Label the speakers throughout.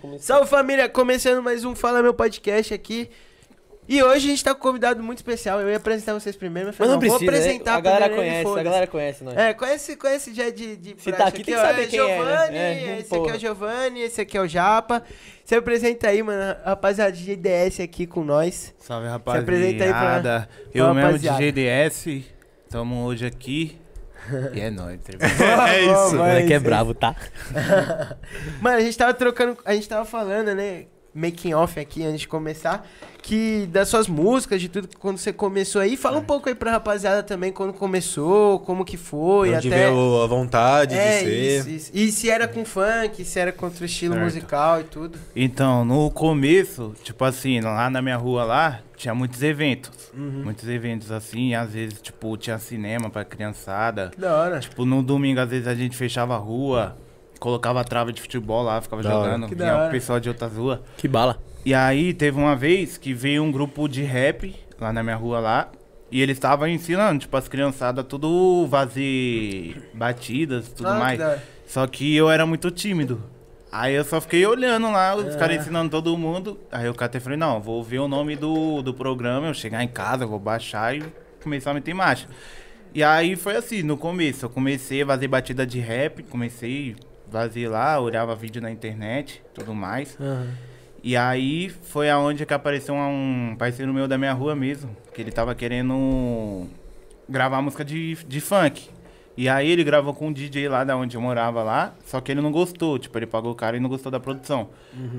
Speaker 1: começou.
Speaker 2: Salve família, começando mais um Fala Meu Podcast aqui. E hoje a gente tá com um convidado muito especial. Eu ia apresentar vocês primeiro, mas,
Speaker 1: Mas
Speaker 2: falei,
Speaker 1: não
Speaker 2: vou
Speaker 1: precisa, né?
Speaker 2: apresentar
Speaker 1: A galera
Speaker 2: primeiro, ele
Speaker 1: conhece, a
Speaker 2: foda-se.
Speaker 1: galera conhece nós.
Speaker 2: É, conhece, conhece já de, de
Speaker 1: Se tá
Speaker 2: praxe
Speaker 1: aqui, tem que
Speaker 2: ó,
Speaker 1: saber
Speaker 2: é
Speaker 1: quem é, né?
Speaker 2: Giovanni,
Speaker 1: É,
Speaker 2: esse
Speaker 1: porra.
Speaker 2: aqui é o Giovanni, esse aqui é o Japa. Se apresenta aí, mano, rapaziada de GDS aqui com nós.
Speaker 3: Salve
Speaker 2: apresenta aí pra-
Speaker 3: rapaziada.
Speaker 2: pra
Speaker 3: Eu mesmo de
Speaker 2: rapaziada.
Speaker 3: GDS. Tamo hoje aqui. E é nóis.
Speaker 2: É isso.
Speaker 1: O moleque é bravo, tá?
Speaker 2: Mano, a gente tava trocando, a gente tava falando, né, making off aqui antes de começar, que das suas músicas, de tudo que quando você começou aí,
Speaker 1: É.
Speaker 2: fala um pouco aí pra rapaziada também quando começou, como que foi,
Speaker 4: Onde
Speaker 2: até
Speaker 4: veio a vontade
Speaker 2: É,
Speaker 4: de
Speaker 2: isso,
Speaker 4: ser.
Speaker 2: isso. E se era com funk, se era com outro estilo
Speaker 3: Certo.
Speaker 2: musical e tudo.
Speaker 3: Então, no começo, tipo assim, lá na minha rua lá, tinha muitos eventos.
Speaker 2: Uhum.
Speaker 3: Muitos eventos assim, às vezes, tipo, tinha cinema pra criançada.
Speaker 2: Que da hora.
Speaker 3: Tipo, no domingo, às vezes, a gente fechava a rua, colocava a trava de futebol lá, ficava
Speaker 4: Da hora.
Speaker 3: jogando,
Speaker 2: Que da
Speaker 3: vinha
Speaker 2: hora.
Speaker 3: o pessoal de outras ruas.
Speaker 1: Que bala.
Speaker 3: E aí teve uma vez que veio um grupo de rap lá na minha rua lá. E eles estavam ensinando, tipo, as criançadas tudo fazer batidas e tudo
Speaker 2: Ah, que
Speaker 3: mais.
Speaker 2: da hora.
Speaker 3: Só que eu era muito tímido. Aí eu só fiquei olhando lá,
Speaker 2: É.
Speaker 3: os caras ensinando todo mundo. Aí eu catei e falei, não, vou ver o nome do, do programa, eu chegar em casa, vou baixar e começar a meter marcha. E aí foi assim, no começo, eu comecei a fazer batida de rap, comecei a fazer lá, olhava vídeo na internet, tudo mais. E aí foi aonde que apareceu um parceiro meu da minha rua mesmo, que ele tava querendo gravar música de, de funk. E aí ele gravou com um DJ lá da onde eu morava lá, só que ele não gostou, tipo, ele pagou o cara e não gostou da produção.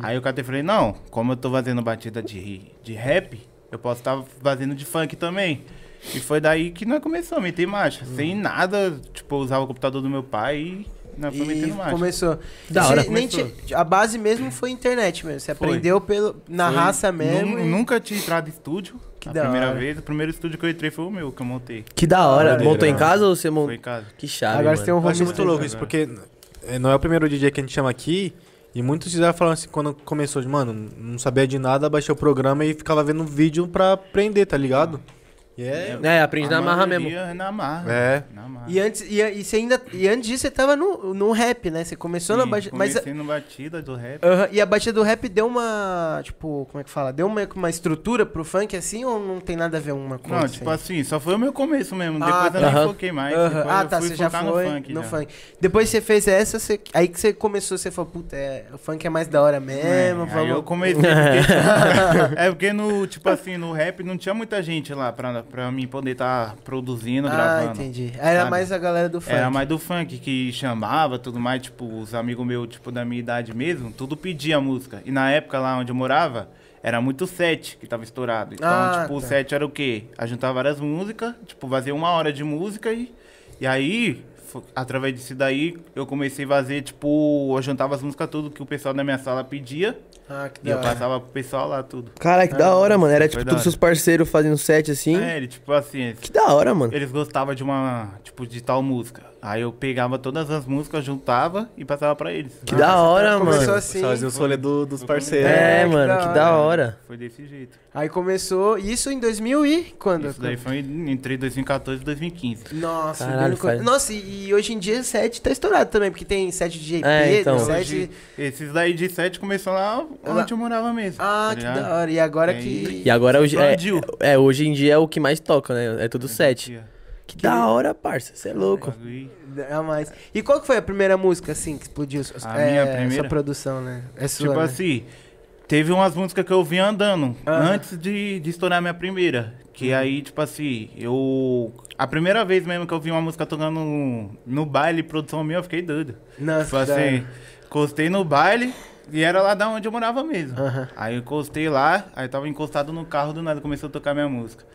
Speaker 3: Aí eu catei e falei, não, como eu tô fazendo batida de, de rap, eu posso estar fazendo de funk também. E foi daí que nós começamos a meter marcha. Sem nada, tipo, eu usava o computador do meu pai e nós fomos
Speaker 2: E
Speaker 3: metendo marcha.
Speaker 2: começou.
Speaker 1: Da
Speaker 2: Você
Speaker 1: hora.
Speaker 2: nem
Speaker 3: Começou.
Speaker 2: tinha- a base mesmo foi internet mesmo. Você
Speaker 3: Foi.
Speaker 2: aprendeu pelo, na
Speaker 3: Foi.
Speaker 2: raça mesmo.
Speaker 3: Nun-
Speaker 2: e-
Speaker 3: Nunca tinha entrado em estúdio.
Speaker 2: Que
Speaker 3: a
Speaker 2: da
Speaker 3: primeira
Speaker 2: hora.
Speaker 3: vez, o primeiro estúdio que eu entrei foi o meu, que eu montei.
Speaker 1: Que da hora.
Speaker 4: Maneiro,
Speaker 1: Montou em
Speaker 4: né?
Speaker 1: casa ou você
Speaker 3: Foi em
Speaker 1: montou?
Speaker 3: casa.
Speaker 1: Que chave,
Speaker 2: Agora você
Speaker 1: mano.
Speaker 2: tem um
Speaker 4: Eu acho
Speaker 2: home
Speaker 4: muito
Speaker 2: studio.
Speaker 4: louco isso, porque eh, não é o primeiro DJ que a gente chama aqui. E muitos já falaram assim, quando começou, de, mano, não sabia de nada, baixei o programa e ficava vendo vídeo pra aprender, tá ligado? E é.
Speaker 1: É, aprende na marra mesmo.
Speaker 3: maioria é Na marra.
Speaker 4: É.
Speaker 3: Na marra.
Speaker 2: E antes, e, e você ainda, e antes disso você tava no, no rap, né? Você começou na
Speaker 3: Sim,
Speaker 2: batida. Mas,
Speaker 3: Comecei no batida do rap.
Speaker 2: Aham, e a batida do rap deu uma. Tipo, como é que fala? Deu uma, uma estrutura pro funk assim ou não tem nada a ver uma com a
Speaker 3: Não,
Speaker 2: outra,
Speaker 3: tipo
Speaker 2: assim?
Speaker 3: assim, só foi o meu começo mesmo.
Speaker 2: Ah,
Speaker 3: Depois eu
Speaker 1: tá.
Speaker 3: nem foquei mais.
Speaker 2: Aham.
Speaker 3: Depois
Speaker 2: Ah,
Speaker 3: eu
Speaker 2: tá,
Speaker 3: fui
Speaker 2: você já
Speaker 3: focar
Speaker 2: foi
Speaker 3: no funk. já.
Speaker 2: Depois você fez essa, você- aí que você começou, você falou, puta, é, o funk é mais da hora mesmo,
Speaker 3: É,
Speaker 2: vamos.
Speaker 3: aí eu comecei. Porque, é porque no, tipo assim, no rap não tinha muita gente lá pra, pra mim poder estar produzindo,
Speaker 2: Ah,
Speaker 3: gravando.
Speaker 2: entendi. Era
Speaker 3: sabe?
Speaker 2: mais a galera do funk.
Speaker 3: Era mais É, do funk que chamava, tudo mais, tipo, os amigos meus, tipo, da minha idade mesmo, tudo pedia música. E na época lá onde eu morava, era muito set que tava estourado. Então,
Speaker 2: Ah,
Speaker 3: tipo, o
Speaker 2: tá.
Speaker 3: set era o quê? Ajuntava várias músicas, tipo, fazia uma hora de música e. E aí, fo- através disso daí, eu comecei a fazer, tipo, eu juntava as músicas tudo que o pessoal da minha sala pedia.
Speaker 2: Ah, que
Speaker 3: E
Speaker 2: da
Speaker 3: eu
Speaker 2: hora.
Speaker 3: passava pro pessoal lá tudo.
Speaker 2: um
Speaker 1: Cara, que da hora, mano. Era tipo
Speaker 3: da
Speaker 1: todos
Speaker 3: hora.
Speaker 1: seus parceiros fazendo set assim.
Speaker 3: É, ele, tipo assim,
Speaker 1: Que da hora, mano.
Speaker 3: Eles gostavam de uma, tipo, de tal música. Aí eu pegava todas as músicas, juntava e passava pra eles.
Speaker 1: Que da hora,
Speaker 2: Ah, Começou
Speaker 1: mano.
Speaker 2: assim.
Speaker 4: Fazer o solê do- dos parceiros.
Speaker 1: É,
Speaker 2: É, que
Speaker 1: mano,
Speaker 2: da
Speaker 1: que da hora.
Speaker 3: Foi desse jeito.
Speaker 2: Aí começou. Isso em 2000 e quando?
Speaker 3: Isso daí foi entre 2014 e 2015.
Speaker 2: Nossa,
Speaker 1: Caralho,
Speaker 2: bem no co-
Speaker 1: faz-
Speaker 2: Nossa, e, e hoje em dia set tá estourado também, porque tem set de JP,
Speaker 1: É, então.
Speaker 2: tem
Speaker 3: Hoje,
Speaker 2: set.
Speaker 3: esses daí de 7 começou lá
Speaker 2: Lá-
Speaker 3: onde eu morava mesmo.
Speaker 2: Ah,
Speaker 3: tá
Speaker 2: que
Speaker 3: ligado?
Speaker 2: da hora. E agora
Speaker 3: Tem-
Speaker 2: que.
Speaker 1: E agora hoje. É,
Speaker 3: Explodiu.
Speaker 1: é, hoje em dia é o que mais toca, né? É tudo set.
Speaker 3: Tinha
Speaker 1: Que da hora, parça. Você é louco.
Speaker 3: bagulho.
Speaker 2: É mais. E qual que foi a primeira música, assim, que explodiu?
Speaker 3: A
Speaker 2: é,
Speaker 3: minha primeira?
Speaker 2: Sua produção, né? É sua,
Speaker 3: Tipo
Speaker 2: né?
Speaker 3: assim, teve umas músicas que eu vim andando
Speaker 2: Aham. Uhum.
Speaker 3: antes de, de estourar minha primeira. Que aí, tipo assim, eu. A primeira vez mesmo que eu vi uma música tocando no, no baile, produção minha, eu fiquei doido.
Speaker 2: Nossa,
Speaker 3: Tipo
Speaker 2: que da
Speaker 3: assim,
Speaker 2: hora.
Speaker 3: encostei no baile e era lá da onde eu morava mesmo.
Speaker 2: Aham.
Speaker 3: Aí eu encostei lá, aí tava encostado no carro do nada, começou a tocar minha música.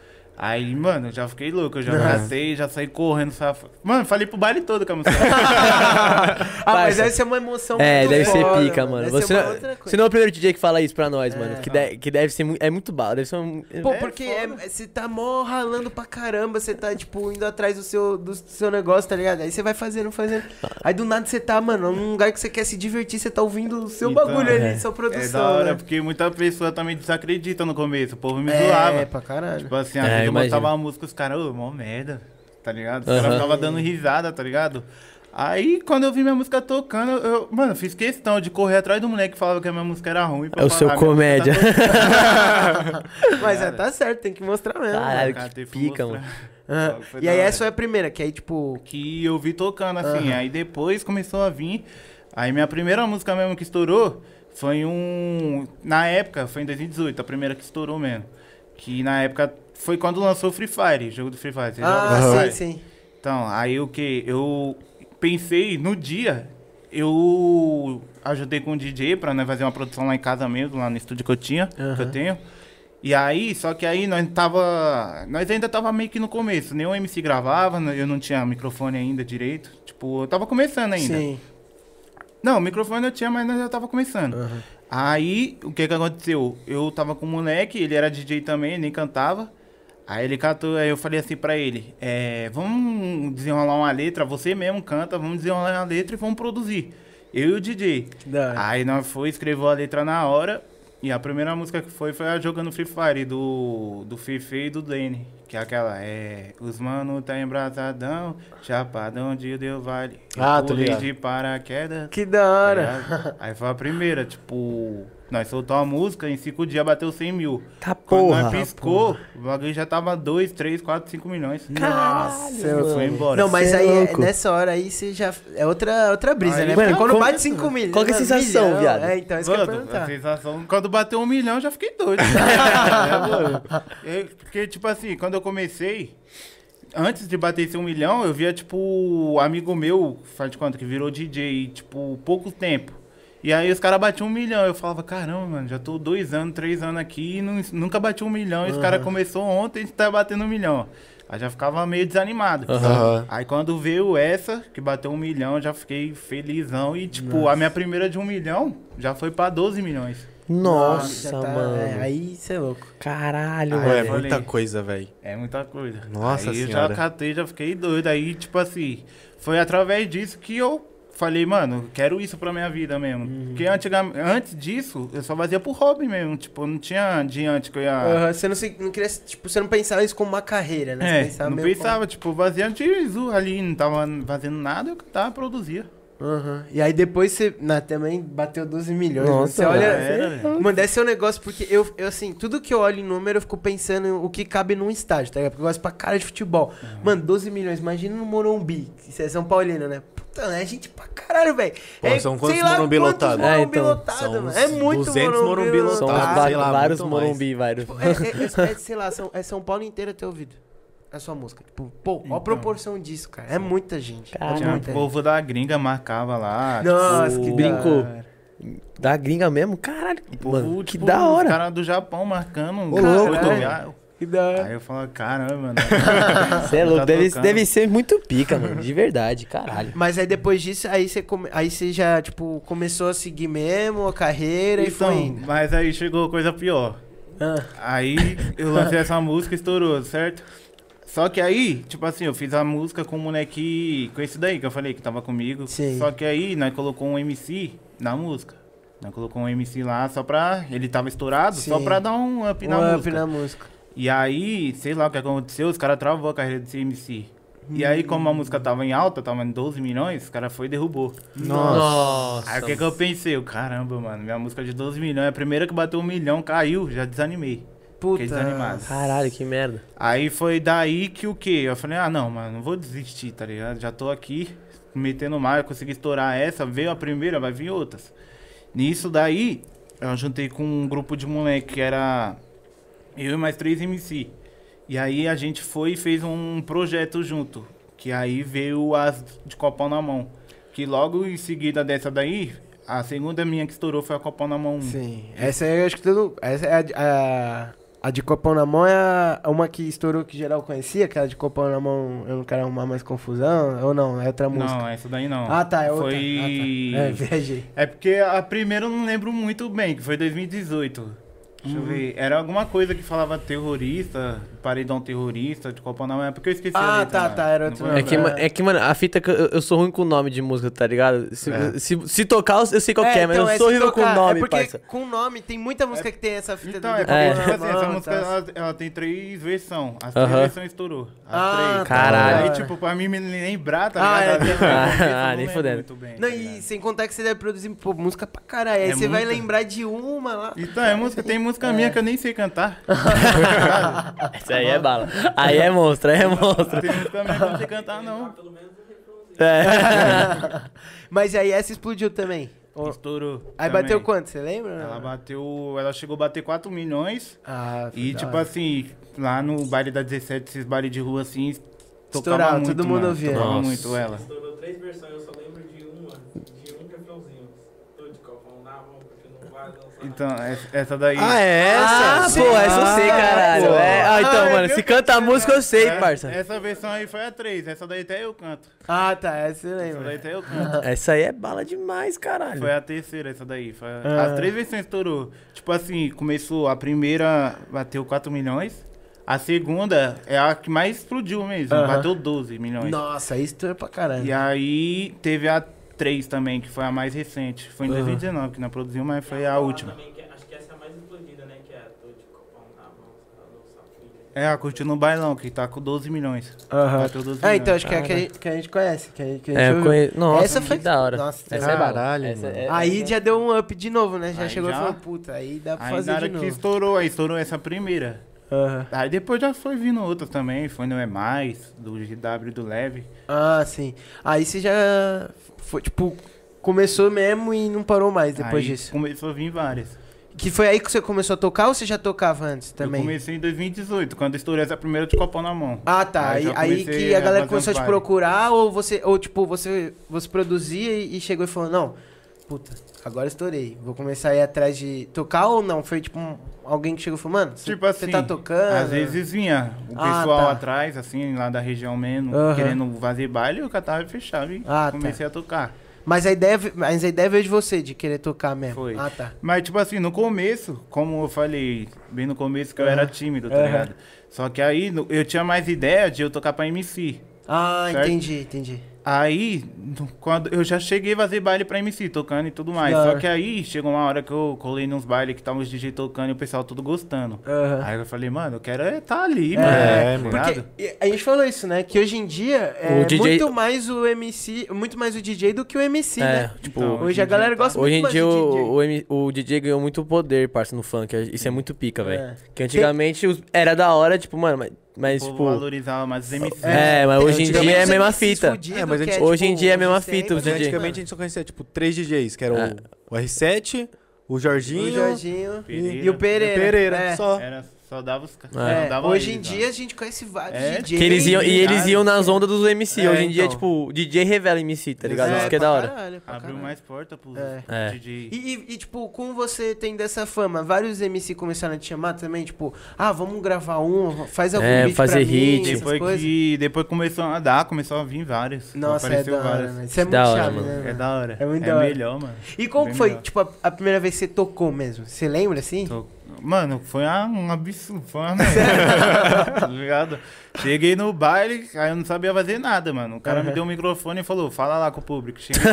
Speaker 3: Aí, mano, eu já fiquei louco, eu já abracei, já saí correndo, sabe? Mano, falei pro baile todo com a música. É
Speaker 2: Ah, mas
Speaker 1: Parça.
Speaker 2: deve ser uma emoção
Speaker 1: É,
Speaker 2: muito
Speaker 1: deve ser
Speaker 2: foda,
Speaker 1: pica, mano.
Speaker 2: Deve
Speaker 1: Você
Speaker 2: ser uma
Speaker 1: não,
Speaker 2: outra coisa.
Speaker 1: você não é o primeiro DJ que fala isso pra nós,
Speaker 2: É.
Speaker 1: mano. Que, de- que deve ser muito. É muito bala. Deve ser um.
Speaker 2: Pô,
Speaker 3: É,
Speaker 2: porque
Speaker 3: foda.
Speaker 2: é- você tá mó ralando pra caramba, você tá, tipo, indo atrás do seu, do seu negócio, tá ligado? Aí você vai fazendo, fazendo. Aí do nada você tá, mano, num lugar que você quer se divertir, você tá ouvindo o seu
Speaker 3: Então,
Speaker 2: bagulho ali,
Speaker 1: é.
Speaker 2: sua produção.
Speaker 3: É da hora,
Speaker 2: né?
Speaker 3: porque muita pessoa também desacredita no começo, o povo me
Speaker 2: É,
Speaker 3: zoava.
Speaker 2: pra caralho.
Speaker 3: Tipo assim,
Speaker 1: É,
Speaker 3: às vezes eu
Speaker 1: imagino.
Speaker 3: botava uma música, os caras, ô, mó merda, tá ligado? Os caras
Speaker 1: Aham.
Speaker 3: ficavam dando risada, tá ligado? Aí, quando eu vi minha música tocando, eu, mano, fiz questão de correr atrás do moleque que falava que a minha música era ruim. pra
Speaker 1: É o
Speaker 3: falar,
Speaker 1: seu
Speaker 3: "Ah, minha
Speaker 1: comédia.
Speaker 3: música tá
Speaker 2: Mas é, tá certo, tem que mostrar mesmo.
Speaker 1: Caralho.
Speaker 3: tocando".
Speaker 1: que
Speaker 3: Cara, teve tá que
Speaker 1: pica,
Speaker 3: mostrar.
Speaker 2: Aham.
Speaker 3: Foi
Speaker 2: E
Speaker 3: da
Speaker 2: aí
Speaker 3: hora.
Speaker 2: essa é a primeira, que aí, tipo.
Speaker 3: que eu vi tocando assim. Aí depois começou a vir. Aí minha primeira música mesmo que estourou foi um. Na época, foi em 2018, a primeira que estourou mesmo. Que na época foi quando lançou o Free Fire, jogo do Free Fire. Você joga
Speaker 2: Ah,
Speaker 3: Free Fire?
Speaker 2: sim, sim.
Speaker 3: Então, aí o que? Eu pensei no dia, eu ajudei com o DJ pra nós fazer uma produção lá em casa mesmo, lá no estúdio que eu tinha, que eu tenho. E aí, só que aí nós tava. Nós ainda tava meio que no começo. Nenhum MC gravava, eu não tinha microfone ainda direito. Tipo, eu tava começando ainda.
Speaker 2: Sim.
Speaker 3: Não, o microfone eu tinha, mas nós já tava começando. Aí, o que que aconteceu? Eu tava com um moleque, ele era DJ também, nem cantava. Aí ele cantou, aí eu falei assim pra ele, é, vamos desenrolar uma letra, você mesmo canta, vamos desenrolar uma letra e vamos produzir. Eu e o DJ.
Speaker 2: Da hora.
Speaker 3: Aí nós foi, escreveu a letra na hora, e a primeira música que foi foi a Jogando Free Fire, do, do Fefe e do Dene. Que é aquela, é, os mano tá embrasadão, chapadão de Deu Vale. Eu
Speaker 4: Ah, tô
Speaker 3: pulei
Speaker 4: ligado.
Speaker 3: de paraquedas,
Speaker 2: Que da hora.
Speaker 3: Tá ligado? Aí foi a primeira, tipo, nós soltamos a música, em cinco dias bateu 100 mil.
Speaker 1: Tá
Speaker 3: Quando nós
Speaker 1: porra.
Speaker 3: piscou, o bagulho já tava 2, 3, 4, 5 milhões.
Speaker 1: Nossa,
Speaker 3: Foi
Speaker 1: mano.
Speaker 3: embora.
Speaker 2: Não, mas
Speaker 1: Cê é
Speaker 2: aí,
Speaker 1: louco.
Speaker 2: nessa hora aí, você já. É outra, outra brisa,
Speaker 3: Aí,
Speaker 2: né?
Speaker 1: mano,
Speaker 2: Porque quando
Speaker 1: como-
Speaker 2: bate 5 milhões.
Speaker 1: qual que é a sensação, viado?
Speaker 2: É, então, isso que eu ia
Speaker 3: Mano, a
Speaker 2: perguntar.
Speaker 3: sensação, quando bateu um milhão, eu já fiquei doido. É, mano. Eu- porque, tipo assim, quando eu comecei, antes de bater esse um milhão, eu via, tipo, um amigo meu, faz de conta, que virou DJ, tipo, pouco tempo. E aí os caras batiam um milhão. Eu falava, caramba, mano, já tô dois anos, três anos aqui e não- nunca bati um milhão. E os caras começou ontem e tá batendo um milhão. Aí já ficava meio desanimado.
Speaker 4: Aham.
Speaker 3: Aí quando veio essa, que bateu um milhão, eu já fiquei felizão. E, tipo, a minha primeira de um milhão já foi pra 12 milhões.
Speaker 1: Nossa,
Speaker 2: já tá- é,
Speaker 1: mano.
Speaker 2: aí você é louco.
Speaker 1: Caralho,
Speaker 3: Aí, é
Speaker 1: mano.
Speaker 4: Ué,
Speaker 3: eu
Speaker 4: muita
Speaker 3: falei.
Speaker 4: coisa, velho.
Speaker 3: É muita coisa.
Speaker 4: Nossa
Speaker 3: Aí eu
Speaker 4: senhora.
Speaker 3: já catei, já fiquei doido. Aí, tipo assim, foi através disso que eu falei, mano, eu quero isso pra minha vida mesmo.
Speaker 2: Uhum.
Speaker 3: Porque antigam- antes disso, eu só fazia pro hobby mesmo. Tipo, não tinha diante que eu ia.
Speaker 2: Aham, você não, se, não queria. Tipo, você não pensava isso como uma carreira, né?
Speaker 3: É,
Speaker 2: Você pensava
Speaker 3: não
Speaker 2: meio
Speaker 3: pensava, tipo, fazia de zoo ali, não tava fazendo nada, eu tava produzia.
Speaker 2: como- Aham. E aí depois você. na- também bateu 12 milhões. né? Você
Speaker 1: Nossa,
Speaker 2: olha.
Speaker 1: mano.
Speaker 3: era, velho.
Speaker 2: Mano, esse é o negócio, porque eu, eu, assim, tudo que eu olho em número, eu fico pensando o que cabe num estádio, tá ligado? Porque eu gosto pra cara de futebol.
Speaker 4: Uhum.
Speaker 2: Mano, 12 milhões, imagina no Morumbi, que isso é São Paulino, né? Puta, é gente pra caralho, velho.
Speaker 4: Pô,
Speaker 2: É,
Speaker 4: são
Speaker 2: sei
Speaker 4: quantos
Speaker 2: lá
Speaker 4: Morumbi
Speaker 2: quantos
Speaker 4: lotado?
Speaker 2: Morumbi
Speaker 1: É, então,
Speaker 2: lotado,
Speaker 4: são
Speaker 2: mano.
Speaker 4: uns
Speaker 2: É muito
Speaker 4: 200 Morumbi
Speaker 2: lotado. Ah,
Speaker 1: São
Speaker 4: Tá,
Speaker 1: va-
Speaker 4: sei lá,
Speaker 1: vários
Speaker 4: muito mais.
Speaker 1: Morumbi, vários.
Speaker 2: É, é- é- é, sei lá, são, é São Paulo inteiro até ouvido. É sua música. Tipo, pô, ó a
Speaker 3: Então.
Speaker 2: proporção disso, cara. É muita gente.
Speaker 1: Caralho.
Speaker 2: É
Speaker 3: Tinha o
Speaker 2: muita gente.
Speaker 3: povo da gringa marcava lá.
Speaker 2: Nossa, que
Speaker 1: Brincou.
Speaker 3: da hora.
Speaker 1: Da gringa mesmo? Caralho,
Speaker 3: O povo,
Speaker 1: mano. Que
Speaker 3: tipo,
Speaker 1: da
Speaker 3: Os
Speaker 1: hora.
Speaker 3: caras do Japão marcando. um
Speaker 1: Ô, louco.
Speaker 2: é.
Speaker 3: rodoviário.
Speaker 2: Que da hora.
Speaker 3: Aí eu falo, caramba, né?" mano.
Speaker 1: Você é louco.
Speaker 3: Tá
Speaker 1: Deve,
Speaker 3: tocando.
Speaker 1: deve ser muito pica, mano. De verdade, caralho.
Speaker 2: Mas aí depois disso, aí você, come- aí você já, tipo, começou a seguir mesmo a carreira e foi
Speaker 3: Então,
Speaker 2: indo.
Speaker 3: mas aí chegou coisa pior.
Speaker 2: Ah,
Speaker 3: Aí eu lancei essa música e estourou, certo? Só que aí, tipo assim, eu fiz a música com o moleque, com esse daí que eu falei que tava comigo.
Speaker 2: Sim.
Speaker 3: Só que aí nós colocou um MC na música. Nós colocou um MC lá só pra. Ele tava estourado, só
Speaker 2: Sim.
Speaker 3: pra dar um up
Speaker 2: um
Speaker 3: na
Speaker 2: up
Speaker 3: música.
Speaker 2: na música.
Speaker 3: E aí, sei lá o que aconteceu, os caras travou a carreira desse MC. E aí, como a música tava em alta, tava em 12 milhões, os cara foi e derrubou.
Speaker 1: Nossa.
Speaker 3: Aí o que, que eu pensei? Eu, Caramba, mano, minha música de 12 milhões, é a primeira que bateu um milhão, caiu, já desanimei.
Speaker 2: Puta.
Speaker 3: desanimado.
Speaker 1: Caralho, que merda.
Speaker 3: Aí foi daí que o quê? Eu falei, ah, não, mano, não vou desistir, tá ligado? Já tô aqui, metendo mais, consegui estourar essa, veio a primeira, vai vir outras. Nisso daí, eu juntei com um grupo de moleque que era eu e mais três MC. E aí a gente foi e fez um projeto junto, que aí veio as de Copão na Mão. Que logo em seguida dessa daí, a segunda minha que estourou foi a Copão na Mão 1.
Speaker 2: Sim. Hum. Essa aí eu acho que todo. Essa é a. a... a de copão na mão é a- uma que estourou que geral conhecia, aquela de copão na mão, eu não quero arrumar mais confusão, ou não, é outra música.
Speaker 3: Não, essa daí não.
Speaker 2: Ah tá, é outra.
Speaker 3: Foi...
Speaker 2: Ah, tá. É, viajei.
Speaker 3: É porque a primeira eu não lembro muito bem, que foi 2018.
Speaker 2: Hum.
Speaker 3: Deixa eu ver. Era alguma coisa que falava terrorista, paredão terrorista, de Copa na é porque eu esqueci a
Speaker 2: Ah,
Speaker 3: letra,
Speaker 2: tá,
Speaker 3: né?
Speaker 2: tá, era
Speaker 3: Não
Speaker 2: outro
Speaker 3: vou
Speaker 1: É
Speaker 2: nome.
Speaker 1: que,
Speaker 3: lembrar.
Speaker 1: ma- é que, mano, a fita que eu, eu sou ruim com nome de música, tá ligado? Se, se, se tocar, eu sei qual que é, mas
Speaker 2: então,
Speaker 1: eu sou
Speaker 2: se
Speaker 1: horrível com
Speaker 2: tocar.
Speaker 1: nome,
Speaker 2: é porque
Speaker 1: parça.
Speaker 2: Com nome, tem muita música que tem essa fita
Speaker 3: Então,
Speaker 2: do-
Speaker 3: é porque,
Speaker 1: É.
Speaker 3: tipo assim, essa
Speaker 2: Mano,
Speaker 3: música,
Speaker 2: tá.
Speaker 3: ela, ela tem três versões. As três
Speaker 1: Aham.
Speaker 3: versões estourou. As
Speaker 2: Ah,
Speaker 3: três.
Speaker 1: tá. Caralho.
Speaker 3: Aí, tipo, pra mim me lembrar, tá
Speaker 2: Ah,
Speaker 3: ligado?
Speaker 2: é,
Speaker 3: Às vezes eu
Speaker 1: tem-
Speaker 3: confesso, eu
Speaker 1: Ah,
Speaker 3: não
Speaker 1: nem
Speaker 3: lembro
Speaker 1: fudendo.
Speaker 3: muito bem,
Speaker 2: Não,
Speaker 3: tá
Speaker 2: e
Speaker 3: ligado?
Speaker 2: sem contar que você deve produzir pô, música pra caralho. Aí
Speaker 3: É
Speaker 2: você vai
Speaker 3: muita.
Speaker 2: lembrar de uma lá.
Speaker 3: Então, é música, tem música minha que eu nem sei cantar.
Speaker 1: Isso aí é bala. Aí é monstro, aí é monstro.
Speaker 3: tem música minha que eu não sei cantar, não.
Speaker 1: É.
Speaker 2: Mas aí essa explodiu também. Ou-
Speaker 3: Estourou.
Speaker 2: Aí
Speaker 3: também.
Speaker 2: bateu quanto, você lembra?
Speaker 3: Ela bateu. Ela chegou a bater 4 milhões.
Speaker 2: Ah,
Speaker 3: E
Speaker 2: da
Speaker 3: tipo
Speaker 2: hora.
Speaker 3: assim, lá no baile da 17, esses bailes de rua assim, tocava
Speaker 2: Estourava,
Speaker 3: muito,
Speaker 2: todo mundo
Speaker 3: mano,
Speaker 2: ouvia.
Speaker 3: Tocava
Speaker 4: Nossa.
Speaker 3: muito ela.
Speaker 5: Estourou três versões, eu só lembro de uma, de um refrãozinho. Tô de copão na mão, porque não vai dançar.
Speaker 3: Então, essa- essa daí.
Speaker 4: Ah, é essa?
Speaker 1: Ah, pô, essa eu sei, caralho.
Speaker 2: pô.
Speaker 1: É, Ah, então,
Speaker 3: Ah,
Speaker 1: mano,
Speaker 3: eu
Speaker 1: se
Speaker 3: vi
Speaker 1: canta a música, eu sei,
Speaker 3: É,
Speaker 1: parça.
Speaker 3: Essa versão aí foi a 3, essa daí até eu canto.
Speaker 2: Ah, tá, essa você
Speaker 3: Essa daí
Speaker 2: lembra.
Speaker 3: até eu canto.
Speaker 1: Essa aí é bala demais, caralho.
Speaker 3: Foi a terceira, essa daí. Foi a- As três versões estourou. Tipo assim, começou a primeira, bateu 4 milhões. A segunda é a que mais explodiu mesmo,
Speaker 2: Aham.
Speaker 3: bateu 12 é milhões.
Speaker 2: Nossa, aí estourou pra caralho.
Speaker 3: E aí teve a 3 também, que foi a mais recente. Foi em 2019 que não produziu, mas foi a
Speaker 5: Aquela
Speaker 3: última.
Speaker 5: Também, que, acho que essa é a mais explodida, né? Que é tô de copão na mão, tá no sapinho.
Speaker 3: É, a Curtiu no Bailão, que tá com 12 milhões.
Speaker 2: Aham.
Speaker 3: Bateu 12
Speaker 2: Ah, então
Speaker 3: milhões.
Speaker 2: acho que é a que a gente- que a gente conhece. Que a, que a gente
Speaker 1: É, eu
Speaker 2: ouviu.
Speaker 1: conheço. Nossa,
Speaker 2: Essa
Speaker 1: que
Speaker 2: foi-
Speaker 1: da hora.
Speaker 2: Nossa,
Speaker 1: essa é bala.
Speaker 4: Caralho,
Speaker 1: Essa
Speaker 4: mano.
Speaker 1: é-
Speaker 2: Aí já deu um up de novo, né? Já
Speaker 3: Aí
Speaker 2: chegou
Speaker 3: já-
Speaker 2: e falou, puta, aí dá pra
Speaker 3: Aí na
Speaker 2: fazer
Speaker 3: hora
Speaker 2: de
Speaker 3: que
Speaker 2: novo.
Speaker 3: estourou, aí estourou essa primeira.
Speaker 2: Aham.
Speaker 3: Aí depois já foi vindo outras também, foi Não É Mais, do GW do Leve.
Speaker 2: Ah, sim. Aí você já foi, tipo, começou mesmo e não parou mais depois
Speaker 3: Aí
Speaker 2: disso.
Speaker 3: começou a vir várias.
Speaker 2: Que foi aí que você começou a tocar ou você já tocava antes também?
Speaker 3: Eu comecei em 2018, quando estourei essa primeira de copão na mão.
Speaker 2: Ah, tá.
Speaker 3: Aí
Speaker 2: Aí,
Speaker 3: já
Speaker 2: aí
Speaker 3: comecei
Speaker 2: que a
Speaker 3: a
Speaker 2: galera
Speaker 3: fazer
Speaker 2: começou a
Speaker 3: uns
Speaker 2: te
Speaker 3: bailes.
Speaker 2: procurar ou você, ou tipo, você, você produzia e, e chegou e falou, não, puta, agora estourei. Vou começar a ir atrás de tocar ou não? Foi tipo um- alguém que chegou e falou, mano, você
Speaker 3: Tipo assim,
Speaker 2: tá tocando?
Speaker 3: às vezes vinha o
Speaker 2: Ah,
Speaker 3: pessoal
Speaker 2: tá.
Speaker 3: atrás, assim, lá da região mesmo,
Speaker 2: Aham.
Speaker 3: querendo fazer baile, eu catava e fechava e
Speaker 2: Ah, tá.
Speaker 3: comecei a tocar.
Speaker 2: Mas a ideia, ve- mas a ideia veio de você, de querer tocar mesmo.
Speaker 3: Foi.
Speaker 2: Ah, tá.
Speaker 3: Mas, tipo assim, no começo, como eu falei, bem no começo que eu era tímido, tá
Speaker 2: Aham.
Speaker 3: ligado? Só que aí no- eu tinha mais ideia de eu tocar pra MC.
Speaker 2: Ah,
Speaker 3: Certo?
Speaker 2: entendi, entendi.
Speaker 3: Aí, no- quando eu já cheguei a fazer baile pra MC, tocando e tudo mais.
Speaker 2: Da
Speaker 3: Só
Speaker 2: hora.
Speaker 3: que aí chegou uma hora que eu colei nos bailes que tava os DJ tocando e o pessoal tudo gostando.
Speaker 2: Aham.
Speaker 3: Aí eu falei, mano, eu quero estar tá ali,
Speaker 2: É,
Speaker 3: mano.
Speaker 4: é,
Speaker 3: tá
Speaker 4: mano.
Speaker 3: ligado?
Speaker 2: Porque e- a gente falou isso, né? Que hoje em dia é
Speaker 1: O DJ
Speaker 2: muito mais o MC, muito mais o DJ do que o MC,
Speaker 1: É,
Speaker 2: né?
Speaker 1: tipo,
Speaker 3: Então,
Speaker 2: Hoje a galera gosta
Speaker 1: Hoje em
Speaker 2: muito
Speaker 1: dia
Speaker 2: mais do
Speaker 1: o,
Speaker 2: DJ.
Speaker 1: o M- o DJ ganhou muito poder, parça, no funk. Isso é muito pica, velho.
Speaker 2: É.
Speaker 1: Que antigamente os- era da hora, tipo, mano, mas, mas,
Speaker 3: O povo
Speaker 1: tipo.
Speaker 3: valorizava mais os MC.
Speaker 1: É, mas hoje em dia é a mesma fita.
Speaker 4: É, mas
Speaker 1: gente- hoje
Speaker 2: tipo,
Speaker 1: em dia é a mesma fita,
Speaker 4: Mas
Speaker 1: os DJ.
Speaker 4: então, antigamente a gente só conhecia, tipo, três DJs, que eram
Speaker 1: É.
Speaker 4: o R7, o Jorginho,
Speaker 2: O Jorginho
Speaker 3: Pereira.
Speaker 2: e o Pereira.
Speaker 4: e o Pereira,
Speaker 2: é.
Speaker 4: só.
Speaker 3: Era, só dava tá? os
Speaker 1: É.
Speaker 3: caras.
Speaker 2: É, hoje em dia a gente conhece vários
Speaker 3: É,
Speaker 2: DJs.
Speaker 1: Que eles iam, e eles
Speaker 3: Verdade.
Speaker 1: iam nas ondas dos MC.
Speaker 2: É,
Speaker 1: Hoje em dia,
Speaker 2: então.
Speaker 1: tipo, DJ revela MC, tá ligado?
Speaker 2: É,
Speaker 1: Isso que é
Speaker 2: pra
Speaker 1: da hora.
Speaker 2: caralho, pra
Speaker 3: Abriu
Speaker 2: caralho.
Speaker 3: mais porta pros
Speaker 2: É.
Speaker 1: É.
Speaker 3: DJ.
Speaker 2: E, e- e, tipo, como você tem dessa fama, vários MC começaram a te chamar também, tipo, ah, vamos gravar um, faz algum
Speaker 1: É,
Speaker 2: beat
Speaker 1: fazer
Speaker 2: pra
Speaker 1: hit.
Speaker 2: mim, essas
Speaker 3: Depois
Speaker 2: coisas.
Speaker 3: que depois começou a dar, começou a vir vários.
Speaker 2: Nossa, é
Speaker 3: Então, apareceu
Speaker 2: da hora,
Speaker 3: vários.
Speaker 2: né? Isso é muito
Speaker 1: Da hora,
Speaker 2: chave,
Speaker 1: mano.
Speaker 2: né?
Speaker 3: É
Speaker 2: mano?
Speaker 3: da hora.
Speaker 2: É muito
Speaker 3: é
Speaker 2: da hora.
Speaker 3: melhor, mano.
Speaker 2: E como
Speaker 3: Bem
Speaker 2: que foi,
Speaker 3: melhor.
Speaker 2: tipo, a, a primeira vez que você tocou mesmo? Você lembra, assim?
Speaker 3: Tô- Mano, foi uma- um absurdo, foi uma merda. tá ligado? Cheguei no baile, aí eu não sabia fazer nada, mano. O cara me deu o microfone e falou, fala lá com o público. Cheguei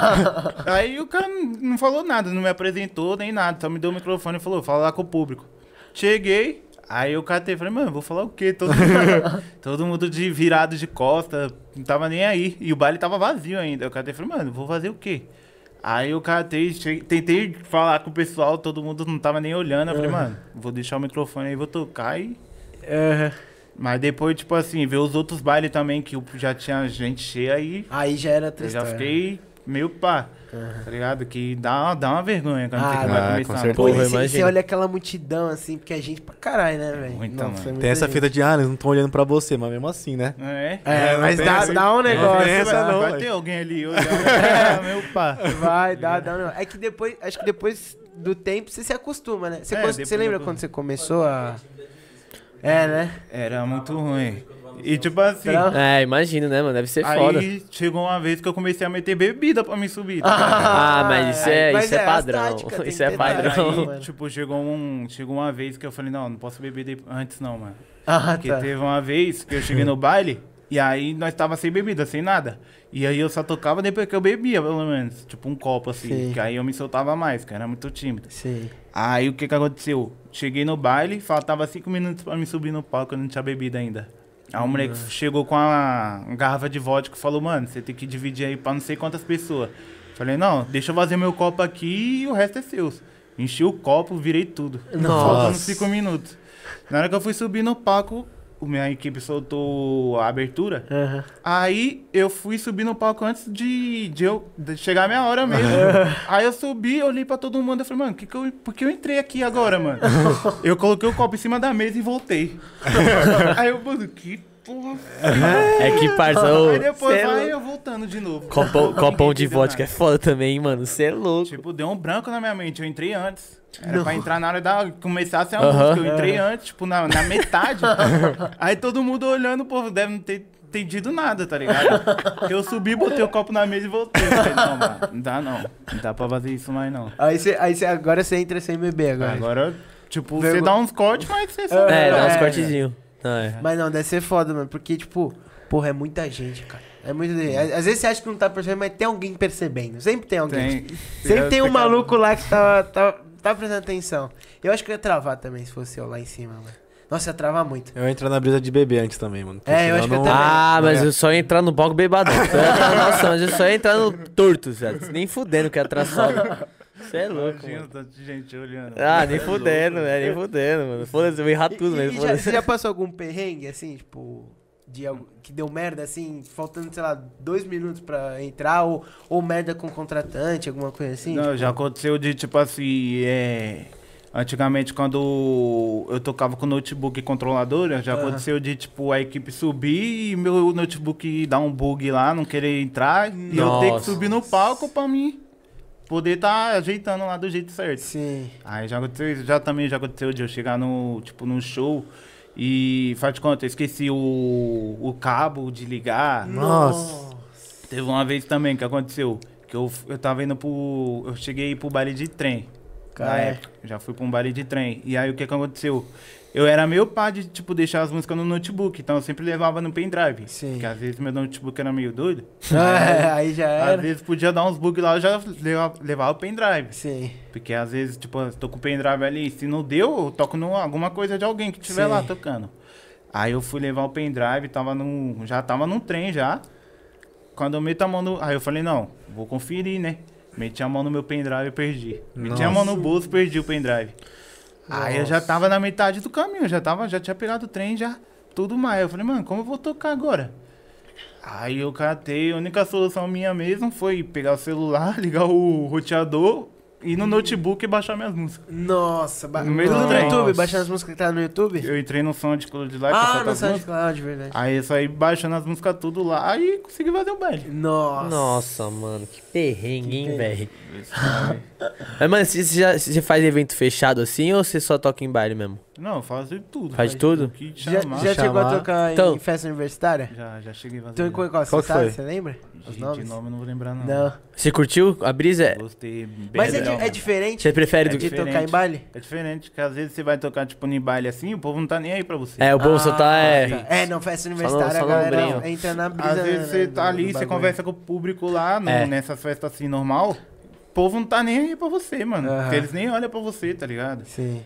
Speaker 3: no... aí o cara não não falou nada, não me apresentou nem nada, só me deu o microfone e falou, fala lá com o público. Cheguei, aí eu catei, falei, mano, vou falar o quê? Todo mundo, todo mundo de virado de costa, não tava nem aí. E o baile tava vazio ainda. Eu catei, falei, mano, vou fazer o quê? Aí eu catei, cheguei- tentei falar com o pessoal, todo mundo não tava nem olhando. Eu falei, mano, vou deixar o microfone aí, vou tocar e.
Speaker 2: Aham.
Speaker 3: Mas depois, tipo assim, ver os outros bailes também, que já tinha gente cheia aí,
Speaker 2: Aí já era
Speaker 3: eu
Speaker 2: triste.
Speaker 3: já fiquei meio pá. Tá ligado? Que dá, dá uma vergonha quando
Speaker 2: Ah,
Speaker 3: você
Speaker 2: com
Speaker 3: vai começar.
Speaker 4: certeza.
Speaker 2: Pô, e
Speaker 1: Porra,
Speaker 2: você,
Speaker 1: imagina.
Speaker 2: você olha aquela multidão, assim, porque a gente pra caralho, né, velho?
Speaker 3: Muita,
Speaker 2: Nossa,
Speaker 3: mano.
Speaker 2: é muita
Speaker 4: Tem essa
Speaker 2: gente.
Speaker 4: fita de, ah, eles não estão olhando pra você, mas mesmo assim, né?
Speaker 3: É.
Speaker 2: É,
Speaker 4: É, não
Speaker 2: mas
Speaker 4: tem
Speaker 2: dá,
Speaker 4: essa-
Speaker 2: dá um negócio.
Speaker 4: tem essa
Speaker 3: vai,
Speaker 4: não,
Speaker 3: vai
Speaker 4: velho.
Speaker 3: ter alguém ali olhando. é, meu pá.
Speaker 2: Vai, dá, dá um negócio. É que depois, acho que depois do tempo você se acostuma, né? Você,
Speaker 3: É,
Speaker 2: cons-
Speaker 3: depois
Speaker 2: você lembra
Speaker 3: eu-
Speaker 2: quando você começou a. É, né?
Speaker 3: Era muito ruim. E tipo assim.
Speaker 2: Tra-
Speaker 1: É, imagina, né, mano? Deve ser foda.
Speaker 3: Aí chegou uma vez que eu comecei a meter bebida pra me subir. tá ligado?
Speaker 1: Ah, mas isso é,
Speaker 2: mas
Speaker 1: isso é
Speaker 2: é, as
Speaker 1: padrão.
Speaker 2: táticas, tem
Speaker 1: isso
Speaker 2: que
Speaker 1: é
Speaker 2: ter
Speaker 1: padrão.
Speaker 2: tática.
Speaker 3: Aí, tipo, chegou, um, chegou uma vez que eu falei, não, não posso beber de- antes não, mano.
Speaker 2: Ah,
Speaker 3: Porque
Speaker 2: tá.
Speaker 3: teve uma vez que eu cheguei no baile e aí nós tava sem bebida, sem nada. E aí eu só tocava depois que eu bebia, pelo menos. Tipo um copo assim.
Speaker 2: Sim.
Speaker 3: Que aí eu me soltava mais, que eu era muito tímido.
Speaker 2: Sim.
Speaker 3: Aí o que que aconteceu? Cheguei no baile, faltava cinco minutos pra me subir no palco, eu não tinha bebido ainda. Aí o moleque chegou com a garrafa de vodka e falou, mano, você tem que dividir aí pra não sei quantas pessoas. Falei, não, deixa eu fazer meu copo aqui e o resto é seu. Enchi o copo, virei tudo.
Speaker 1: Nossa.
Speaker 3: Faltando cinco minutos. Na hora que eu fui subir no palco, o- minha equipe soltou a abertura.
Speaker 2: Aham.
Speaker 3: Aí eu fui subir no palco antes de, de eu de chegar a minha hora mesmo.
Speaker 1: É.
Speaker 3: Aí eu subi, eu olhei pra todo mundo e falei, mano, que que eu, por que eu entrei aqui agora, mano? eu coloquei o copo em cima da mesa e voltei. Aí eu, mano, que porra.
Speaker 1: É que parça. ô,
Speaker 3: Aí depois
Speaker 1: cê é
Speaker 3: vai
Speaker 1: louco.
Speaker 3: eu voltando de novo.
Speaker 1: Copão, copão de
Speaker 3: entendeu
Speaker 1: vodka é
Speaker 3: nada.
Speaker 1: foda também, mano. Você é louco.
Speaker 3: Tipo, deu um branco na minha mente, eu entrei antes. Era pra entrar na hora da. Começar a ser a
Speaker 1: Aham.
Speaker 3: música. Eu
Speaker 2: É.
Speaker 3: entrei antes, tipo, na, na metade. Aí todo mundo olhando, pô, deve não ter entendido nada, tá ligado? Eu subi, botei o copo na mesa e voltei. Eu falei, não, mano, não dá não. Não dá pra fazer isso mais não.
Speaker 2: Aí você, aí você, agora você entra sem beber agora.
Speaker 3: Agora, tipo, você
Speaker 2: Vergo-
Speaker 3: dá uns cortes, mas você sabe.
Speaker 1: é, dá uns
Speaker 2: é,
Speaker 1: cortezinhos. Não, é.
Speaker 2: Mas não, deve ser foda, mano, porque, tipo, porra, é muita gente, cara. É muita gente. Às- Às vezes você acha que não tá percebendo, mas tem alguém percebendo. Sempre tem alguém.
Speaker 3: Tem.
Speaker 2: Sempre tem um
Speaker 3: Fica-
Speaker 2: maluco lá que tá, tá, tá prestando atenção. Eu acho que eu ia travar também se fosse eu lá em cima, mano. Nossa, ia travar muito.
Speaker 4: Eu entro na brisa de beber antes também, mano. porque
Speaker 2: É, eu
Speaker 4: senão
Speaker 2: acho que eu
Speaker 4: não-
Speaker 2: também.
Speaker 1: Ah, mas
Speaker 4: é.
Speaker 1: eu só ia entrar no palco bebadão. Só ia entrar, nossa, mas eu só ia entrar no torto, velho. Nem fudendo que ia entrar sóbrio. Você é louco,
Speaker 3: Imagina
Speaker 1: mano.
Speaker 3: tanta um gente olhando.
Speaker 1: Ah, nem fudendo, né? Nem fudendo, mano. Foda-se, eu vou errar Tá
Speaker 2: E- e
Speaker 1: tudo, velho.
Speaker 2: já,
Speaker 1: Foda-se.
Speaker 2: você já passou algum perrengue, assim, tipo, de algo que deu merda, assim, faltando, sei lá, dois minutos pra entrar, ou, ou merda com contratante, alguma coisa assim?
Speaker 3: Não,
Speaker 2: tipo?
Speaker 3: já aconteceu de tipo assim, é. Antigamente, quando eu tocava com notebook e controladora, já
Speaker 2: Aham.
Speaker 3: aconteceu de, tipo, a equipe subir e meu notebook dar um bug lá, não querer entrar, e eu ter que
Speaker 1: Nossa.
Speaker 3: subir no palco pra mim poder tá ajeitando lá do jeito certo.
Speaker 2: Sim.
Speaker 3: Aí já aconteceu isso, já também já aconteceu de eu chegar no, tipo, num show e, faz de conta, eu esqueci o, o cabo de ligar.
Speaker 4: Nossa.
Speaker 3: Teve uma vez também que aconteceu, que eu, eu tava indo pro. Eu cheguei pro baile de trem.
Speaker 2: Cara,
Speaker 3: na
Speaker 2: é.
Speaker 3: época. Já fui pra um baile de trem. E aí o que que aconteceu? Eu era meio pá de, tipo, deixar as músicas no notebook, então eu sempre levava no pendrive.
Speaker 2: Sim.
Speaker 3: Porque às vezes meu notebook era meio doido.
Speaker 2: Ah, aí já
Speaker 3: Às
Speaker 2: era.
Speaker 3: vezes podia dar uns bugs lá, eu já levava, levava o pendrive.
Speaker 2: Sim.
Speaker 3: Porque às vezes, tipo, eu tô com o pendrive ali, se não deu, eu toco em alguma coisa de alguém que tiver
Speaker 2: Sim.
Speaker 3: lá tocando. Aí eu fui levar o pendrive, tava num, já tava num trem já. Quando eu meto a mão no. Aí eu falei, não, vou conferir, né? Meti a mão no meu pendrive e perdi. Meti a mão no bolso perdi o pendrive. Aí eu já tava na metade do caminho, já tava, já tinha pegado o trem, já tudo mais. Eu falei, mano, como eu vou tocar agora? Aí eu catei, a única solução minha mesmo foi pegar o celular, ligar o roteador, ir no notebook e baixar minhas músicas.
Speaker 2: Nossa, ba...
Speaker 3: No meio do
Speaker 2: tudo no
Speaker 3: trem.
Speaker 2: YouTube,
Speaker 3: Nossa.
Speaker 2: baixando as músicas que tá no YouTube?
Speaker 3: Eu entrei no SoundCloud lá, que
Speaker 2: Ah,
Speaker 3: eu
Speaker 2: no
Speaker 3: as músicas.
Speaker 2: SoundCloud, verdade.
Speaker 3: Aí eu saí baixando as músicas tudo lá e consegui fazer o baile.
Speaker 2: Nossa.
Speaker 1: Nossa, mano, que perrengue, hein, velho.
Speaker 3: Isso, sabe?
Speaker 1: Mas, mano, você já você faz evento fechado assim ou você só toca em baile mesmo?
Speaker 3: Não, eu faço de tudo.
Speaker 1: Faz de tudo?
Speaker 3: Que
Speaker 2: Já,
Speaker 3: chamar.
Speaker 2: já
Speaker 3: Já,
Speaker 2: chegou a
Speaker 4: Chamar.
Speaker 2: tocar
Speaker 1: Então-
Speaker 2: em festa universitária?
Speaker 3: já, cheguei a fazer.
Speaker 2: Então, qual, qual,
Speaker 4: Qual
Speaker 2: você
Speaker 4: que
Speaker 2: sabe?
Speaker 4: foi?
Speaker 2: Você lembra? Os
Speaker 3: Gente,
Speaker 2: nomes?
Speaker 3: de nome eu não vou lembrar não.
Speaker 2: Não.
Speaker 1: Você curtiu a brisa? é-
Speaker 3: Gostei bem
Speaker 2: Mas é,
Speaker 3: legal,
Speaker 2: di- é
Speaker 3: mano.
Speaker 2: diferente
Speaker 1: Você prefere do
Speaker 3: É
Speaker 1: que.
Speaker 2: de
Speaker 3: diferente.
Speaker 2: tocar em baile?
Speaker 3: É diferente, porque às vezes você vai tocar, tipo, em baile assim, o povo não tá nem aí pra você.
Speaker 1: É, o povo só tá. É,
Speaker 2: Ah, tá. É, não, festa universitária,
Speaker 1: só no
Speaker 2: a galera
Speaker 1: ombrinho.
Speaker 2: entra na brisa.
Speaker 3: Às vezes
Speaker 2: né,
Speaker 3: você
Speaker 2: do-
Speaker 3: tá ali,
Speaker 2: do
Speaker 3: você
Speaker 2: bagulho.
Speaker 3: conversa com o público lá, no-
Speaker 1: É.
Speaker 3: nessas festas assim, normal, o povo não tá nem aí pra você, mano.
Speaker 2: Aham.
Speaker 3: Porque Eles nem olham pra você, tá ligado?
Speaker 2: Sim.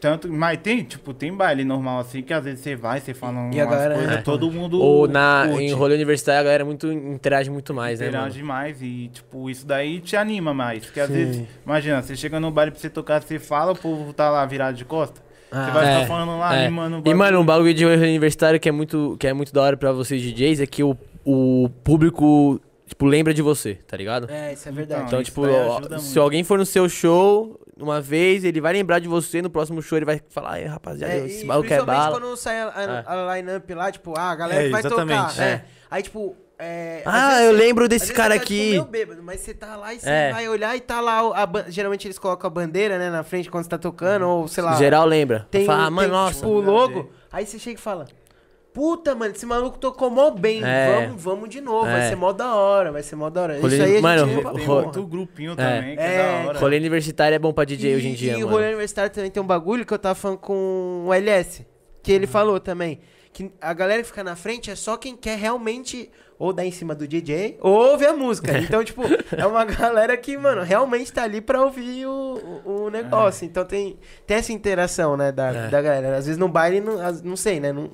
Speaker 3: Tanto, mas tem, tipo, tem baile normal assim, que às vezes você vai, você fala umas
Speaker 2: E a galera é.
Speaker 3: coisas,
Speaker 2: responde.
Speaker 3: todo mundo
Speaker 1: ou na,
Speaker 3: curte,
Speaker 1: em rolê universitário a galera muito, interage muito mais, né, mano?
Speaker 3: interage mais e, tipo, isso daí te anima mais. Porque às
Speaker 2: Sim.
Speaker 3: vezes, imagina, você chega no baile pra você tocar, você fala, o povo tá lá virado de costa.
Speaker 2: Ah.
Speaker 3: você vai
Speaker 1: é,
Speaker 3: ficar falando lá,
Speaker 1: é.
Speaker 3: animando o
Speaker 1: E,
Speaker 3: bagulho.
Speaker 1: mano, um bagulho de rolê universitário que é muito, que é muito da hora pra vocês DJs é que o, o público, tipo, lembra de você, tá ligado?
Speaker 2: É, isso é verdade.
Speaker 1: Então,
Speaker 3: isso
Speaker 1: tipo,
Speaker 3: daí
Speaker 1: ó,
Speaker 3: ajuda
Speaker 1: se
Speaker 3: muito.
Speaker 1: alguém for no seu show uma vez, ele vai lembrar de você, no próximo show ele vai falar, "Ai, rapaziada,
Speaker 2: É,
Speaker 1: esse
Speaker 2: e
Speaker 1: bagulho é
Speaker 2: principalmente
Speaker 1: bala.
Speaker 2: quando sai a, a, a line-up lá, tipo, ah, a galera
Speaker 4: É,
Speaker 2: que vai tocar.
Speaker 4: exatamente,
Speaker 2: né?
Speaker 1: é.
Speaker 2: Aí, tipo, é, às
Speaker 1: Ah,
Speaker 2: vezes
Speaker 1: eu
Speaker 2: você-
Speaker 1: lembro
Speaker 2: às
Speaker 1: desse
Speaker 2: vezes
Speaker 1: cara
Speaker 2: você tá, tipo,
Speaker 1: aqui.
Speaker 2: meio bêbado, mas você tá lá e você
Speaker 1: É.
Speaker 2: vai olhar e tá lá. o- a ban- geralmente eles colocam a bandeira, né, na frente
Speaker 1: Uhum.
Speaker 2: quando você tá tocando, ou sei lá.
Speaker 1: Geral lembra.
Speaker 2: Tem, tipo,
Speaker 1: Fala,
Speaker 2: tem,
Speaker 1: mano, nossa.
Speaker 2: tipo, o logo. Aí você chega e fala. Puta, mano, esse maluco tocou mó bem.
Speaker 1: É.
Speaker 2: Vamos, vamos de novo. Vai
Speaker 1: É.
Speaker 2: ser mó da hora, vai ser mó da hora.
Speaker 1: Rolê-
Speaker 2: Isso aí a
Speaker 1: mano,
Speaker 2: gente
Speaker 1: ro-
Speaker 3: Tem
Speaker 1: ro-
Speaker 3: outro grupinho
Speaker 1: É.
Speaker 3: também, que é,
Speaker 2: É,
Speaker 3: da hora.
Speaker 1: Rolê universitário é bom pra DJ hoje em dia,
Speaker 2: e o
Speaker 1: mano.
Speaker 2: rolê universitário também tem um bagulho que eu tava falando com o LS, que
Speaker 1: Uhum.
Speaker 2: ele falou também. Que a galera que fica na frente é só quem quer realmente ou dar em cima do DJ ou ouvir a música. Então, tipo, é uma galera que, mano, realmente tá ali pra ouvir o, o, o negócio. Então tem, tem essa interação, né, da,
Speaker 1: É.
Speaker 2: da galera. Às vezes no baile, não, as- não sei, né? Não,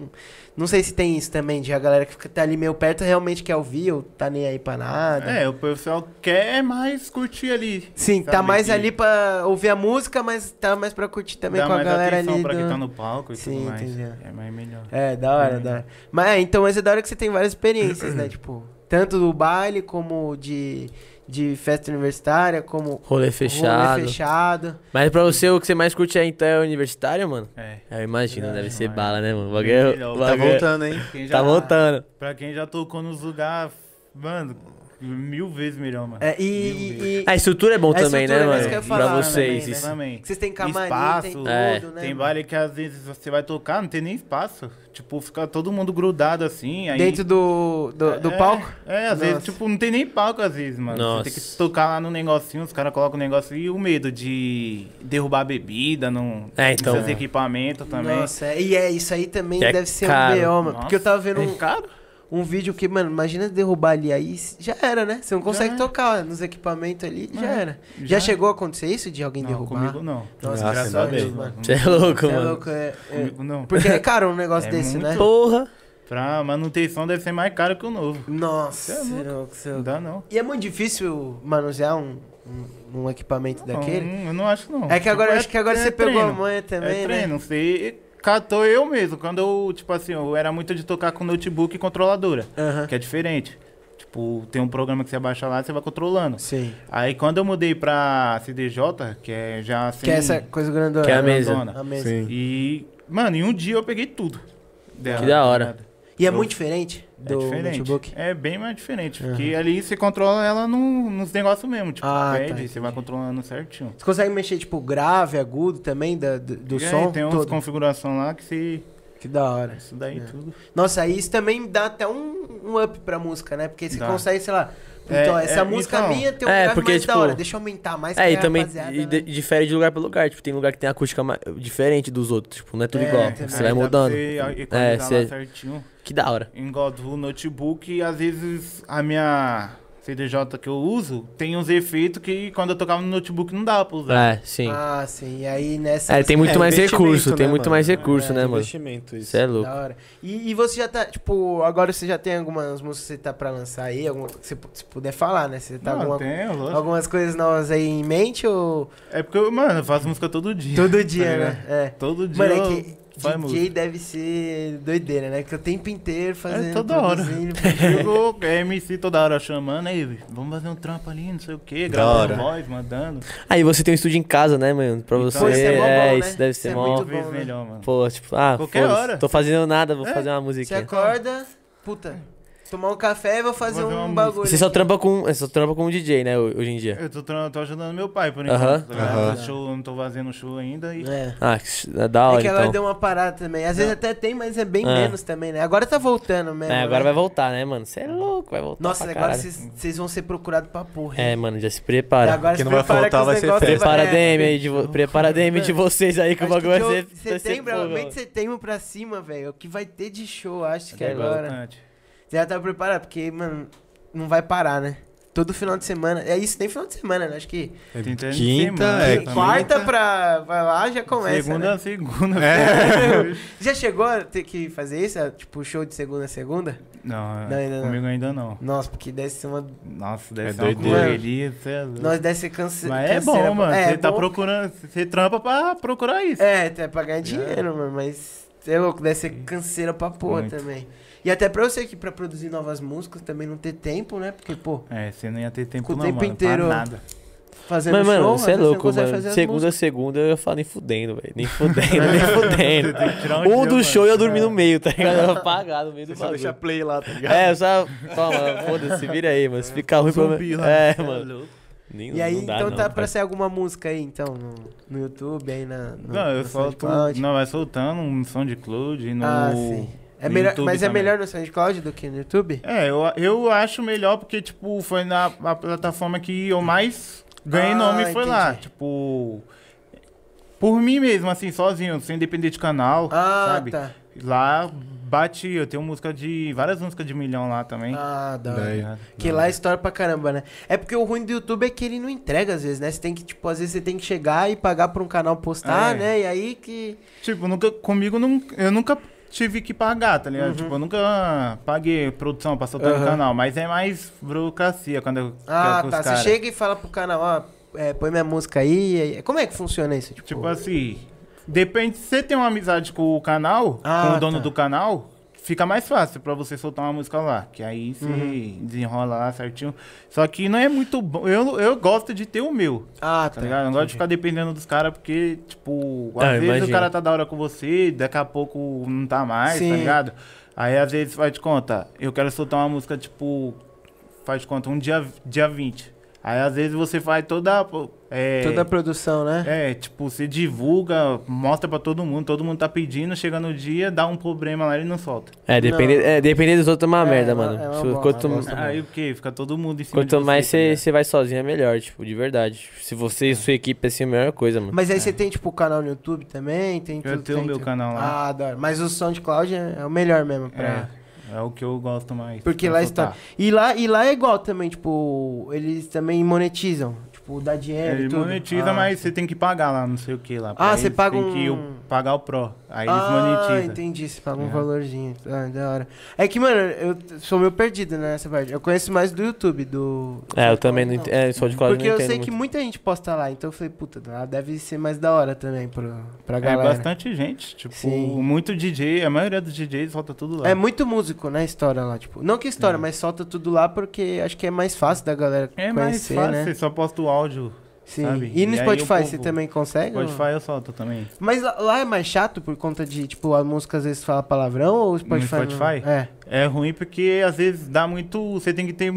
Speaker 2: não sei se tem isso também, de a galera que fica, tá ali meio perto realmente quer ouvir ou tá nem aí pra nada.
Speaker 3: É, o pessoal quer mais curtir ali.
Speaker 2: Sim, tá
Speaker 3: Sabe
Speaker 2: mais
Speaker 3: que
Speaker 2: ali pra ouvir a música, mas tá mais pra curtir também
Speaker 3: dá
Speaker 2: com a
Speaker 3: mais
Speaker 2: galera
Speaker 3: atenção
Speaker 2: ali.
Speaker 3: pra quem
Speaker 2: do-
Speaker 3: tá no palco e
Speaker 2: Sim,
Speaker 3: tudo mais.
Speaker 2: entendi.
Speaker 3: É mais melhor.
Speaker 2: É, da hora,
Speaker 3: É.
Speaker 2: da hora. Mas é, então, mas é da hora que você tem várias experiências, né? Tipo, tanto do baile como de, de festa universitária, como
Speaker 1: Rolê fechado.
Speaker 2: rolê fechado.
Speaker 1: Mas pra você, o que você mais curte é então é o universitário, mano?
Speaker 3: É.
Speaker 1: É, Eu imagino, deve ser
Speaker 3: mano.
Speaker 1: bala, né, mano? O
Speaker 3: Bem
Speaker 1: bagulho-
Speaker 3: melhor.
Speaker 1: o
Speaker 3: Tá
Speaker 4: Tá
Speaker 1: bagulho- é-
Speaker 4: voltando, hein?
Speaker 3: Quem já-
Speaker 1: Tá voltando.
Speaker 3: Pra quem já tocou nos lugares, mano, mil vezes melhor, mano.
Speaker 2: É, e,
Speaker 3: Mil
Speaker 2: e, e-
Speaker 3: vezes.
Speaker 1: A estrutura é bom
Speaker 2: A
Speaker 1: também, né,
Speaker 2: estrutura, mas
Speaker 1: mano?
Speaker 2: isso que eu ia
Speaker 1: pra
Speaker 2: falar
Speaker 1: vocês.
Speaker 2: também, né?
Speaker 1: isso.
Speaker 3: Também.
Speaker 2: vocês têm camarim, tem
Speaker 3: Espaço,
Speaker 2: tudo,
Speaker 1: é,
Speaker 2: né?
Speaker 3: Tem
Speaker 2: mano?
Speaker 3: baile que às vezes você vai tocar, não tem nem espaço. Tipo, fica todo mundo grudado assim. Aí...
Speaker 2: Dentro do, do, do
Speaker 3: É,
Speaker 2: palco.
Speaker 3: É, às vezes,
Speaker 2: Nossa.
Speaker 3: tipo, não tem nem palco às vezes, mano. Você tem que
Speaker 1: Nossa.
Speaker 3: tocar lá no negocinho, os caras colocam o negócio e o medo de derrubar a bebida, não.
Speaker 1: É, então.
Speaker 3: Seus equipamentos também.
Speaker 2: Nossa, é, e é isso aí também
Speaker 1: É
Speaker 2: deve ser
Speaker 1: caro.
Speaker 2: um B.O., mano. Porque eu tava vendo um,
Speaker 3: É caro?
Speaker 2: um vídeo que, mano, imagina derrubar ali, aí c- já era, né? Você não consegue
Speaker 3: era.
Speaker 2: tocar nos equipamentos ali, já
Speaker 3: É,
Speaker 2: era. Já,
Speaker 3: já.
Speaker 2: chegou a acontecer isso de alguém
Speaker 3: Não,
Speaker 2: derrubar?
Speaker 3: comigo não.
Speaker 2: Nossa,
Speaker 4: Graças
Speaker 2: graças
Speaker 4: a
Speaker 2: a Deus,
Speaker 4: Deus,
Speaker 2: mano.
Speaker 1: Você é louco,
Speaker 2: Você é
Speaker 1: mano.
Speaker 2: louco, é, é-
Speaker 3: Comigo não.
Speaker 2: Porque é caro um negócio
Speaker 3: É
Speaker 2: desse, né?
Speaker 3: muito.
Speaker 1: Porra.
Speaker 3: Pra manutenção deve ser mais caro que o novo.
Speaker 2: Nossa,
Speaker 3: Você é louco.
Speaker 2: você é louco, você é
Speaker 3: Não
Speaker 2: louco.
Speaker 3: dá não.
Speaker 2: E é muito difícil manusear um, um, um equipamento daquele.
Speaker 3: Não, Hum, eu não acho não.
Speaker 2: É que agora,
Speaker 3: Tipo,
Speaker 2: acho que agora
Speaker 3: é
Speaker 2: você pegou a
Speaker 3: treino.
Speaker 2: manha também,
Speaker 3: é
Speaker 2: né?
Speaker 3: treino, você catou eu mesmo. Quando eu, tipo assim, eu era muito de tocar com notebook e controladora,
Speaker 2: Aham.
Speaker 3: que é diferente. Tipo, tem um programa que você baixa lá, você vai controlando.
Speaker 2: Sim.
Speaker 3: Aí quando eu mudei pra CDJ, que é já assim...
Speaker 2: Que é essa coisa grandona.
Speaker 1: Que é a
Speaker 2: né?
Speaker 1: mesa.
Speaker 3: grandona.
Speaker 2: A mesa.
Speaker 4: Ah, Sim.
Speaker 3: E, mano, em um dia eu peguei tudo. dela,
Speaker 1: Que da hora.
Speaker 3: tá ligado?
Speaker 2: E é
Speaker 3: Eu-
Speaker 2: muito diferente do
Speaker 3: é diferente.
Speaker 2: notebook.
Speaker 3: É bem mais diferente.
Speaker 2: Aham.
Speaker 3: Porque ali você controla ela num- nos negócios mesmo. Tipo,
Speaker 2: Ah, tá,
Speaker 3: pede,
Speaker 2: entendi.
Speaker 3: você vai controlando certinho.
Speaker 2: Você consegue mexer, tipo, grave, agudo também da, do, do
Speaker 3: E aí,
Speaker 2: som?
Speaker 3: tem umas
Speaker 2: todo?
Speaker 3: configurações lá que se.
Speaker 2: Que da hora.
Speaker 3: Isso daí
Speaker 2: É.
Speaker 3: tudo.
Speaker 2: Nossa, aí isso também dá até um, um up pra música, né? Porque você
Speaker 3: Dá.
Speaker 2: consegue, sei lá.
Speaker 3: É,
Speaker 2: Então, essa
Speaker 3: é,
Speaker 2: música
Speaker 3: então.
Speaker 2: minha tem um
Speaker 1: É,
Speaker 2: grave
Speaker 1: porque,
Speaker 2: mais da
Speaker 1: tipo,
Speaker 2: hora. Deixa eu aumentar mais
Speaker 1: É,
Speaker 2: pra
Speaker 1: e também
Speaker 2: rapaziada,
Speaker 1: e
Speaker 2: né?
Speaker 1: de- difere de lugar pra lugar. Tipo, tem lugar que tem acústica ma- diferente dos outros. Tipo, não é tudo
Speaker 2: É,
Speaker 1: igual.
Speaker 2: também.
Speaker 1: Você vai
Speaker 3: Aí dá pra
Speaker 1: mudando.
Speaker 3: Você a-
Speaker 1: é,
Speaker 3: equalizar lá
Speaker 1: você...
Speaker 3: certinho.
Speaker 1: que da hora.
Speaker 3: Igual do notebook, e às vezes a minha CDJ que eu uso tem uns efeitos que quando eu tocava no notebook não dava pra usar.
Speaker 1: É, sim.
Speaker 2: Ah, sim. E aí nessa.
Speaker 1: é, tem muito
Speaker 4: É,
Speaker 1: mais
Speaker 4: investimento,
Speaker 1: recurso. Tem
Speaker 4: né,
Speaker 1: muito
Speaker 4: mano?
Speaker 1: mais recurso,
Speaker 4: É
Speaker 1: né, mano?
Speaker 4: investimento isso.
Speaker 1: Você é louco.
Speaker 2: Da hora. E, e você já tá, tipo, agora você já tem algumas músicas que você tá pra lançar aí? Alguma, se, pu- se puder falar, né? Você tá
Speaker 3: Não,
Speaker 2: alguma,
Speaker 3: tem, lógico.
Speaker 2: algumas coisas novas aí em mente ou.
Speaker 3: É porque, eu, mano, eu faço música todo dia.
Speaker 2: Todo
Speaker 3: tá
Speaker 2: dia,
Speaker 3: ligado?
Speaker 2: né? É.
Speaker 3: Todo dia.
Speaker 2: Mano, é
Speaker 3: eu
Speaker 2: que DJ
Speaker 3: faço música.
Speaker 2: deve ser doideira, né? Porque o tempo inteiro fazendo.
Speaker 3: É toda hora.
Speaker 2: produzindo.
Speaker 3: Chegou é MC toda hora chamando, aí, vamos fazer um trampo ali, não sei o que,
Speaker 4: Da
Speaker 3: gravando
Speaker 4: hora.
Speaker 3: voz, mandando.
Speaker 1: Aí você tem um estúdio em casa, né, mano? Pra
Speaker 3: Então,
Speaker 1: você.
Speaker 3: isso é
Speaker 1: é,
Speaker 2: mó bom, né?
Speaker 1: isso deve ser
Speaker 2: Isso é
Speaker 1: mó.
Speaker 2: muito
Speaker 3: Talvez
Speaker 2: bom, né?
Speaker 3: melhor, mano.
Speaker 1: Pô, tipo, ah,
Speaker 3: Qualquer
Speaker 1: foda-se,
Speaker 3: hora.
Speaker 1: Tô fazendo nada, vou
Speaker 3: É,
Speaker 1: fazer uma
Speaker 2: Você
Speaker 1: musiquinha.
Speaker 2: acorda, puta, tomar um café e vou fazer,
Speaker 3: Vou fazer
Speaker 2: um
Speaker 3: uma
Speaker 2: bagulho.
Speaker 1: Você só
Speaker 2: aqui.
Speaker 1: trampa com. Você só trampa com DJ, né, ho- hoje em dia.
Speaker 3: Eu tô, tra- tô ajudando meu pai, por
Speaker 1: Aham.
Speaker 3: enquanto. tá ligado?
Speaker 4: Aham.
Speaker 3: Fazer show, eu não tô fazendo show ainda e.
Speaker 2: É.
Speaker 1: Ah, que s- é da
Speaker 2: É
Speaker 1: hora,
Speaker 2: que agora
Speaker 1: então.
Speaker 2: deu uma parada também. Às vezes até tem, mas é bem
Speaker 1: É.
Speaker 2: menos também, né? Agora tá voltando mesmo.
Speaker 1: É, agora
Speaker 2: né?
Speaker 1: vai voltar, né, mano? Você é louco, vai voltar.
Speaker 2: Nossa,
Speaker 1: pra
Speaker 2: agora
Speaker 1: caralho.
Speaker 2: vocês vocês vão ser procurados pra porra. hein?
Speaker 1: É, mano, já se prepara.
Speaker 2: E agora
Speaker 4: Que
Speaker 2: se
Speaker 4: não vai
Speaker 2: prepara
Speaker 4: faltar,
Speaker 2: que os
Speaker 4: vai ser
Speaker 2: negócios
Speaker 4: festa.
Speaker 1: Prepara a
Speaker 2: vai- é.
Speaker 1: DM aí de vo... Prepara a DM de vocês aí que o
Speaker 2: Acho
Speaker 1: bagulho vai
Speaker 2: de
Speaker 1: ser. vai ser
Speaker 2: setembro,
Speaker 1: fogo,
Speaker 2: realmente
Speaker 1: mano.
Speaker 2: setembro um pra cima, velho. O que vai ter de show, acho que
Speaker 1: É
Speaker 2: agora.
Speaker 3: Importante.
Speaker 2: Você já tá preparado, porque, mano, não vai parar, né? Todo final de semana. É isso, nem final de semana, né? Acho que
Speaker 4: É
Speaker 3: Tem treino de
Speaker 4: Quinta,
Speaker 3: semana,
Speaker 4: é
Speaker 3: tem
Speaker 4: quinta.
Speaker 2: quarta pra, pra lá já começa.
Speaker 3: tá. segunda,
Speaker 2: né?
Speaker 3: segunda.
Speaker 4: É.
Speaker 2: Já chegou a ter que fazer isso? Tipo, show de segunda a segunda?
Speaker 3: Não,
Speaker 2: Não, ainda não.
Speaker 3: comigo ainda não.
Speaker 2: Nossa, porque deve ser uma.
Speaker 3: Nossa, deve
Speaker 4: É
Speaker 3: ser uma
Speaker 4: doideira.
Speaker 3: correria, cê é louco.
Speaker 2: Nós deve ser canse...
Speaker 3: Mas é
Speaker 2: canseira
Speaker 3: bom,
Speaker 2: pra-
Speaker 3: mano. Você tá
Speaker 2: bom.
Speaker 3: procurando. Você trampa pra procurar isso.
Speaker 2: É, até pra ganhar dinheiro, mano. Mas cê é louco, deve ser canseira pra porra
Speaker 3: Muito.
Speaker 2: também. E até pra você que pra produzir novas músicas também não ter tempo, né? Porque, pô,
Speaker 3: É, você não ia ter tempo
Speaker 2: Com o
Speaker 3: não,
Speaker 2: tempo
Speaker 3: mano,
Speaker 2: inteiro.
Speaker 3: pra nada.
Speaker 2: fazendo
Speaker 1: Mas, mano,
Speaker 2: show,
Speaker 1: você é
Speaker 2: às vezes
Speaker 1: louco,
Speaker 2: consegue
Speaker 1: mano.
Speaker 2: fazer as
Speaker 1: Segunda a segunda eu falo nem fudendo, velho. Nem fudendo, nem fudendo.
Speaker 3: Tem que tirar
Speaker 1: Um
Speaker 3: dia,
Speaker 1: do
Speaker 3: mano. É.
Speaker 1: show eu dormi no meio, tá ligado? Eu apagado no meio do
Speaker 4: Você só
Speaker 1: bagulho.
Speaker 4: deixa play lá, tá ligado?
Speaker 1: É, eu só. Toma, foda-se, vira aí, mano. Se ficar ruim, pelo
Speaker 3: Zumbi
Speaker 1: menos.
Speaker 3: lá.
Speaker 1: É,
Speaker 3: Cê
Speaker 1: mano.
Speaker 3: louco.
Speaker 1: Nem,
Speaker 2: E aí,
Speaker 1: não dá,
Speaker 2: então
Speaker 1: não,
Speaker 2: tá pra
Speaker 1: parça.
Speaker 2: ser alguma música aí, então, no, no YouTube, aí na. no-
Speaker 3: Não, é eu
Speaker 2: no
Speaker 3: solto.
Speaker 2: SoundCloud?
Speaker 3: Não, vai soltando um som de cloud no.
Speaker 2: é Ah, sim. É
Speaker 3: No
Speaker 2: melhor,
Speaker 3: YouTube
Speaker 2: mas é
Speaker 3: também.
Speaker 2: melhor no SoundCloud do que no YouTube?
Speaker 3: É, eu, eu acho melhor porque, tipo, foi na a plataforma que eu mais ganhei
Speaker 2: Ah,
Speaker 3: nome, foi lá.
Speaker 2: entendi.
Speaker 3: Tipo, por mim mesmo, assim, sozinho, sem depender de canal,
Speaker 2: Ah,
Speaker 3: sabe?
Speaker 2: tá.
Speaker 3: Lá bate, eu tenho música de, várias músicas de milhão lá também.
Speaker 2: Ah, da hora.
Speaker 4: Daí.
Speaker 3: Tá ligado?
Speaker 2: Que lá estoura pra caramba, né? É porque o ruim do YouTube é que ele não entrega às vezes, né? Você tem que, tipo, às vezes você tem que chegar e pagar pra um canal postar,
Speaker 3: É.
Speaker 2: né? E aí que.
Speaker 3: Tipo, nunca, comigo nunca, eu nunca tive que pagar, tá ligado? Tipo, eu nunca paguei produção pra soltar
Speaker 2: Uhum. Aham.
Speaker 3: no canal, mas é mais burocracia quando eu
Speaker 2: Ah,
Speaker 3: quero com é os
Speaker 2: tá. Você
Speaker 3: cara.
Speaker 2: chega e fala pro canal, ó, é, põe minha música aí. e aí- Como é que funciona isso? Tipo,
Speaker 3: Tipo assim, depende, se você tem uma amizade com o canal,
Speaker 2: Ah,
Speaker 3: com o dono
Speaker 2: tá.
Speaker 3: do canal, fica mais fácil pra você soltar uma música lá, que aí se
Speaker 2: Uhum.
Speaker 3: desenrola lá certinho. Só que não é muito bom, eu, eu gosto de ter o meu,
Speaker 2: ah, tá.
Speaker 3: tá ligado? Eu Não gosto de ficar dependendo dos caras, porque, tipo, às
Speaker 1: Ah,
Speaker 3: vezes
Speaker 1: imagino.
Speaker 3: o cara tá da hora com você, daqui a pouco não tá mais,
Speaker 2: Sim.
Speaker 3: tá ligado? Aí às vezes faz de conta, eu quero soltar uma música, tipo, faz de conta, um dia, dia 20. Aí às vezes você faz toda. É,
Speaker 2: Toda a produção, né?
Speaker 3: é, tipo, você divulga, mostra pra todo mundo, todo mundo tá pedindo, chega no dia, dá um problema lá e não solta.
Speaker 1: É, depender,
Speaker 2: Não.
Speaker 1: é, depender dos outros é uma
Speaker 2: É,
Speaker 1: merda,
Speaker 2: é uma-
Speaker 1: mano.
Speaker 2: é uma
Speaker 1: Se-
Speaker 2: bosta,
Speaker 1: quanto
Speaker 2: uma bosta. Tá bom.
Speaker 3: Aí o quê? Fica todo mundo em cima
Speaker 1: quanto
Speaker 3: de
Speaker 1: mais
Speaker 3: você,
Speaker 2: né?
Speaker 1: você você vai sozinho é melhor, tipo, de verdade. Se você e sua equipe assim é a melhor coisa, mano.
Speaker 2: Mas aí você tem, tipo, o canal no YouTube também? Tem
Speaker 3: tá ligado? Eu
Speaker 2: tudo,
Speaker 3: tenho o
Speaker 2: tem
Speaker 3: meu
Speaker 2: tudo.
Speaker 3: canal lá.
Speaker 2: Ah, adoro. Mas o SoundCloud é, é o melhor mesmo pra.
Speaker 3: É, é o que eu gosto mais.
Speaker 2: Porque
Speaker 3: pra
Speaker 2: lá
Speaker 3: soltar.
Speaker 2: está. E lá, e lá é igual também, tipo, eles também monetizam. Tipo, dá dinheiro. e
Speaker 3: Ele
Speaker 2: tudo.
Speaker 3: monetiza,
Speaker 2: Ah.
Speaker 3: mas você tem que pagar lá, não sei o que lá.
Speaker 2: Ah,
Speaker 3: Aí
Speaker 2: você paga
Speaker 3: Tem que
Speaker 2: um-
Speaker 3: pagar o Pro. Aí eles
Speaker 2: ah,
Speaker 3: monetizam.
Speaker 2: entendi. Você paga um
Speaker 3: É.
Speaker 2: valorzinho. Ah, da hora. É que, mano, eu t- sou meio perdido nessa parte. Eu conheço mais do YouTube, do.
Speaker 1: É, eu também não
Speaker 2: Não.
Speaker 1: entendo. É, só de
Speaker 2: Porque
Speaker 1: não
Speaker 2: eu
Speaker 1: entendo
Speaker 2: sei
Speaker 1: muito.
Speaker 2: que muita gente posta lá, então eu falei, puta, lá deve ser mais da hora também pro, pra
Speaker 3: É
Speaker 2: galera.
Speaker 3: bastante gente, tipo,
Speaker 2: Sim.
Speaker 3: muito DJ, a maioria dos DJs solta tudo lá.
Speaker 2: É muito músico, né, história lá, tipo. Não que história, mas solta tudo lá porque acho que é mais fácil da galera
Speaker 3: É mais
Speaker 2: conhecer,
Speaker 3: fácil,
Speaker 2: né?
Speaker 3: você só posta o áudio.
Speaker 2: Sim.
Speaker 3: sabe?
Speaker 2: E no
Speaker 3: E aí o
Speaker 2: Spotify
Speaker 3: povo-
Speaker 2: você também consegue? ou-
Speaker 3: Spotify eu solto também.
Speaker 2: Mas lá- lá é mais chato por conta de, tipo, a música às vezes fala palavrão ou o Spotify? não-
Speaker 3: Spotify?
Speaker 2: É.
Speaker 3: É ruim porque às vezes dá muito. Você tem que ter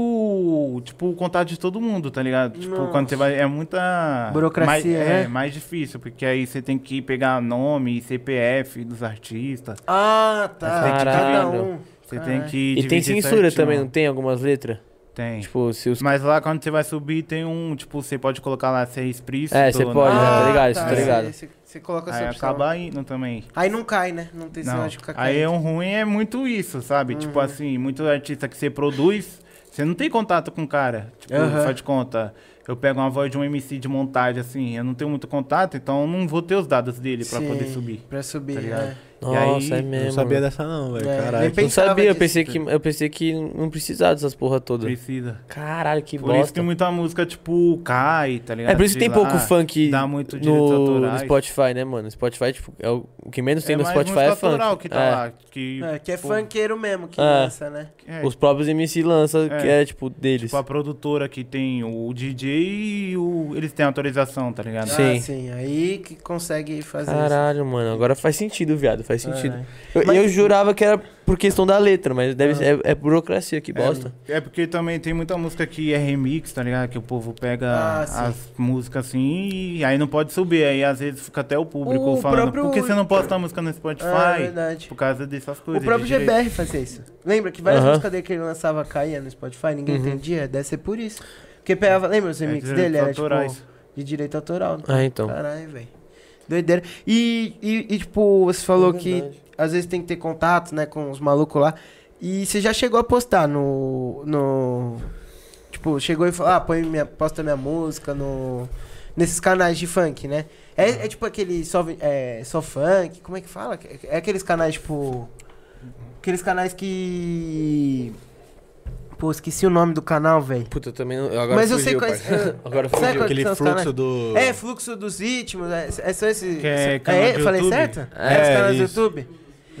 Speaker 3: muito. Tipo, o contato de todo mundo, tá ligado? Tipo,
Speaker 2: Nossa.
Speaker 3: quando você vai. É muita.
Speaker 2: Burocracia,
Speaker 3: mais,
Speaker 2: né?
Speaker 3: É mais difícil, porque aí você tem que pegar nome, CPF dos artistas.
Speaker 2: Ah, tá.
Speaker 3: Você tem que
Speaker 2: Cada
Speaker 1: dividir.
Speaker 2: um.
Speaker 3: Você
Speaker 2: Caralho.
Speaker 3: tem que.
Speaker 1: E tem
Speaker 3: dividir
Speaker 1: censura
Speaker 3: certinho.
Speaker 1: também, né? não tem algumas letras?
Speaker 3: Tem.
Speaker 1: Tipo, se os.
Speaker 3: Mas lá quando você vai subir, tem um. Tipo, você pode colocar lá se é explícito.
Speaker 1: É, você
Speaker 3: ou
Speaker 1: pode,
Speaker 3: não.
Speaker 1: né? Tá ligado, isso, tá
Speaker 2: você-
Speaker 1: ligado.
Speaker 2: Ah, Você você coloca
Speaker 3: Aí
Speaker 2: Ah, essa opção.
Speaker 3: acaba indo também.
Speaker 2: Aí não cai, né? Não tem
Speaker 3: Não.
Speaker 2: sinal de ficar
Speaker 3: Aí
Speaker 2: caindo.
Speaker 3: é um ruim é muito isso, sabe?
Speaker 1: Uhum.
Speaker 3: Tipo assim, muitos artistas que você produz, você não tem contato com o cara. Tipo,
Speaker 2: Aham.
Speaker 3: faz de conta. Eu pego uma voz de um MC de montagem, assim, eu não tenho muito contato, então eu não vou ter os dados dele pra
Speaker 2: Sim,
Speaker 3: poder subir.
Speaker 2: Pra subir,
Speaker 3: tá ligado?
Speaker 2: é.
Speaker 1: Nossa,
Speaker 3: aí,
Speaker 1: é
Speaker 3: não
Speaker 1: mesmo.
Speaker 4: não sabia
Speaker 1: mano.
Speaker 4: dessa não, velho.
Speaker 2: É,
Speaker 4: Caralho.
Speaker 2: depende-
Speaker 1: Não
Speaker 2: Pensava
Speaker 1: sabia, eu
Speaker 2: disso,
Speaker 1: pensei,
Speaker 2: tá
Speaker 1: que, eu pensei que não precisava dessas porra toda.
Speaker 3: Precisa.
Speaker 1: Caralho, que
Speaker 3: Por isso que
Speaker 1: bosta.
Speaker 3: muita música, tipo, cai, tá ligado?
Speaker 1: É por isso que
Speaker 3: Sei
Speaker 1: tem pouco
Speaker 3: lá,
Speaker 1: funk
Speaker 3: Dá muito direitos
Speaker 1: no, no
Speaker 3: autorais.
Speaker 1: Spotify, né, mano? Spotify, tipo, é o, o que menos tem
Speaker 3: é
Speaker 1: no
Speaker 3: mais
Speaker 1: Spotify
Speaker 3: música
Speaker 1: é funk.
Speaker 3: autoral que tá
Speaker 1: É.
Speaker 3: lá. Que,
Speaker 2: É, que é
Speaker 3: tipo,
Speaker 2: funkeiro mesmo que
Speaker 1: É.
Speaker 2: lança, né?
Speaker 3: é,
Speaker 1: Os próprios MC lançam, que
Speaker 3: É.
Speaker 1: é, tipo, deles.
Speaker 3: tipo, a produtora que tem o DJ e o... eles têm autorização, tá ligado?
Speaker 1: Sim.
Speaker 2: Ah, sim. Aí que consegue fazer
Speaker 1: Caralho, mano, agora faz sentido, viado, faz
Speaker 2: isso.
Speaker 1: sentido.
Speaker 2: É.
Speaker 1: Eu,
Speaker 2: Mas-
Speaker 1: eu jurava que era por questão da letra, mas
Speaker 2: Ah.
Speaker 1: deve ser, é, é burocracia, que
Speaker 3: É,
Speaker 1: bosta.
Speaker 3: É, porque também tem muita música que é remix, tá ligado? Que o povo pega
Speaker 2: Ah, sim.
Speaker 3: as músicas assim e aí não pode subir. Aí às vezes fica até o público
Speaker 2: O
Speaker 3: falando,
Speaker 2: próprio-
Speaker 3: por que você não posta a música no Spotify?
Speaker 2: Ah, é verdade.
Speaker 3: Por causa dessas coisas.
Speaker 2: O próprio
Speaker 3: de direito.
Speaker 2: GBR fazia isso. Lembra que várias
Speaker 1: Aham.
Speaker 2: músicas dele que ele lançava caía no Spotify, ninguém
Speaker 1: Uhum.
Speaker 2: entendia? Deve ser por isso. Porque pegava, lembra os
Speaker 3: É,
Speaker 2: remixes
Speaker 3: direitos
Speaker 2: dele? Era
Speaker 3: autorais.
Speaker 2: tipo de direito autoral.
Speaker 1: Ah, então.
Speaker 2: Caralho, velho. Doideira. E, e, e, tipo, você falou que às vezes tem que ter contato, né, com os malucos lá. E você já chegou a postar no. no tipo, chegou e falou, ah, põe minha, posta minha música no. Nesses canais de funk, né? É, é tipo aquele só, vi- é, só funk, como é que fala? É aqueles canais, tipo. Aqueles canais que. Pô, esqueci o nome do canal, velho.
Speaker 1: Puta, eu também não. Agora
Speaker 2: Mas eu
Speaker 1: fugiu,
Speaker 2: sei quais-
Speaker 1: parça. Agora fugiu.
Speaker 2: qual que
Speaker 4: Aquele
Speaker 2: são os
Speaker 4: fluxo
Speaker 2: canais?
Speaker 4: do.
Speaker 2: É, fluxo dos ritmos, é, é só esse.
Speaker 3: Que é
Speaker 2: é,
Speaker 3: canal
Speaker 2: é,
Speaker 3: do
Speaker 2: eu falei
Speaker 3: YouTube?
Speaker 2: certo?
Speaker 1: É,
Speaker 2: os canais do
Speaker 4: isso.
Speaker 2: YouTube?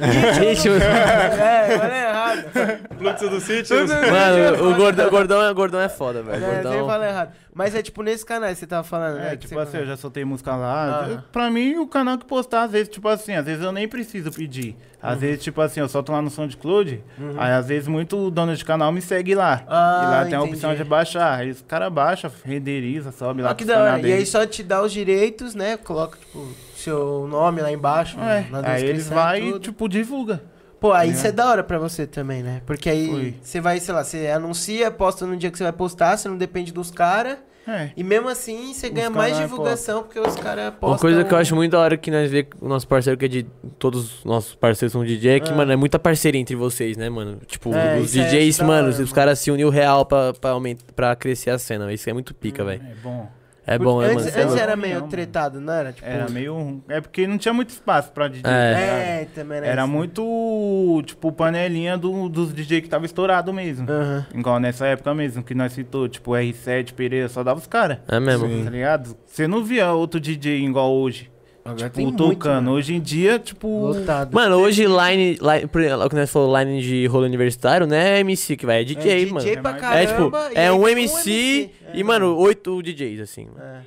Speaker 1: Ritmo.
Speaker 2: é, eu falei errado.
Speaker 4: fluxo do sítio.
Speaker 2: Tudo bem, eu falei
Speaker 1: Mano, o gordão, o
Speaker 2: errado.
Speaker 1: gordão, é, o gordão é foda, velho.
Speaker 2: É, eu
Speaker 1: Gordão.
Speaker 2: falei errado. Mas é tipo nesse canal que você tava falando, né?
Speaker 3: É,
Speaker 2: que
Speaker 3: tipo
Speaker 2: você
Speaker 3: assim, eu já soltei música lá.
Speaker 2: Ah.
Speaker 3: Eu- Pra mim, o canal que postar, às vezes, tipo assim, às vezes eu nem preciso pedir. Às
Speaker 2: Uhum.
Speaker 3: vezes, tipo assim, eu solto lá no SoundCloud, aí às vezes muito dono de canal me segue lá.
Speaker 2: Ah,
Speaker 3: e lá tem a
Speaker 2: entendi.
Speaker 3: opção de baixar. Aí os caras baixam, renderiza, sobe lá
Speaker 2: Ah, que
Speaker 3: pros
Speaker 2: da
Speaker 3: canal
Speaker 2: hora. E
Speaker 3: deles.
Speaker 2: aí só te dá os direitos, né? Coloca, tipo, seu nome lá embaixo,
Speaker 3: É,
Speaker 2: na descrição.
Speaker 3: aí eles
Speaker 2: e
Speaker 3: vai e,
Speaker 2: tudo.
Speaker 3: tipo, divulga.
Speaker 2: Pô, aí
Speaker 3: Tá
Speaker 2: isso é da hora pra você também, né? Porque aí
Speaker 3: Foi.
Speaker 2: você vai, sei lá, você anuncia, posta no dia que você vai postar, você não depende dos caras.
Speaker 3: É.
Speaker 2: E mesmo assim, você
Speaker 3: Os
Speaker 2: ganha mais
Speaker 3: caras
Speaker 2: divulgação porque os caras postam.
Speaker 1: é Uma coisa que eu acho muito da hora que nós vê com o nosso parceiro, que é de. Todos os nossos parceiros são DJ, é que,
Speaker 2: Ah.
Speaker 1: mano, é muita parceria entre vocês, né, mano? Tipo,
Speaker 2: É,
Speaker 1: os
Speaker 2: isso é-
Speaker 1: DJs,
Speaker 2: isso é da
Speaker 1: mano,
Speaker 2: hora,
Speaker 1: os
Speaker 2: mano.
Speaker 1: caras se uniram real pra, pra, aumentar, pra crescer a cena. Isso é muito pica, velho.
Speaker 3: É bom.
Speaker 1: É bom, é,
Speaker 2: Hum. um- antes,
Speaker 1: mano.
Speaker 3: Sei
Speaker 2: antes
Speaker 3: lá.
Speaker 2: era
Speaker 3: Não,
Speaker 2: meio
Speaker 3: mano.
Speaker 2: tretado, não era? Tipo,
Speaker 3: Era meio. É porque não tinha muito espaço pra DJ.
Speaker 1: É.
Speaker 3: tá ligado?
Speaker 2: É, também era
Speaker 3: Era
Speaker 2: isso.
Speaker 3: muito, tipo, panelinha do, dos DJ que tava estourado mesmo.
Speaker 2: Aham.
Speaker 3: Igual nessa época mesmo, que nós citou, tipo, R7, Pereira, só dava os caras.
Speaker 1: É mesmo.
Speaker 4: Sim.
Speaker 3: Tá ligado? Você não via outro DJ igual hoje.
Speaker 2: Agora
Speaker 3: Tipo, tocando.
Speaker 2: muito, né?
Speaker 3: hoje em dia, tipo.
Speaker 2: mano. Lotado.
Speaker 1: Mano, hoje line, line, por exemplo, o que nós falou, line de rolo universitário, não é MC que
Speaker 3: um
Speaker 1: vai, é DJ,
Speaker 2: É
Speaker 1: mano.
Speaker 2: DJ pra
Speaker 3: É,
Speaker 1: é tipo,
Speaker 2: caramba, e
Speaker 1: é
Speaker 2: aí
Speaker 1: um
Speaker 2: tem
Speaker 1: MC, e, mano, oito DJs, assim. mano.
Speaker 2: É.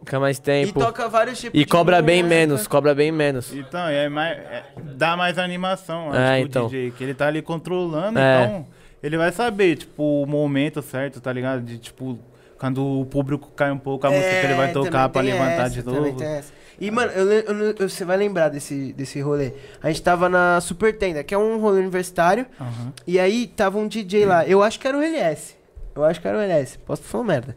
Speaker 1: Fica mais
Speaker 2: E
Speaker 1: tempo. E,
Speaker 2: toca vários tipos de né?
Speaker 1: cobra bem
Speaker 2: música.
Speaker 1: menos, cobra bem menos.
Speaker 3: Então, é mais, é- dá mais animação, acho,
Speaker 1: É,
Speaker 3: pro
Speaker 1: então.
Speaker 3: DJ, que ele tá ali controlando,
Speaker 1: É.
Speaker 3: então ele vai saber, tipo, o momento certo, tá ligado? De, tipo, quando o público cai um pouco, a música que ele vai
Speaker 2: É,
Speaker 3: tocar pra
Speaker 2: também tem
Speaker 3: levantar
Speaker 2: essa,
Speaker 3: de
Speaker 2: também
Speaker 3: novo.
Speaker 2: tem essa. E, mano, eu le- eu não- eu- você vai lembrar desse, desse rolê. A gente tava na Supertenda, que é um rolê universitário.
Speaker 3: Aham.
Speaker 2: E aí tava um DJ lá. Eu acho que era o LS. Eu acho que era o LS. Posso estar falando merda.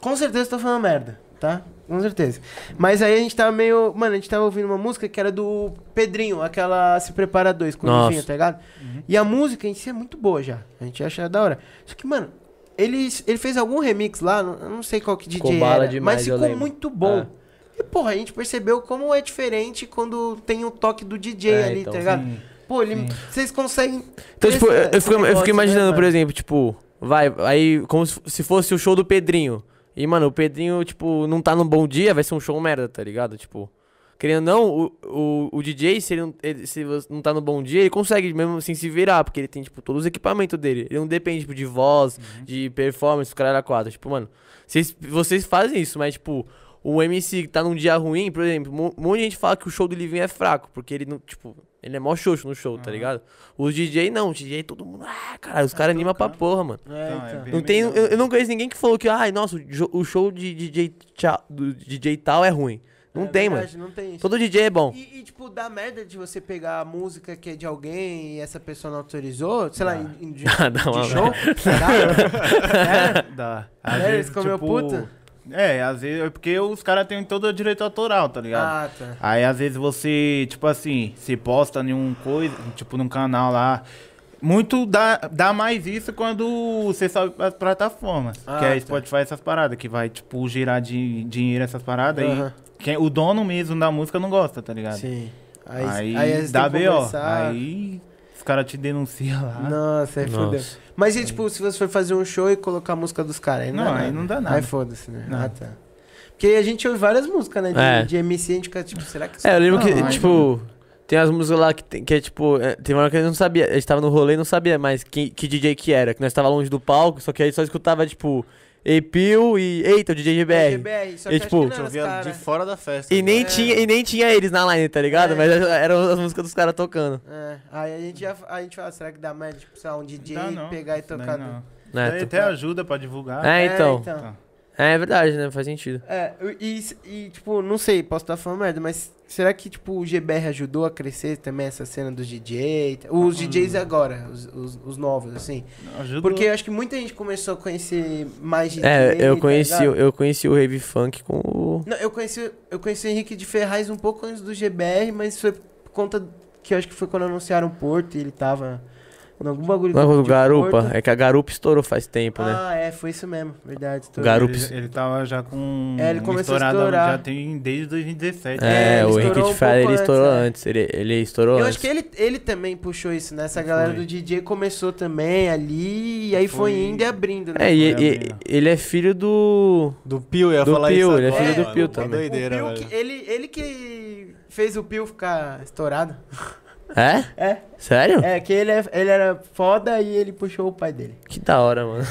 Speaker 2: Com certeza tô falando merda, tá? Com certeza. Mas aí a gente tava meio. Mano, a gente tava ouvindo uma música que era do Pedrinho, aquela Se Prepara 2 com o
Speaker 1: Nossa.
Speaker 2: Livinho, tá ligado? E a música em si é muito boa já. A gente acha da hora. Só que, mano, ele, ele fez algum remix lá, não- eu não sei qual que
Speaker 1: Ficou
Speaker 2: DJ
Speaker 1: bala
Speaker 2: era,
Speaker 1: demais,
Speaker 2: mas
Speaker 1: eu
Speaker 2: ficou
Speaker 1: lembro.
Speaker 2: muito bom.
Speaker 1: É.
Speaker 2: E, porra, a gente percebeu como é diferente quando tem o toque do DJ
Speaker 1: É,
Speaker 2: ali,
Speaker 1: então,
Speaker 2: tá ligado?
Speaker 3: sim.
Speaker 2: Pô, ele- vocês conseguem.
Speaker 1: Então, tipo, eu, eu fico, eu fico
Speaker 2: Negócio,
Speaker 1: imaginando,
Speaker 2: né,
Speaker 1: por
Speaker 2: mano?
Speaker 1: exemplo, tipo, vai, aí, como se- se fosse o show do Pedrinho. E, mano, o Pedrinho, tipo, não tá num bom dia, vai ser um show merda, tá ligado? Tipo, querendo ou não, o, o, o DJ, se ele, não, ele- se você não tá no bom dia, ele consegue mesmo assim se virar, porque ele tem, tipo, todos os equipamentos dele. Ele não depende, tipo, de voz,
Speaker 2: Uhum.
Speaker 1: de performance, o cara era quatro. Tipo, mano, vocês, vocês fazem isso, mas, tipo, o MC que tá num dia ruim, por exemplo, um monte de gente fala que o show do Livinho é fraco, porque ele não, tipo, ele é mó xoxo no show,
Speaker 2: Uhum.
Speaker 1: tá ligado? Os DJ não, os DJ todo mundo, ah, caralho, os caras animam pra
Speaker 3: tocando.
Speaker 1: porra, mano.
Speaker 2: É,
Speaker 3: Então, é
Speaker 2: então.
Speaker 3: bem-
Speaker 1: Não tem, eu,
Speaker 3: melhor.
Speaker 1: eu não conheço ninguém que falou que, ai, nossa, o jo- o show de DJ, tchau- do DJ tal é ruim. Não
Speaker 2: É
Speaker 1: tem,
Speaker 2: verdade,
Speaker 1: mano.
Speaker 2: Não tem isso.
Speaker 1: Todo DJ é bom.
Speaker 2: E, e, tipo, dá merda de você pegar a música que é de alguém e essa pessoa não autorizou, sei lá, em- em- de,
Speaker 1: Ah, dá
Speaker 2: de
Speaker 1: uma
Speaker 2: show. Dá?
Speaker 3: Dá. tipo,
Speaker 2: Sério? Eles É. comeu puta?
Speaker 3: É, às vezes. É porque os caras têm todo o direito autoral, tá ligado?
Speaker 2: Ah, tá.
Speaker 3: Aí às vezes você, tipo assim, se posta em um coisa, tipo num canal lá. Muito dá, dá mais isso quando você sobe as plataformas.
Speaker 2: Ah,
Speaker 3: que é
Speaker 2: tá.
Speaker 3: Spotify essas paradas, que vai, tipo, gerar di- dinheiro essas paradas.
Speaker 2: Aham.
Speaker 3: E quem- o dono mesmo da música não gosta, tá ligado?
Speaker 2: Sim. Aí, aí
Speaker 3: Aí,
Speaker 2: às vezes
Speaker 3: dá
Speaker 2: tem que
Speaker 3: B.O.
Speaker 2: conversar.
Speaker 3: Aí os caras te denunciam lá.
Speaker 2: Nossa, aí fodeu.
Speaker 1: Nossa.
Speaker 2: Mas e, tipo, se você for fazer um show e colocar a música dos caras, aí não,
Speaker 3: Não,
Speaker 2: é
Speaker 3: aí
Speaker 2: nada.
Speaker 3: não dá nada.
Speaker 2: Aí foda-se, né?
Speaker 3: Não.
Speaker 2: Ah, tá. Porque a gente ouve várias músicas, né? De,
Speaker 1: É.
Speaker 2: de MC, a gente fica tipo, será que isso
Speaker 1: É, eu lembro
Speaker 3: Não,
Speaker 1: que,
Speaker 3: aí-
Speaker 1: tipo, tem as músicas lá que, tem- que é tipo. é, tem uma hora que a gente não sabia. A gente tava no rolê e não sabia mais que, que DJ que era. Que nós tava longe do palco, só que aí só escutava, tipo, Epil e. Eita, o DJ
Speaker 2: é
Speaker 1: GBR.
Speaker 2: GBR? Só
Speaker 1: E,
Speaker 2: que eu
Speaker 1: tipo,
Speaker 2: acho que não era os
Speaker 4: Chovia de
Speaker 2: caras.
Speaker 4: fora da festa. né?
Speaker 1: E nem,
Speaker 2: É.
Speaker 1: tinha, e nem tinha eles na line, tá ligado?
Speaker 2: É.
Speaker 1: Mas eram as músicas dos caras tocando.
Speaker 2: É, aí a gente já a gente fala, será que dá merda, tipo, sei lá, um DJ
Speaker 3: Dá não,
Speaker 2: pegar e
Speaker 3: Daí
Speaker 2: tocar?
Speaker 3: não.
Speaker 2: do-
Speaker 1: Né?
Speaker 3: Daí
Speaker 1: tu-
Speaker 3: até ajuda pra divulgar.
Speaker 1: É, então.
Speaker 3: Tá.
Speaker 1: É, é verdade, né? Faz sentido.
Speaker 2: É, e, e, tipo, não sei, posso estar falando merda, mas será que, tipo, o GBR ajudou a crescer também essa cena dos DJ? Os
Speaker 3: Hum.
Speaker 2: DJs agora, os, os, os novos, assim.
Speaker 3: Ajuda.
Speaker 2: Porque eu acho que muita gente começou a conhecer mais DJ.
Speaker 1: É, eu
Speaker 2: tá
Speaker 1: conheci,
Speaker 2: ligado?
Speaker 1: eu conheci o Rave Funk com o.
Speaker 2: Não, eu conheci, eu conheci o Henrique de Ferraz um pouco antes do GBR, mas foi por conta que eu acho que foi quando anunciaram o Porto e ele tava em algum bagulho
Speaker 1: Não é
Speaker 2: de
Speaker 1: o Garupa.
Speaker 2: Porto.
Speaker 1: É que a Garupa estourou faz tempo, né?
Speaker 2: Ah, é, foi isso mesmo, verdade. tô-
Speaker 1: Garupa. Garupes.
Speaker 3: Ele, ele tava já com.
Speaker 2: É, ele começou a
Speaker 3: estouradão,
Speaker 2: estourar.
Speaker 3: Já tem desde 2017.
Speaker 1: É,
Speaker 2: É, ele
Speaker 1: o
Speaker 2: estourou
Speaker 1: Henrique
Speaker 2: um
Speaker 1: de Fala,
Speaker 2: pouco
Speaker 1: ele estourou
Speaker 2: antes, é.
Speaker 1: antes. Ele, ele estourou
Speaker 2: Eu
Speaker 1: antes.
Speaker 2: acho que ele, ele também puxou isso, né? Essa galera
Speaker 3: Foi.
Speaker 2: do DJ começou também ali, e aí foi,
Speaker 3: Foi.
Speaker 2: indo e abrindo, né?
Speaker 1: É, e,
Speaker 3: Foi a
Speaker 1: e-
Speaker 3: mina.
Speaker 1: ele é filho do.
Speaker 4: Do Pio, eu ia
Speaker 1: Do
Speaker 4: falar
Speaker 1: Pio,
Speaker 4: isso.
Speaker 1: ele é
Speaker 4: agora,
Speaker 2: filho do
Speaker 4: mano.
Speaker 1: Pio
Speaker 4: Mó
Speaker 1: também.
Speaker 4: doideira,
Speaker 2: É, o
Speaker 4: velho.
Speaker 2: Pio que, ele, ele que fez o Pio ficar estourado.
Speaker 1: É?
Speaker 2: É,
Speaker 1: Sério?
Speaker 2: é que ele, é- ele era foda e ele puxou o pai dele.
Speaker 1: Que da hora, mano.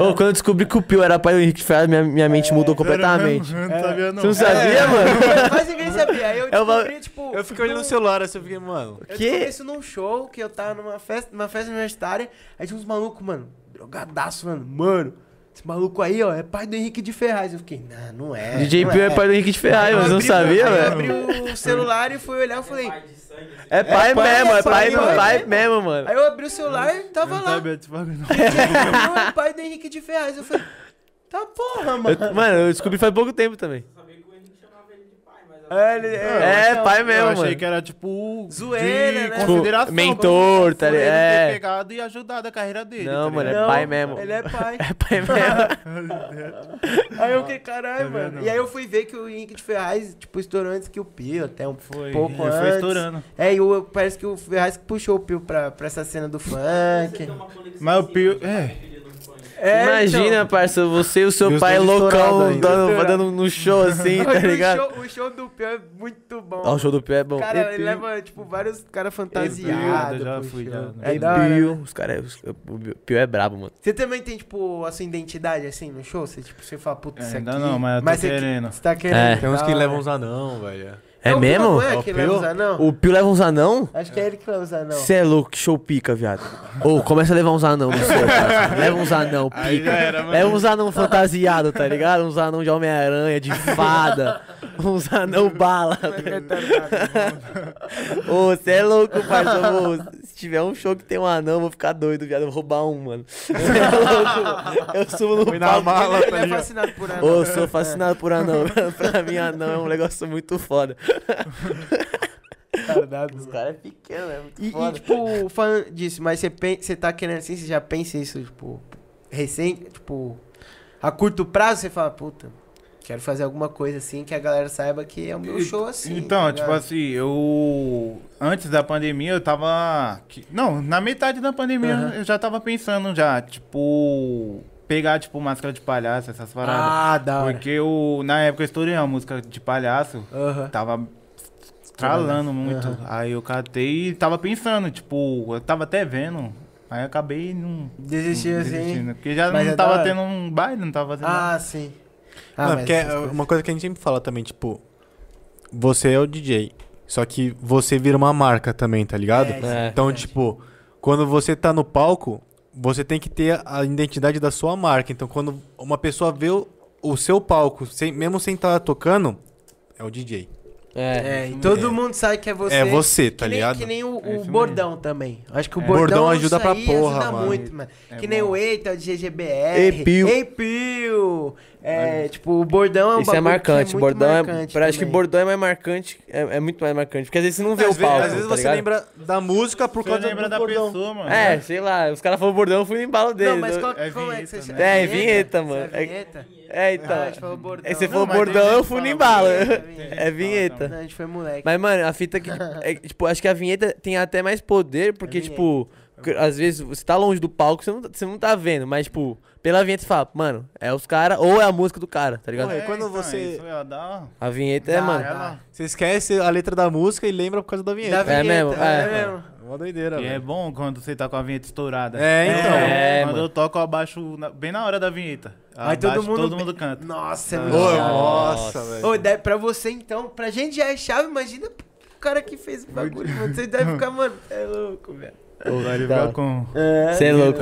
Speaker 1: Ô, quando eu descobri que o Pio era pai do Henrique de Fala, minha, minha mente
Speaker 2: É,
Speaker 1: mudou completamente.
Speaker 3: Eu não sabia, não.
Speaker 1: Você
Speaker 3: É,
Speaker 1: não sabia, é, mano?
Speaker 2: Mas ninguém sabia. Aí eu
Speaker 1: É uma-
Speaker 2: descobri, tipo.
Speaker 4: Eu fiquei olhando
Speaker 2: num-
Speaker 4: no celular, assim, eu fiquei, mano...
Speaker 2: Eu
Speaker 1: Que?
Speaker 2: descobri isso num show que eu tava numa festa, numa festa universitária. Aí tinha uns malucos, mano, drogadaço, mano. Mano, Esse maluco aí, ó, é pai do Henrique de Ferraz. Eu fiquei, não, não é.
Speaker 1: DJ
Speaker 2: não
Speaker 1: Pio é pai do Henrique de Ferraz, mas não sabia,
Speaker 2: Aí eu
Speaker 1: velho.
Speaker 2: abri o celular e fui olhar e falei.
Speaker 5: Pai de sangue, assim.
Speaker 1: É pai mesmo, é pai,
Speaker 2: pai,
Speaker 1: pai,
Speaker 2: pai.
Speaker 1: mesmo, mano.
Speaker 2: Aí eu abri o celular e tava
Speaker 3: Não
Speaker 2: lá.
Speaker 3: sabe esse bagulho, não.
Speaker 2: Não, é o pai do Henrique de Ferraz. Eu falei, tá porra, mano.
Speaker 1: Eu- mano, eu descobri faz pouco tempo também.
Speaker 5: Eu sabia que o Henrique chamava ele de pai, mas
Speaker 2: É, ele- é,
Speaker 1: É, pai
Speaker 3: Eu
Speaker 1: mesmo,
Speaker 3: achei
Speaker 1: mano.
Speaker 3: que era tipo.
Speaker 2: Zoeira,
Speaker 3: de
Speaker 2: né?
Speaker 1: Tipo,
Speaker 3: Consideração. pra
Speaker 1: mentor, tá
Speaker 3: ele
Speaker 1: ligado?
Speaker 3: ter
Speaker 1: É.
Speaker 3: pegado e ajudado a carreira dele.
Speaker 1: Não,
Speaker 3: tá
Speaker 1: mano, é
Speaker 3: ligado?
Speaker 2: Não,
Speaker 1: pai mesmo.
Speaker 2: Ele é então. pai.
Speaker 1: É pai mesmo.
Speaker 2: Aí eu fiquei, caralho,
Speaker 3: Tá
Speaker 2: mano.
Speaker 3: vendo?
Speaker 2: E aí eu fui ver que o Henrique de Ferraz, tipo, estourou antes que o Pio, até um
Speaker 3: Foi,
Speaker 2: pouco
Speaker 3: ele
Speaker 2: antes.
Speaker 3: foi estourando.
Speaker 2: É, e o, parece que o Ferraz que puxou o Pio pra, pra essa cena do funk.
Speaker 3: Mas o Pio. É.
Speaker 2: É,
Speaker 1: Imagina, tá
Speaker 2: então.
Speaker 1: parça, você e o seu
Speaker 4: E os
Speaker 1: pai
Speaker 4: dois estourados
Speaker 1: loucão
Speaker 4: ainda.
Speaker 1: dando, dando um show assim, tá
Speaker 2: Mas
Speaker 1: ligado?
Speaker 2: O show, o show do Pio é muito bom.
Speaker 1: Ó, o show do Pio é bom.
Speaker 2: Cara, ele
Speaker 1: Epio,
Speaker 2: leva, tipo, vários caras
Speaker 3: Eu
Speaker 2: fantasiados.
Speaker 3: É já
Speaker 2: pro
Speaker 3: fui,
Speaker 2: show.
Speaker 3: já.
Speaker 2: É da hora, né?
Speaker 1: Pio, os caras, os- o Pio é brabo, mano.
Speaker 2: Você também tem, tipo, a sua identidade, assim, no show? Você, tipo, você fala, putz, isso aqui...
Speaker 3: É, Ainda não, mas eu tô
Speaker 2: você que-
Speaker 3: querendo.
Speaker 2: Você tá querendo.
Speaker 1: É.
Speaker 4: Tem uns
Speaker 2: da
Speaker 4: que
Speaker 2: hora.
Speaker 4: levam uns anão, velho.
Speaker 1: É,
Speaker 2: o Pio,
Speaker 1: mesmo?
Speaker 2: Não é,
Speaker 4: o
Speaker 2: que
Speaker 4: Pio?
Speaker 2: leva os anão?
Speaker 1: O Pio leva uns anão?
Speaker 2: Acho que é ele que leva os anão.
Speaker 1: Cê é louco, que show pica, viado. Ô, começa a levar uns anão no seu, cara. Leva uns anão,
Speaker 3: Aí
Speaker 1: pica.
Speaker 3: já era, mano.
Speaker 1: Leva uns anão fantasiado, tá ligado? Uns anão de Homem-Aranha, de fada. Uns anão bala. Ô, cê é louco, parceiro. Ô, Se tiver um show que tem um anão, eu vou ficar doido, viado. Eu vou roubar um, mano. Cê é louco, mano. Eu subo no
Speaker 4: Fui na
Speaker 1: palco.
Speaker 4: mala,
Speaker 2: Ele
Speaker 4: tá
Speaker 2: é
Speaker 4: ligado?
Speaker 2: fascinado por anão.
Speaker 1: Ô,
Speaker 3: né?
Speaker 1: eu sou fascinado por anão. pra mim, anão é um negócio muito foda.
Speaker 2: Tá,
Speaker 1: Os caras é pequeno, é muito
Speaker 2: E, e,
Speaker 1: foda.
Speaker 2: tipo, falando disso, mas você, pen- você tá querendo assim, você já pensa isso, tipo, recente, tipo, a curto prazo, você fala, puta, quero fazer alguma coisa assim que a galera saiba que é o meu
Speaker 3: E-
Speaker 2: show assim.
Speaker 3: Então,
Speaker 2: tá
Speaker 3: tipo
Speaker 2: ligado?
Speaker 3: assim, eu. Antes da pandemia, eu tava. que- Não, na metade da pandemia
Speaker 2: Aham.
Speaker 3: eu já tava pensando já, tipo. Pegar, tipo, máscara de palhaço, essas paradas.
Speaker 2: Ah, da hora.
Speaker 3: porque eu, na época eu estourei uma música de palhaço.
Speaker 2: Aham.
Speaker 3: Tava estralando muito. Aí eu catei e tava pensando, tipo, eu tava até vendo. Aí acabei não.
Speaker 2: Desistiu
Speaker 3: não né?
Speaker 2: assim.
Speaker 3: desistindo, Porque já
Speaker 2: Mas
Speaker 3: não
Speaker 2: é da
Speaker 3: tava
Speaker 2: hora.
Speaker 3: tendo um baile, não tava fazendo. nada.
Speaker 2: Ah, sim. Ah,
Speaker 4: Mano,
Speaker 2: mas
Speaker 4: porque é
Speaker 2: essas coisas-
Speaker 4: uma coisa que a gente sempre fala também, tipo, você é o DJ, só que você vira uma marca também, tá ligado?
Speaker 2: É, isso é
Speaker 1: É.
Speaker 4: Então,
Speaker 2: verdade.
Speaker 4: tipo, quando você tá no palco, você tem que ter a identidade da sua marca. Então, quando uma pessoa vê o, o seu palco, sem- mesmo sem estar tocando, é o DJ.
Speaker 1: É.
Speaker 2: É, e todo mundo sabe que é você.
Speaker 4: É você,
Speaker 2: Que
Speaker 4: tá
Speaker 2: nem-
Speaker 4: ligado?
Speaker 2: Que nem o,
Speaker 3: É
Speaker 2: o
Speaker 3: isso
Speaker 2: bordão também. Acho que o
Speaker 3: É.
Speaker 2: bordão,
Speaker 4: Bordão ajuda
Speaker 2: isso
Speaker 4: pra
Speaker 2: aí
Speaker 4: porra,
Speaker 2: ajuda
Speaker 4: mano.
Speaker 2: muito, mano.
Speaker 3: É
Speaker 2: que nem
Speaker 3: bom.
Speaker 2: o Eita, o GGBR.
Speaker 1: Ei, Pio.
Speaker 2: Ei, Pio. É, tipo, o bordão é um
Speaker 1: Isso é
Speaker 2: bagulho que
Speaker 1: marcante,
Speaker 2: muito
Speaker 1: bordão
Speaker 2: marcante
Speaker 1: é. Parece que
Speaker 2: também.
Speaker 1: bordão é mais marcante, é, é muito mais marcante. Porque às vezes você não vê
Speaker 4: às
Speaker 1: o
Speaker 4: ve-
Speaker 1: palco.
Speaker 4: às vezes
Speaker 1: tá
Speaker 4: você
Speaker 1: ligado?
Speaker 4: lembra da música por
Speaker 3: Você
Speaker 4: causa
Speaker 3: lembra
Speaker 4: do
Speaker 3: da
Speaker 4: bordão.
Speaker 3: pessoa, mano.
Speaker 1: É, sei lá, os caras falaram bordão, eu fui no embalo dele.
Speaker 2: Não, mas qual,
Speaker 3: É
Speaker 2: como é que
Speaker 3: vinheta,
Speaker 2: você chama?
Speaker 1: né? É, vinheta,
Speaker 2: Isso
Speaker 1: mano.
Speaker 2: É
Speaker 1: É-
Speaker 2: vinheta?
Speaker 1: É, então.
Speaker 2: Ah, a gente falou bordão.
Speaker 1: Aí você
Speaker 2: Não,
Speaker 1: falou
Speaker 3: mas tem
Speaker 1: bordão,
Speaker 3: gente
Speaker 1: eu
Speaker 3: que
Speaker 1: fui no
Speaker 3: fala
Speaker 1: embalo.
Speaker 2: vinheta, vinheta. então.
Speaker 1: É
Speaker 2: mas
Speaker 1: vinheta.
Speaker 2: A gente foi moleque.
Speaker 1: Mas, mano, a fita que. é, tipo, acho que a vinheta tem até mais poder, porque,
Speaker 2: É vinheta.
Speaker 1: tipo, c- às vezes você tá longe do palco, você não, tá- você não tá vendo, mas, tipo, pela vinheta você fala, mano, é os caras ou é a música do cara, tá ligado?
Speaker 4: Ué. quando você-
Speaker 3: "Então, Isso, eu dá,
Speaker 1: A vinheta é,
Speaker 2: Dá,
Speaker 1: mano.
Speaker 2: dá.
Speaker 3: ela-
Speaker 4: Você esquece a letra da música e lembra por causa da
Speaker 2: Da
Speaker 4: vinheta.
Speaker 1: É
Speaker 2: vinheta,
Speaker 1: mesmo, é.
Speaker 4: É uma doideira,
Speaker 3: E é
Speaker 4: velho.
Speaker 3: bom quando você tá com a vinheta estourada.
Speaker 4: É, então.
Speaker 1: É,
Speaker 3: quando
Speaker 1: mano.
Speaker 3: eu toco, eu abaixo na- bem na hora da vinheta.
Speaker 2: Aí todo
Speaker 3: Abaixo,
Speaker 2: mundo-
Speaker 3: todo mundo canta.
Speaker 2: Nossa, é
Speaker 4: Ô,
Speaker 2: muito da hora.
Speaker 4: Nossa,
Speaker 1: Nossa.
Speaker 4: velho.
Speaker 2: Ô, deve, pra você então, pra gente já é chave, imagina o cara que fez o bagulho, mano. Você deve ficar, mano, é louco, velho.
Speaker 3: Ele
Speaker 1: da
Speaker 3: fica
Speaker 1: hora.
Speaker 3: com-
Speaker 1: Você é louco.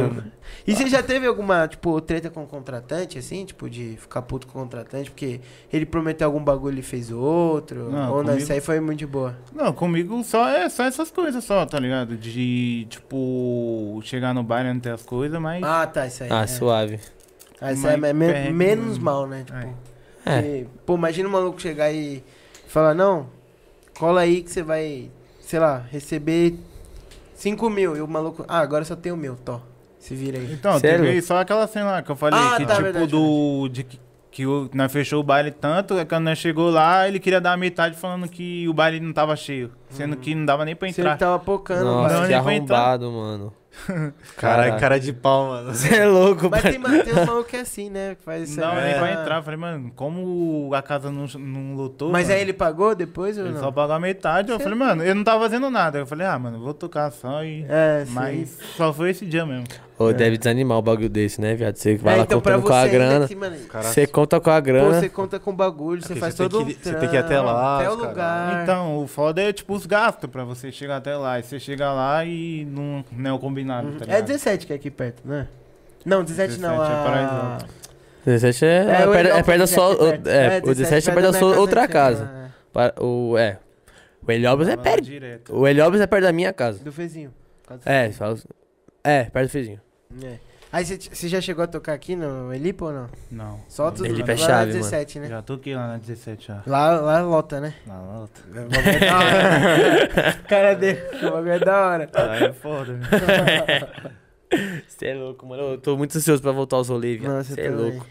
Speaker 2: E você já teve alguma, tipo, treta com o contratante, assim? Tipo, de ficar puto com o contratante, porque ele prometeu algum bagulho e fez outro?
Speaker 3: Não,
Speaker 2: ou não,
Speaker 3: comigo-
Speaker 2: isso aí foi muito de boa.
Speaker 3: Não, comigo só, é, só essas coisas só, tá ligado? De, tipo, chegar no baile e não ter as coisas, mas...
Speaker 2: Ah, tá, isso aí.
Speaker 1: Ah,
Speaker 2: é.
Speaker 1: suave.
Speaker 2: Ah, isso aí é me-
Speaker 3: Mas-
Speaker 2: menos mal, né? Tipo,
Speaker 1: É.
Speaker 2: que- pô, imagina um maluco chegar e falar, não, cola aí que você vai, sei lá, receber 5 mil. E o maluco, ah, agora só tem o meu, tô. Se vira aí.
Speaker 3: Então,
Speaker 1: Sério?
Speaker 3: teve só aquela cena lá que eu falei,
Speaker 2: Ah,
Speaker 3: que
Speaker 2: tá,
Speaker 3: tipo
Speaker 2: verdade,
Speaker 3: do. De, que, que o- nós fechou o baile tanto, é quando nós chegou lá, ele queria dar a metade falando que o baile não tava cheio. Sendo que não dava nem pra
Speaker 2: Hum. Você tá
Speaker 3: entrar.
Speaker 2: tava pocando,
Speaker 1: Nossa,
Speaker 3: Não,
Speaker 2: mano.
Speaker 1: que
Speaker 3: nem vou entrar.
Speaker 1: arrombado, mano.
Speaker 4: Caralho, cara de pau, mano.
Speaker 1: Você é louco,
Speaker 2: Mas
Speaker 1: mano.
Speaker 2: tem, ma- tem uns malucos que é assim, né? Que faz isso
Speaker 3: Não,
Speaker 2: aí
Speaker 1: É.
Speaker 3: nem pra
Speaker 2: pra-
Speaker 3: entrar. Eu Falei, mano, como a casa não, não lotou.
Speaker 2: Mas
Speaker 3: mano,
Speaker 2: aí ele pagou depois ou
Speaker 3: ele
Speaker 2: não? é
Speaker 3: só pagou a metade. Eu
Speaker 2: Você-
Speaker 3: falei, mano, eu não tava fazendo nada. Eu falei, ah, mano, vou tocar só e.
Speaker 2: É, sim.
Speaker 3: Mas só foi esse dia mesmo.
Speaker 1: Ô, deve desanimar o bagulho desse, né, viado? Você vai
Speaker 2: É,
Speaker 1: lá contando com a
Speaker 2: ainda
Speaker 1: grana.
Speaker 2: que, mano,
Speaker 4: Cara,
Speaker 1: Você conta com a
Speaker 2: pô,
Speaker 1: grana.
Speaker 2: você conta com bagulho, você
Speaker 4: Porque
Speaker 2: faz
Speaker 4: você tem
Speaker 2: todo
Speaker 4: É que-
Speaker 2: um
Speaker 4: você tem que ir até
Speaker 2: trampo,
Speaker 4: lá,
Speaker 2: Até o
Speaker 4: os caras-
Speaker 2: lugar.
Speaker 3: Então, o foda é, tipo, os gastos pra você chegar até lá. E você chega lá e não, não é o combinado,
Speaker 2: é
Speaker 3: tá ligado?
Speaker 2: 17 que é aqui perto, né? Não, 17, não.
Speaker 3: 17 é
Speaker 2: a-
Speaker 3: Paraíso.
Speaker 1: 17 é, é,
Speaker 2: o
Speaker 1: perto-
Speaker 2: Elhop
Speaker 1: é perto da sua.
Speaker 2: perto.
Speaker 1: o- É, o 17 é perto da
Speaker 2: minha
Speaker 1: sua outra
Speaker 2: antiga,
Speaker 1: casa. né? Pa- O, é. O Heliópolis é
Speaker 3: Lá
Speaker 1: perto.
Speaker 3: Direto.
Speaker 1: O Heliópolis é perto da minha
Speaker 2: é.
Speaker 1: casa.
Speaker 2: Do Fezinho. Casa do
Speaker 1: É,
Speaker 2: Fezinho.
Speaker 1: fala- é, perto do Fezinho.
Speaker 2: É. Aí você- você já chegou a tocar aqui no Elipo ou não?
Speaker 3: Não.
Speaker 2: Só tudo
Speaker 1: Elipo
Speaker 2: lá
Speaker 1: é chave,
Speaker 2: na 17, né?
Speaker 3: Já toquei lá na 17 já.
Speaker 2: Lá, lá lota, né?
Speaker 3: Na lota.
Speaker 2: O bagulho é da hora. Cara dele, o bagulho é da hora.
Speaker 3: Aí é foda, né?
Speaker 1: Você é louco, mano. Eu tô muito ansioso pra voltar aos rolês, viado.
Speaker 2: Nossa,
Speaker 1: Você é
Speaker 2: também.
Speaker 1: louco.
Speaker 2: tá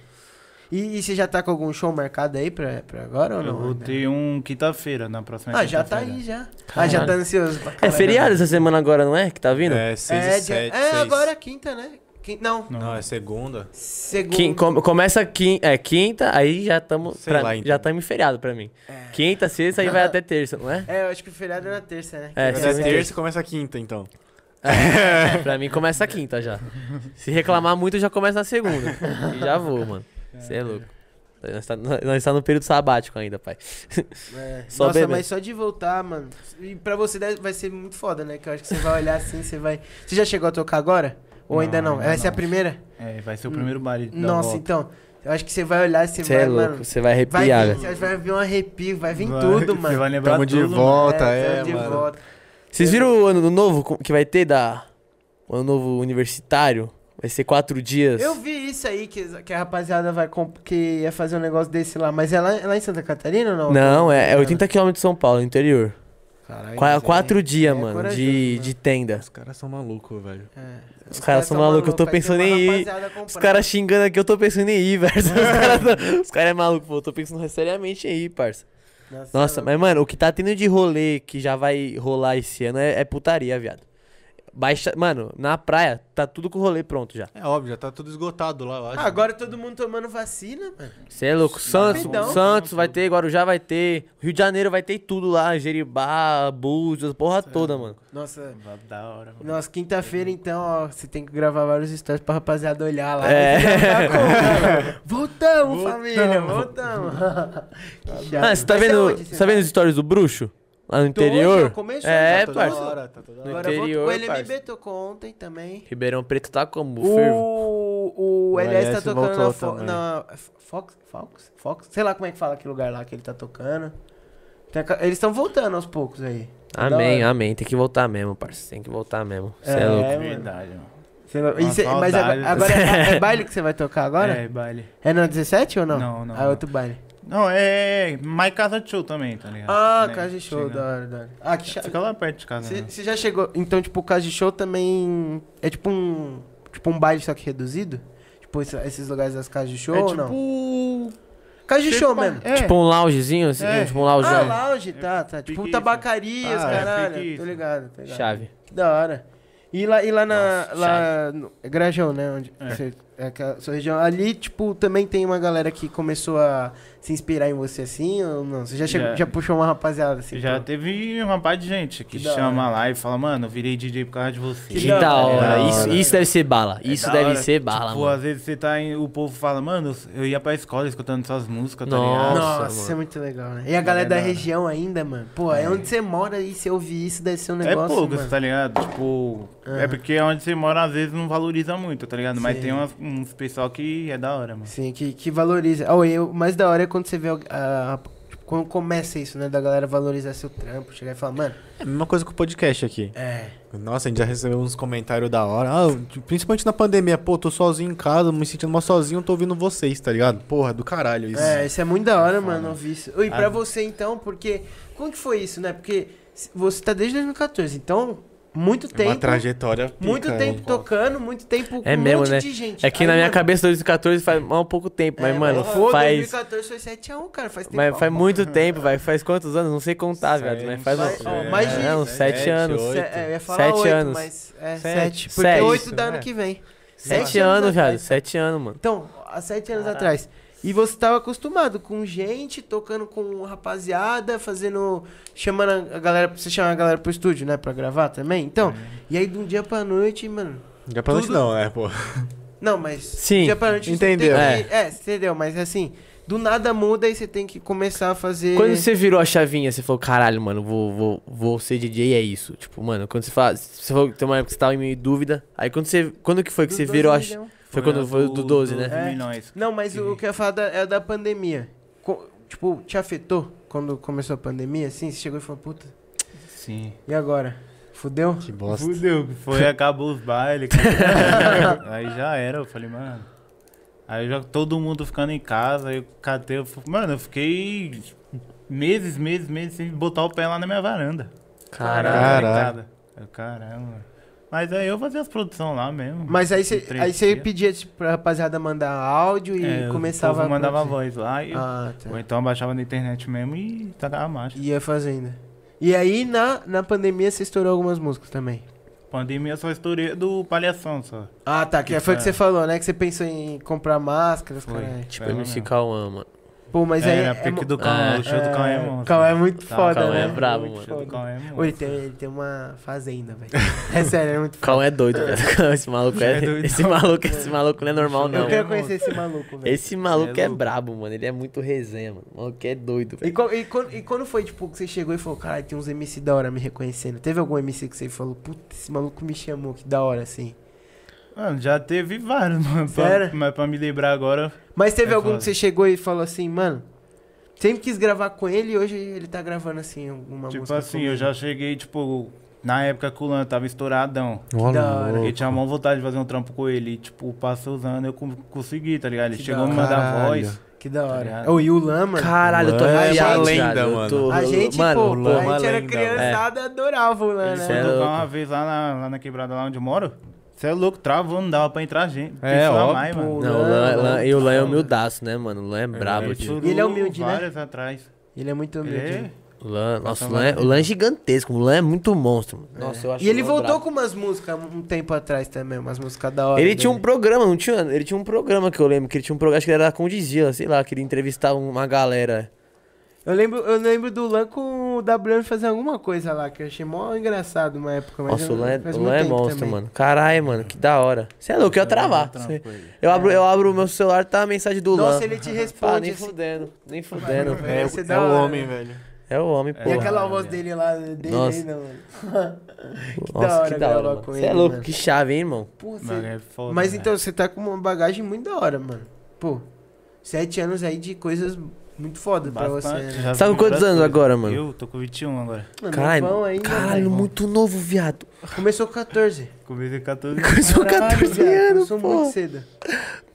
Speaker 2: E, e você já tá com algum show marcado aí pra, pra agora ou
Speaker 3: Eu
Speaker 2: não? né?
Speaker 3: vou ter um quinta-feira na próxima
Speaker 2: Ah, já tá
Speaker 3: quinta-feira.
Speaker 2: aí, já. Ah, já tá
Speaker 1: Caralho.
Speaker 2: ansioso pra
Speaker 1: É
Speaker 2: caralho.
Speaker 1: feriado essa semana agora, não é? Que tá vindo?
Speaker 4: É, 6
Speaker 2: É,
Speaker 4: e
Speaker 2: dia-
Speaker 4: 7.
Speaker 2: é agora é quinta, né? Quin- Não,
Speaker 3: Não,
Speaker 4: Não, é segunda.
Speaker 2: segunda.
Speaker 1: Quin- com- começa quinta, é, quinta, aí já estamos.
Speaker 4: Sei lá, então.
Speaker 1: Já estamos em feriado pra mim. Quinta, sexta, aí vai até terça, não é?
Speaker 2: É, eu acho que o feriado é na terça, né?
Speaker 1: É,
Speaker 4: Quando
Speaker 1: segunda
Speaker 4: é
Speaker 1: e
Speaker 4: terça, começa a quinta, então.
Speaker 1: pra mim começa quinta já. Se reclamar muito, já começa na segunda. E já vou, mano. Você é louco. Nós tá, nós tá no período sabático ainda, pai.
Speaker 2: É.
Speaker 1: Só
Speaker 2: Nossa,
Speaker 1: bebê.
Speaker 2: mas só de voltar, mano. E pra você deve- vai ser muito foda, né? Que eu acho que você vai olhar assim, você vai. Você já chegou a tocar agora? Ou
Speaker 3: Não,
Speaker 2: ainda não?
Speaker 3: ainda
Speaker 2: Essa é a
Speaker 3: não.
Speaker 2: primeira?
Speaker 3: É, vai ser o primeiro baile da
Speaker 2: Nossa,
Speaker 3: volta.
Speaker 2: então. Eu acho que você vai olhar, você
Speaker 1: Você
Speaker 2: vai,
Speaker 1: é louco,
Speaker 2: mano.
Speaker 1: você vai
Speaker 2: Vai
Speaker 1: arrepiar,
Speaker 2: vir,
Speaker 1: velho.
Speaker 2: você vai vir um arrepio, vai vir
Speaker 3: Vai,
Speaker 2: tudo,
Speaker 3: Você
Speaker 2: mano.
Speaker 3: vai lembrar
Speaker 4: Tamo de
Speaker 3: tudo,
Speaker 4: volta,
Speaker 2: tamo
Speaker 4: é,
Speaker 2: de
Speaker 4: mano.
Speaker 2: volta.
Speaker 1: Vocês viram o ano novo co- que vai ter da. O ano novo universitário? Vai ser quatro dias.
Speaker 2: Eu vi isso aí que, que a rapaziada vai comp- que ia fazer um negócio desse lá, mas é lá, é lá em Santa Catarina ou não?
Speaker 1: Não, é, é 80 km de São Paulo, interior.
Speaker 2: Caralho,
Speaker 1: Qua-
Speaker 2: mas é-
Speaker 1: quatro dias,
Speaker 2: é
Speaker 1: mano,
Speaker 2: corajoso,
Speaker 1: de,
Speaker 2: né?
Speaker 1: de tenda.
Speaker 4: Os caras são malucos, velho.
Speaker 2: É.
Speaker 1: Os caras são malucos, eu tô
Speaker 2: aí tem
Speaker 1: pensando
Speaker 2: uma
Speaker 1: em ir.
Speaker 2: rapaziada
Speaker 1: Os
Speaker 2: comprando.
Speaker 1: caras xingando aqui, eu tô pensando em ir, velho. Os caras cara é maluco, pô. Eu tô pensando seriamente em ir, parça. Nossa, mas, mano, o que tá tendo de rolê que já vai rolar esse ano é, é putaria, viado. Baixa, mano, na praia, tá tudo com rolê pronto já.
Speaker 4: É óbvio, já tá tudo esgotado lá, eu acho.
Speaker 2: Ah, Agora todo mundo tomando vacina, mano.
Speaker 1: Você é louco. Santos,
Speaker 2: Rapidão.
Speaker 1: Santos vai ter, Guarujá vai ter. Rio de Janeiro vai ter tudo lá. Jeribá, Búzios, porra toda, mano.
Speaker 2: Nossa,
Speaker 3: Vai Da hora, mano.
Speaker 2: nossa quinta-feira então, ó, você tem que gravar vários stories pra rapaziada olhar lá.
Speaker 1: É.
Speaker 2: Voltamos, voltamos, família, voltamos. Que chato.
Speaker 1: Ah, você tá
Speaker 2: Mas
Speaker 1: vendo,
Speaker 2: aonde você
Speaker 1: você tá vendo os stories do bruxo? Lá no
Speaker 2: Tô hoje,
Speaker 1: interior?
Speaker 2: ó, começou, tá
Speaker 1: é,
Speaker 4: tá
Speaker 2: tudo
Speaker 1: parça.
Speaker 2: lá.
Speaker 4: hora, tá toda hora.
Speaker 2: Agora voltou-
Speaker 1: interior,
Speaker 2: o LMB
Speaker 1: parça.
Speaker 2: tocou ontem também.
Speaker 1: Ribeirão Preto tá como? fervo.
Speaker 2: O, o
Speaker 4: O
Speaker 2: LS tá
Speaker 4: LS
Speaker 2: tocando na,
Speaker 4: voltou
Speaker 2: Fo
Speaker 4: também.
Speaker 2: na Fox, Fox, Fox, sei lá como é que fala aquele lugar lá que ele tá tocando. Tem a ca- Eles estão voltando aos poucos aí. É
Speaker 1: Amém,
Speaker 2: Da hora.
Speaker 1: amém. Tem que voltar mesmo, parceiro. Tem que voltar mesmo. Você é,
Speaker 2: É,
Speaker 1: louco.
Speaker 3: É
Speaker 2: mano.
Speaker 3: verdade, mano.
Speaker 2: Sei lá, e
Speaker 3: Uma
Speaker 2: cê- mas agora,
Speaker 3: saudade.
Speaker 2: agora é, ba- é baile que você vai tocar agora?
Speaker 3: É, baile.
Speaker 2: É, na 17 ou não?
Speaker 3: Não, não,
Speaker 2: Ah, é
Speaker 3: não.
Speaker 2: outro baile.
Speaker 3: Não, é. Mais casa de show também, tá ligado?
Speaker 2: Ah,
Speaker 3: Né?
Speaker 2: casa de show,
Speaker 3: Chega. É,
Speaker 2: da hora, da hora. Ah, que chato.
Speaker 3: Fica lá perto de casa. né?
Speaker 2: Você já chegou. Então, tipo, o casa de show também. É tipo um. Tipo um baile só que reduzido? Tipo, esse- esses lugares das casas de show
Speaker 3: é
Speaker 2: ou
Speaker 3: tipo.
Speaker 2: não? Casa de show mesmo.
Speaker 3: É.
Speaker 1: Tipo um loungezinho, assim,
Speaker 3: É.
Speaker 1: tipo um
Speaker 2: Ah,
Speaker 1: loungeão.
Speaker 2: lounge, tá, tá. Tipo
Speaker 3: Pique
Speaker 2: tabacarias,
Speaker 4: isso. Ah, é,
Speaker 2: caralho.
Speaker 3: pique
Speaker 2: Tô
Speaker 3: isso.
Speaker 2: ligado, tô ligado.
Speaker 1: Chave.
Speaker 2: Que da hora. E lá, e lá na.
Speaker 1: Nossa,
Speaker 2: lá no, é Grajão, né? Onde
Speaker 3: É.
Speaker 2: você- é aquela sua região. Ali, tipo, também tem uma galera que começou a se inspirar em você assim ou não? Você já, chegou,
Speaker 3: Já.
Speaker 2: já puxou uma rapaziada assim?
Speaker 3: Já
Speaker 2: pô?
Speaker 3: teve uma parte de gente que,
Speaker 2: Que da
Speaker 3: chama lá e fala, mano, eu virei DJ por causa de você.
Speaker 1: Que
Speaker 2: da
Speaker 1: da
Speaker 2: hora,
Speaker 1: hora.
Speaker 2: da
Speaker 1: Isso,
Speaker 2: hora.
Speaker 1: isso deve ser bala.
Speaker 3: É
Speaker 1: Isso
Speaker 3: da
Speaker 1: deve
Speaker 3: hora.
Speaker 1: ser bala,
Speaker 3: Tipo,
Speaker 1: mano.
Speaker 3: às vezes você tá em, o povo fala, mano, eu ia pra escola escutando suas músicas, tá
Speaker 1: Nossa,
Speaker 3: ligado?
Speaker 2: Nossa,
Speaker 1: mano.
Speaker 2: é muito legal, né? E a galera da
Speaker 3: Galera.
Speaker 2: região ainda, mano. Pô, é, onde você mora e se ouvir isso deve ser um
Speaker 3: É
Speaker 2: negócio.
Speaker 3: pouco,
Speaker 2: mano.
Speaker 3: tá ligado? Tipo,
Speaker 2: Aham.
Speaker 3: é porque onde você mora às vezes não valoriza muito, tá ligado? Mas
Speaker 2: Sim.
Speaker 3: tem umas- uns pessoal que é da hora, mano.
Speaker 2: Sim, que, que valoriza. Oh, eu, o mais da hora é quando você vê. algu- a- a- tipo, quando começa isso, né? Da galera valorizar seu trampo, chegar e falar, mano,
Speaker 4: É a mesma coisa com o podcast aqui.
Speaker 2: é.
Speaker 4: Nossa, a gente já recebeu uns comentários da hora. Ah, eu- tipo, principalmente na pandemia, pô, tô sozinho em casa, me sentindo mal sozinho, tô ouvindo vocês, tá ligado? Porra, do caralho isso.
Speaker 2: É, isso é muito da hora,
Speaker 3: É
Speaker 2: mano,
Speaker 3: foda.
Speaker 2: ouvir isso. E
Speaker 3: Ah,
Speaker 2: pra
Speaker 3: não.
Speaker 2: você então, porque. Como que foi isso, né? Porque se- você tá desde 2014, então, muito
Speaker 4: É
Speaker 2: tempo.
Speaker 4: uma trajetória. pica,
Speaker 2: muito
Speaker 4: né?
Speaker 2: tempo tocando, muito tempo com
Speaker 1: É
Speaker 2: um
Speaker 1: mesmo,
Speaker 2: monte
Speaker 1: né?
Speaker 2: de gente.
Speaker 1: É que na minha
Speaker 2: cabeça.
Speaker 1: cabeça 2014 faz mal um pouco tempo, mas,
Speaker 2: É,
Speaker 1: mano,
Speaker 2: mas, pô,
Speaker 1: faz.
Speaker 2: 2014 foi 7x1, cara. Faz tempo.
Speaker 1: Mas faz muito tempo, vai. Faz quantos anos? Não sei contar,
Speaker 4: Sete,
Speaker 1: viado. Mas faz
Speaker 2: sete,
Speaker 1: uns.
Speaker 2: ó, mais de-
Speaker 1: é, uns sete
Speaker 4: sete,
Speaker 1: anos.
Speaker 4: oito.
Speaker 2: Se- é, eu ia falar
Speaker 1: Sete
Speaker 2: 8,
Speaker 1: anos.
Speaker 2: mas. É,
Speaker 1: Sete.
Speaker 2: 7. Porque
Speaker 1: Sete.
Speaker 2: 8 dá ano
Speaker 4: É.
Speaker 2: que vem.
Speaker 1: Sete
Speaker 2: Sete anos né?
Speaker 1: anos,
Speaker 2: atrás.
Speaker 1: viado. Sete anos, mano.
Speaker 2: Então, há 7 anos atrás. E você tava acostumado com gente, tocando com rapaziada, fazendo. chamando a galera. Você chama a galera pro estúdio, né? Pra gravar também.
Speaker 1: É.
Speaker 2: Então, e aí de um dia pra noite, mano.
Speaker 4: Já pra noite
Speaker 2: Tudo-
Speaker 4: não, né, pô?
Speaker 2: Não, mas.
Speaker 1: Sim,
Speaker 2: de um dia pra noite, você
Speaker 4: entendeu.
Speaker 2: tem que- é. você entendeu? Mas assim, do nada muda e você tem que começar a fazer.
Speaker 1: Quando você virou a chavinha, você falou, caralho, mano, vou, vou, vou ser DJ, é isso. Tipo, mano, quando você fala. Você falou que tem uma época que você tava em meio dúvida. Aí quando você. Quando que foi que
Speaker 2: dos
Speaker 1: você
Speaker 2: dois um.
Speaker 1: virou a.
Speaker 2: milhão.
Speaker 1: Foi quando
Speaker 3: a
Speaker 1: foi o do 12, né?
Speaker 3: 12
Speaker 2: É.
Speaker 3: milhões.
Speaker 2: Não, mas
Speaker 3: Que-
Speaker 2: o que eu ia falar da, é da pandemia. Co- tipo, te afetou quando começou a pandemia, assim? Você chegou e falou, puta,
Speaker 3: Sim.
Speaker 2: e agora? Fudeu?
Speaker 4: Que bosta.
Speaker 3: Fudeu. Foi, acabou os bailes. cara. aí já era, eu falei, mano. Aí já todo mundo ficando em casa, aí eu catei, eu fu- mano, eu fiquei meses, meses, meses sem botar o pé lá na minha varanda.
Speaker 1: Caralho.
Speaker 3: Deitado. Eu, Caramba. Mas aí eu fazia as produções lá mesmo.
Speaker 2: Mas aí você
Speaker 3: Um Três
Speaker 2: aí você
Speaker 3: dias.
Speaker 2: pedia tipo, pra rapaziada mandar áudio e
Speaker 3: É, o
Speaker 2: começava.
Speaker 3: povo mandava
Speaker 2: produzir.
Speaker 3: voz lá e eu-
Speaker 2: Ah,
Speaker 3: ou
Speaker 2: tá.
Speaker 3: então abaixava na internet mesmo e tacava marcha.
Speaker 2: Ia fazendo. E aí na, na pandemia você estourou algumas músicas também.
Speaker 3: Pandemia só estourei do palhação só.
Speaker 2: Ah, tá. Que
Speaker 3: Que
Speaker 2: foi o que
Speaker 3: foi.
Speaker 2: você falou, né? Que você pensou em comprar máscaras,
Speaker 3: Foi.
Speaker 2: caralho.
Speaker 1: Tipo,
Speaker 3: Ela
Speaker 1: MC
Speaker 3: mesmo.
Speaker 1: Cauã, mano.
Speaker 2: Pô, mas
Speaker 3: é,
Speaker 2: aí.
Speaker 3: era
Speaker 2: é
Speaker 3: pique
Speaker 2: mo-
Speaker 3: do Cauã,
Speaker 1: é,
Speaker 3: o show do Cauã é monstro.
Speaker 2: Cauã é muito
Speaker 3: Tá,
Speaker 2: foda,
Speaker 1: Cauã
Speaker 2: né?
Speaker 1: é bravo,
Speaker 2: Muito
Speaker 1: mano.
Speaker 3: O show do
Speaker 2: foda.
Speaker 3: Cauã é
Speaker 2: Ô, Ele
Speaker 3: monstro.
Speaker 2: tem, ele tem uma fazenda, velho. É sério, é muito
Speaker 1: O
Speaker 2: foda.
Speaker 1: Cauã é doido, velho. Esse maluco é.
Speaker 3: É doido.
Speaker 1: Esse maluco, esse maluco não é normal,
Speaker 3: Eu
Speaker 1: não.
Speaker 2: Eu quero
Speaker 3: mano.
Speaker 2: conhecer esse maluco, velho.
Speaker 1: Esse maluco
Speaker 3: É
Speaker 1: é
Speaker 3: louco.
Speaker 1: brabo, mano. Ele é muito resenha, mano. O maluco é doido,
Speaker 2: E,
Speaker 1: velho.
Speaker 2: qual- e quando, e quando foi, tipo, que você chegou e falou, caralho, tem uns MC da hora me reconhecendo? Teve algum MC que você falou, puta, esse maluco me chamou, que da hora, assim?
Speaker 3: Mano, já teve vários, mano. pra-
Speaker 2: Sério?
Speaker 3: mas pra me lembrar agora.
Speaker 2: Mas teve
Speaker 3: É
Speaker 2: algum
Speaker 3: foda.
Speaker 2: que você chegou e falou assim, mano, sempre quis gravar com ele e hoje ele tá gravando, assim, alguma
Speaker 3: tipo
Speaker 2: música
Speaker 3: assim,
Speaker 2: comigo.
Speaker 3: eu já cheguei, tipo, na época que o Lan tava estouradão.
Speaker 4: Ó,
Speaker 2: da hora.
Speaker 4: louco.
Speaker 3: Eu tinha mó vontade de fazer um trampo com ele. E, tipo, passou os anos, eu con- consegui, tá ligado? Ele
Speaker 2: Que
Speaker 3: chegou a
Speaker 2: da
Speaker 3: me
Speaker 4: hora.
Speaker 3: mandar
Speaker 4: Caralho.
Speaker 3: voz.
Speaker 2: Que da
Speaker 3: Tá
Speaker 2: hora.
Speaker 3: ligado?
Speaker 2: Ô, e o Lan, mano?
Speaker 1: Caralho, eu tô
Speaker 4: É uma
Speaker 1: arrepiado,
Speaker 4: lenda,
Speaker 1: viado. Eu
Speaker 4: mano.
Speaker 1: tô-
Speaker 2: A gente, pô,
Speaker 1: mano,
Speaker 4: Lan é
Speaker 2: a
Speaker 4: uma
Speaker 2: gente era
Speaker 4: lenda,
Speaker 2: criançada, adorava o Lan,
Speaker 1: Isso
Speaker 2: né?
Speaker 1: é
Speaker 3: Fui tocar
Speaker 1: louco.
Speaker 3: uma vez lá na, lá na quebrada lá onde eu moro. Você é louco, travou, não dava pra entrar gente.
Speaker 4: É,
Speaker 3: pessoal
Speaker 4: ó,
Speaker 3: mais,
Speaker 2: pô.
Speaker 3: mano.
Speaker 1: Não, o
Speaker 2: Lan, Lan-
Speaker 1: Lan, Lan, e o Lan é humildaço, né, mano? O Lan é brabo,
Speaker 3: Ele
Speaker 1: tio.
Speaker 3: chorou
Speaker 2: ele é humilde, né?
Speaker 3: várias atrás.
Speaker 2: Ele é muito humilde.
Speaker 3: Ele-
Speaker 2: né?
Speaker 1: O Lan, nossa, o
Speaker 3: Passa
Speaker 1: Lan, é, o Lan é gigantesco. O Lan é muito monstro. mano. É. Nossa, eu acho
Speaker 2: E ele é
Speaker 1: o Lan
Speaker 2: voltou
Speaker 1: brabo.
Speaker 2: com umas músicas um tempo atrás também, umas músicas da hora.
Speaker 1: Ele tinha um
Speaker 2: dele.
Speaker 1: programa, não tinha? Ele tinha um programa que eu lembro, que ele tinha um programa, acho que ele era com o Dizila, sei lá, que ele entrevistava uma galera.
Speaker 2: Eu lembro, eu lembro do Lan com o WM fazer alguma coisa lá, que eu achei mó engraçado uma época. Mas
Speaker 1: Nossa,
Speaker 2: eu,
Speaker 1: o Lan, é-
Speaker 2: faz
Speaker 1: o
Speaker 2: muito
Speaker 1: Lan é
Speaker 2: tempo
Speaker 1: monstro,
Speaker 2: também.
Speaker 1: mano. Caralho, mano, que da hora. Você é louco, eu ia travar. Cê- Eu
Speaker 2: É.
Speaker 1: abro, eu abro o meu celular, tá a mensagem do Lan.
Speaker 2: Nossa, ele te
Speaker 1: Pá,
Speaker 2: responde.
Speaker 1: nem
Speaker 2: assim.
Speaker 1: fudendo, nem fudendo.
Speaker 2: É, esse é
Speaker 4: é
Speaker 2: da
Speaker 4: o
Speaker 2: hora,
Speaker 4: homem,
Speaker 2: né?
Speaker 4: velho.
Speaker 1: É o homem,
Speaker 3: E
Speaker 1: pô.
Speaker 2: e
Speaker 3: Porra,
Speaker 2: aquela voz
Speaker 3: velho.
Speaker 2: dele lá, dele
Speaker 1: Nossa.
Speaker 2: ainda, mano.
Speaker 1: Nossa, que
Speaker 2: hora
Speaker 1: da hora,
Speaker 2: gravar
Speaker 1: mano.
Speaker 2: com
Speaker 1: Você
Speaker 2: ele,
Speaker 1: é louco,
Speaker 2: mano.
Speaker 1: que chave, hein, irmão?
Speaker 2: Pô, você-
Speaker 3: Mano, é foda,
Speaker 2: Mas
Speaker 3: né?
Speaker 2: então, você tá com uma bagagem muito da hora, mano. Pô, sete anos aí de coisas muito foda pra você,
Speaker 3: Bastante,
Speaker 2: né?
Speaker 3: já
Speaker 1: Sabe
Speaker 3: vi
Speaker 1: quantos
Speaker 3: várias
Speaker 1: anos
Speaker 3: coisas.
Speaker 1: agora, mano?
Speaker 3: Eu tô com 21 agora.
Speaker 2: Mano, novão
Speaker 1: Caralho,
Speaker 2: ainda,
Speaker 1: caralho,
Speaker 2: velho.
Speaker 1: muito novo, viado.
Speaker 2: Começou com 14.
Speaker 3: Comecei 14
Speaker 1: Começou com
Speaker 2: Caralho,
Speaker 1: 14
Speaker 2: viado,
Speaker 1: anos,
Speaker 2: começou muito
Speaker 1: pô.
Speaker 2: cedo.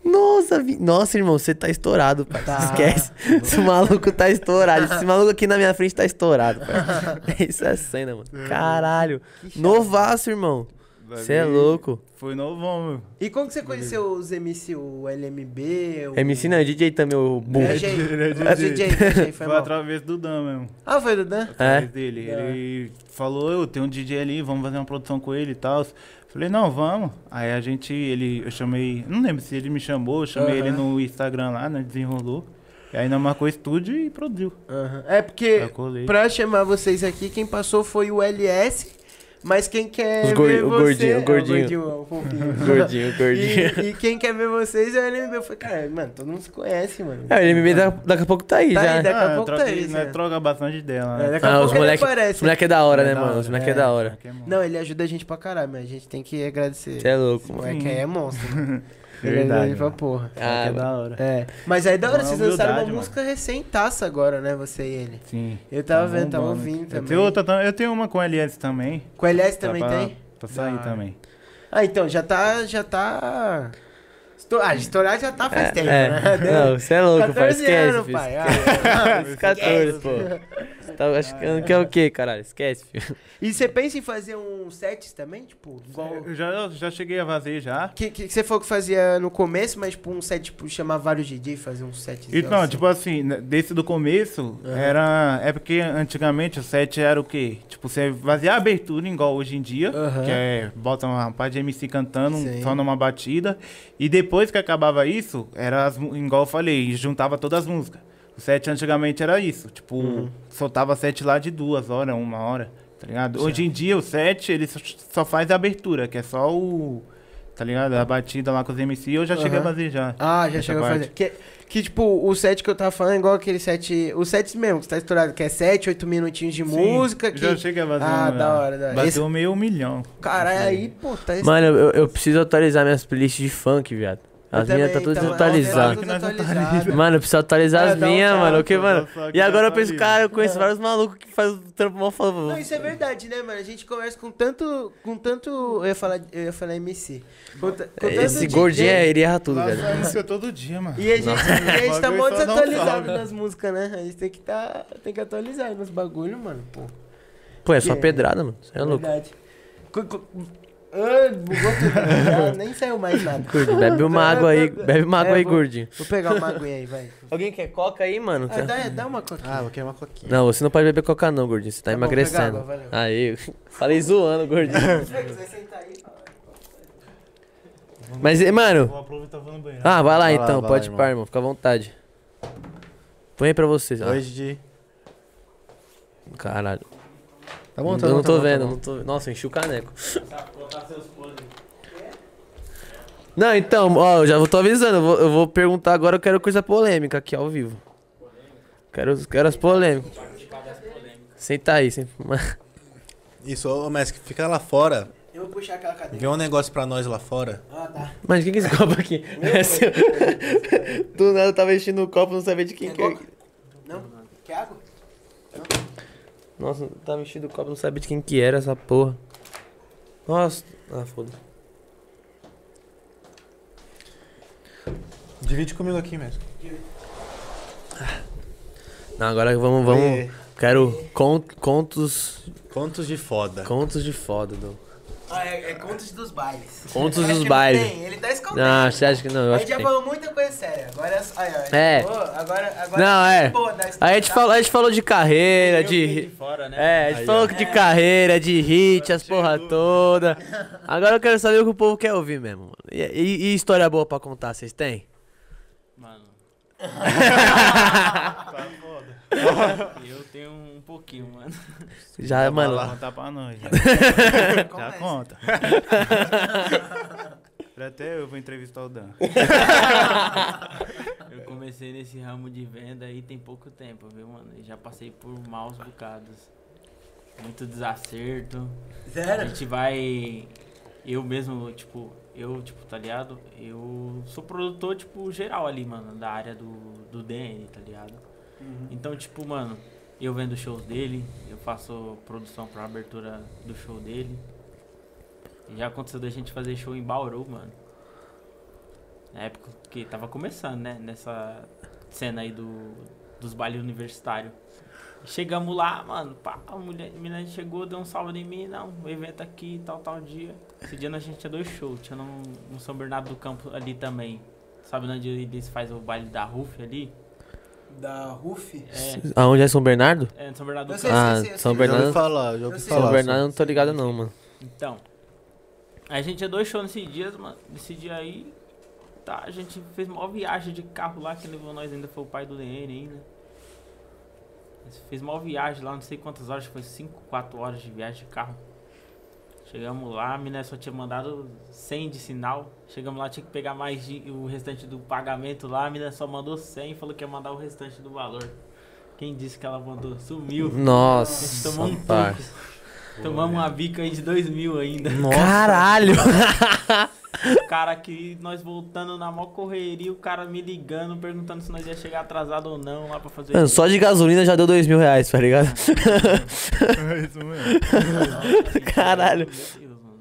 Speaker 1: Nossa, vi- Nossa, irmão, você tá estourado, pai.
Speaker 2: Tá.
Speaker 1: Esquece. Esse maluco tá estourado. Esse maluco aqui na minha frente tá estourado, pai. Isso é a cena, mano. Caralho. Novaço, irmão. Você é louco.
Speaker 3: Foi novão, meu.
Speaker 2: E como que você conheceu os MC, o LMB? O...
Speaker 1: MC não, é DJ também, o Boom.
Speaker 2: É, DJ,
Speaker 3: DJ.
Speaker 2: É, DJ, DJ, foi
Speaker 3: Foi,
Speaker 2: mal.
Speaker 3: através do Dan mesmo.
Speaker 2: Ah, foi do Dan?
Speaker 3: Através
Speaker 1: É.
Speaker 3: dele.
Speaker 2: Da hora.
Speaker 3: Ele falou, eu tenho um DJ ali, vamos fazer uma produção com ele e tal. Falei, não, vamos. Aí a gente, ele, eu chamei, não lembro se ele me chamou, eu chamei
Speaker 2: Aham.
Speaker 3: ele no Instagram lá, né, desenrolou. E aí nós marcou estúdio e produziu.
Speaker 2: Aham. É porque,
Speaker 3: Eu colei.
Speaker 2: pra chamar vocês aqui, quem passou foi o LS, mas quem quer
Speaker 1: Os gor-
Speaker 2: ver
Speaker 1: o
Speaker 2: você...
Speaker 1: gordinho, o
Speaker 2: É,
Speaker 1: gordinho.
Speaker 2: o fofinho.
Speaker 1: Gordinho, gordinho.
Speaker 2: E, e quem quer ver vocês é o LMB. Eu falei, cara, mano, todo mundo se conhece, mano.
Speaker 1: É, o LMB da- daqui a pouco tá aí
Speaker 2: Tá aí,
Speaker 1: já. né?
Speaker 2: daqui a
Speaker 3: Ah,
Speaker 2: pouco tá
Speaker 3: troca-
Speaker 2: isso,
Speaker 3: nós
Speaker 2: né?
Speaker 3: troca bastante dela,
Speaker 2: É,
Speaker 3: né?
Speaker 2: daqui a
Speaker 1: Ah,
Speaker 2: pouco
Speaker 1: os
Speaker 2: ele
Speaker 1: moleque-
Speaker 2: aparece.
Speaker 1: Os moleque é da hora,
Speaker 3: É
Speaker 1: né,
Speaker 3: da
Speaker 1: mano?
Speaker 3: hora,
Speaker 1: Os moleque é da hora.
Speaker 3: Aqui é mó-
Speaker 2: Não, ele ajuda a gente pra caralho, mas a gente tem que agradecer.
Speaker 1: Você é louco,
Speaker 2: Pô,
Speaker 1: mano.
Speaker 2: é que aí é monstro. mano. Ele
Speaker 3: É Verdade,
Speaker 2: ajuda pra
Speaker 3: mano.
Speaker 2: porra.
Speaker 3: Aqui é
Speaker 1: Ah, mano.
Speaker 3: da hora.
Speaker 2: É. Mas aí da hora,
Speaker 3: Uma
Speaker 2: vocês lançaram uma
Speaker 3: humildade,
Speaker 2: música recém-taça agora, né? Você e ele.
Speaker 3: Sim.
Speaker 2: Eu tava
Speaker 3: Tá
Speaker 2: vendo, tava
Speaker 3: bombando.
Speaker 2: ouvindo
Speaker 3: Eu
Speaker 2: também.
Speaker 3: tenho, outra, tam- eu tenho uma com LS também.
Speaker 2: Com a LS também
Speaker 3: tá pra-
Speaker 2: tem?
Speaker 3: Pra
Speaker 2: Da
Speaker 3: sair
Speaker 2: hora.
Speaker 3: também.
Speaker 2: Ah, então, já tá. Já tá. Estou... Ah, estourar já tá faz tempo,
Speaker 1: É,
Speaker 2: né?
Speaker 1: não, você é louco, pai.
Speaker 2: 14
Speaker 1: Esquece,
Speaker 2: anos,
Speaker 1: filho.
Speaker 2: pai. Ah,
Speaker 1: Esquece, 14, pô. Você tá achando que é o quê, caralho? Esquece, filho.
Speaker 2: E você pensa em fazer um set também? Tipo, igual.
Speaker 3: Eu já, eu já cheguei a fazer já.
Speaker 2: Que, que, que você falou que fazia no começo, mas tipo um set, tipo, chamar vários DJ e fazer um set.
Speaker 3: Então, tipo assim, né, desse do começo, era. É porque antigamente o set era o quê? Tipo, você fazia a abertura, igual hoje em dia,
Speaker 2: Aham.
Speaker 3: que é bota uma parte de MC cantando um
Speaker 2: Sim.
Speaker 3: só numa batida. E depois que acabava isso, era as, mu- igual eu falei, juntava todas as músicas. O set antigamente era isso, tipo,
Speaker 2: Uhum.
Speaker 3: soltava set lá de duas horas, uma hora, tá ligado? Hoje em dia o set, ele só- só faz a abertura, que é só o. Tá ligado? A batida lá com os MC, eu já cheguei a
Speaker 2: Aham.
Speaker 3: fazer já.
Speaker 2: Ah, já
Speaker 3: Essa
Speaker 2: chegou a fazer.
Speaker 3: parte.
Speaker 2: Que, que Que, tipo, o set que eu tava falando é igual aquele set. O set mesmo, que tá estourado, que é 7, 8 minutinhos de música. Que...
Speaker 3: Já chega a bater
Speaker 2: Ah,
Speaker 3: um-
Speaker 2: da hora, da hora.
Speaker 3: Bateu um
Speaker 2: Esse-
Speaker 3: meio milhão.
Speaker 2: Caralho, aí, pô, tá esse-
Speaker 1: Mano, eu, eu preciso atualizar minhas playlists de funk, viado.
Speaker 2: Eu
Speaker 1: As minhas
Speaker 2: também, então,
Speaker 1: tá tudo
Speaker 2: tava- tava
Speaker 1: desatualizada.
Speaker 3: Nós
Speaker 2: tá tudo
Speaker 3: não
Speaker 2: desatualizado.
Speaker 1: Mano, eu preciso atualizar
Speaker 2: É,
Speaker 1: as
Speaker 2: dá um
Speaker 1: minhas,
Speaker 2: salto,
Speaker 1: mano. O que,
Speaker 3: dá um
Speaker 1: mano?
Speaker 3: salto que
Speaker 1: E agora eu penso,
Speaker 3: atualiza.
Speaker 1: cara, eu conheço
Speaker 2: É.
Speaker 1: vários malucos que fazem o trampo mal falando.
Speaker 2: Não, isso é verdade, né, mano? A gente conversa com tanto. Com tanto. Eu ia falar, eu ia falar MC. Com ta- com tanto
Speaker 1: Esse
Speaker 2: DJ.
Speaker 1: gordinho é, ele erra tudo,
Speaker 3: Lá
Speaker 1: velho.
Speaker 3: sai música é todo dia, mano.
Speaker 2: E a gente, e a gente tá
Speaker 3: Bagulho
Speaker 2: mó
Speaker 3: só não
Speaker 2: desatualizado
Speaker 3: sobe.
Speaker 2: nas músicas, né? A gente tem que, tá, tem que atualizar nos bagulho, mano. Pô,
Speaker 1: Pô, é só
Speaker 2: Que-
Speaker 1: pedrada, mano. Você é louco.
Speaker 2: verdade. Cu- cu- Ah, bugou tudo. Já nem saiu mais nada.
Speaker 1: Gordinho, Bebe uma água aí, bebe uma água
Speaker 2: É,
Speaker 1: aí,
Speaker 2: vou-
Speaker 1: gordinho.
Speaker 2: Vou pegar uma aguinha aí, vai.
Speaker 1: Alguém quer é coca aí, mano? é-
Speaker 2: Ah, dá, dá uma coquinha.
Speaker 4: Ah, vou querer uma coquinha.
Speaker 1: Não, você não pode beber coca não, gordinho. Você tá,
Speaker 2: Tá bom,
Speaker 1: emagrecendo.
Speaker 2: vou pegar água, valeu.
Speaker 1: aí, falei zoando, gordinho.
Speaker 2: Se você quiser sentar aí, fala.
Speaker 1: Mas, eh, mano...
Speaker 3: Vou aproveitar e vou no banheiro.
Speaker 1: Ah, vai lá
Speaker 4: Vai lá,
Speaker 1: então,
Speaker 4: vai lá,
Speaker 1: pode
Speaker 4: irmão.
Speaker 1: par, irmão. Fica à vontade. Põe aí pra vocês. Ah,
Speaker 4: Dois de.
Speaker 1: caralho.
Speaker 4: Tá bom,
Speaker 1: Eu
Speaker 4: tá bom.
Speaker 1: não
Speaker 4: tá
Speaker 1: tô
Speaker 4: bom, tá
Speaker 1: vendo,
Speaker 4: bom.
Speaker 1: não tô vendo. Nossa, enchi o caneco. Não, então, ó, eu já vou tô avisando. Eu vou, eu vou perguntar agora, eu quero coisa polêmica aqui ao vivo. Quero, quero as polêmicas. Senta aí, senta.
Speaker 4: Isso, ô Mask, fica lá fora.
Speaker 2: Eu vou puxar aquela cadeira.
Speaker 4: Vê um negócio pra nós lá fora.
Speaker 2: Ah, tá.
Speaker 1: Mas de quem que é esse copo aqui? É seu. Do nada eu tava enchendo o copo, não sabia de quem que é.
Speaker 2: Não? Quer água?
Speaker 1: Nossa, tava enchendo o copo, não sabia de quem que era essa porra. Nossa. Ah, foda-se.
Speaker 4: Divide comigo aqui, Mask.
Speaker 1: Não, agora vamos, vamos. Quero con- contos.
Speaker 4: Contos de foda.
Speaker 1: Contos de foda, do.
Speaker 2: Ah, é, é contos dos bailes.
Speaker 1: Contos
Speaker 2: Eu acho
Speaker 1: dos
Speaker 2: que
Speaker 1: bailes.
Speaker 2: Não tem, ele tá escondendo.
Speaker 1: Não, Ah, você acha que não? Eu
Speaker 2: a gente
Speaker 1: acho que
Speaker 2: já
Speaker 1: tem.
Speaker 2: falou muita coisa séria. Agora é. só- Aí, ó,
Speaker 1: É.
Speaker 2: pô, Agora, agora
Speaker 1: Não, é.
Speaker 2: boa da história,
Speaker 1: Aí a gente,
Speaker 2: tá?
Speaker 1: falou, a gente falou de carreira, de.
Speaker 6: fora, né?
Speaker 1: É, a gente
Speaker 4: Aí,
Speaker 1: falou
Speaker 4: ó.
Speaker 1: de carreira, de hit, as porra toda. Agora eu quero saber o que o povo quer ouvir mesmo. mano. E, e- e história boa pra contar, vocês têm?
Speaker 6: Mano. Eu tenho um pouquinho, mano.
Speaker 1: Já, mano.
Speaker 3: Vai contar pra nós. Já, já
Speaker 2: é, Começa.
Speaker 3: conta. Até eu vou entrevistar o Dan.
Speaker 6: Eu comecei nesse ramo de venda aí tem pouco tempo, viu, mano? E já passei por maus bocados. Muito desacerto. A
Speaker 2: Zero.
Speaker 6: gente vai. Eu mesmo, tipo, eu, tipo, tá ligado? Eu sou produtor, tipo, geral ali, mano, da área do, do DN, tá ligado? Então, tipo, mano, eu vendo shows dele, eu faço produção pra abertura do show dele. E Já aconteceu da gente fazer show em Bauru, mano. Na época que tava começando, né? Nessa cena aí do, dos bailes universitários. Chegamos lá, mano, pá, a mulher, a menina chegou, deu um salve em mim, não, o evento aqui, tal, tal dia. Esse dia a gente tinha dois shows, tinha um, um São Bernardo do Campo ali também. Sabe onde eles fazem o baile da RUF ali?
Speaker 2: Da Rufi.
Speaker 6: É,
Speaker 1: Aonde é São Bernardo?
Speaker 6: é no São Bernardo
Speaker 2: Eu
Speaker 6: do
Speaker 2: sei,
Speaker 6: Campo.
Speaker 1: Ah,
Speaker 2: sei, sei,
Speaker 1: São
Speaker 2: sei.
Speaker 4: Já ouvi
Speaker 1: Bernardo.
Speaker 4: falar, já ouvi
Speaker 2: Eu sei.
Speaker 4: falar. assim.
Speaker 1: São
Speaker 4: sobre-
Speaker 1: Bernardo eu não tô ligado, não, mano.
Speaker 6: Então, a gente tinha dois shows nesse dia, mano, nesse dia aí. Tá, a gente fez uma viagem de carro lá, que levou nós ainda, foi o pai do DN ainda. Mas Fez uma viagem lá, não sei quantas horas, foi 5, 4 horas de viagem de carro. Chegamos lá, a mina só tinha mandado 100 de sinal. Chegamos lá, tinha que pegar mais de- o restante do pagamento lá, a mina só mandou 100 e falou que ia mandar o restante do valor. Quem disse que ela mandou? Sumiu. A gente
Speaker 1: Nossa,
Speaker 6: tomou um
Speaker 1: par.
Speaker 6: toque. Tomamos uma bica aí de 2 mil ainda.
Speaker 1: Caralho!
Speaker 6: cara que nós voltando na mó correria, o cara me ligando, perguntando se nós ia chegar atrasado ou não lá pra fazer.
Speaker 1: Mano, só de gasolina já deu dois mil reais, tá ligado?
Speaker 3: É isso mesmo.
Speaker 1: Caralho.
Speaker 6: Meu Deus, mano.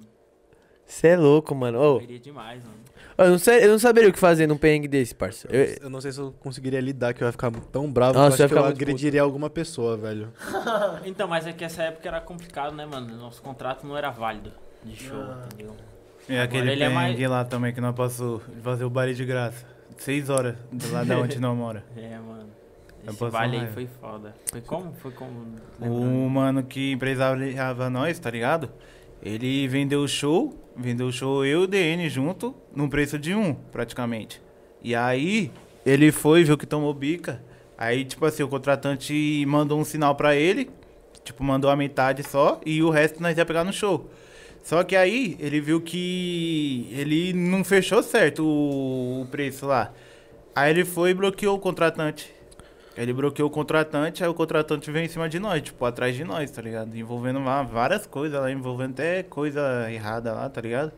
Speaker 1: Você é louco, mano. Ô,
Speaker 6: Correria demais, mano.
Speaker 1: eu, não sei- eu não saberia o que fazer num perrengue desse, parça. Eu-
Speaker 4: Eu não sei se eu conseguiria lidar, que eu ia ficar tão bravo
Speaker 1: Nossa,
Speaker 4: que eu
Speaker 1: você
Speaker 4: acho que
Speaker 1: vai ficar
Speaker 4: eu
Speaker 1: muito puto.
Speaker 4: agrediria alguma pessoa, velho.
Speaker 6: Então, mas é que essa época era complicado, né, mano? Nosso contrato não era válido de show, entendeu?
Speaker 3: E aquele
Speaker 6: ele é mais-
Speaker 3: perrengue lá também que nós passou. Ele fazer o baile de graça. Seis horas de lá da onde nós mora.
Speaker 6: É, mano.
Speaker 3: Eu
Speaker 6: Esse
Speaker 3: posso
Speaker 6: vale aí
Speaker 3: falar.
Speaker 6: foi foda. Foi como? Foi como?
Speaker 3: O
Speaker 1: Hum,
Speaker 6: Lembrando.
Speaker 3: Um mano que empresariava nós, tá ligado? Ele vendeu o show, vendeu o show eu e o DN junto, num preço de um, praticamente. E aí, ele foi, viu que tomou bica. Aí, tipo assim, o contratante mandou um sinal pra ele, tipo, mandou a metade só, e o resto nós ia pegar no show. Só que aí, ele viu que ele não fechou certo o o preço lá. Aí ele foi e bloqueou o contratante. Ele bloqueou o contratante, aí o contratante veio em cima de nós, tipo, atrás de nós, tá ligado? Envolvendo lá várias coisas lá, envolvendo até coisa errada lá, tá ligado?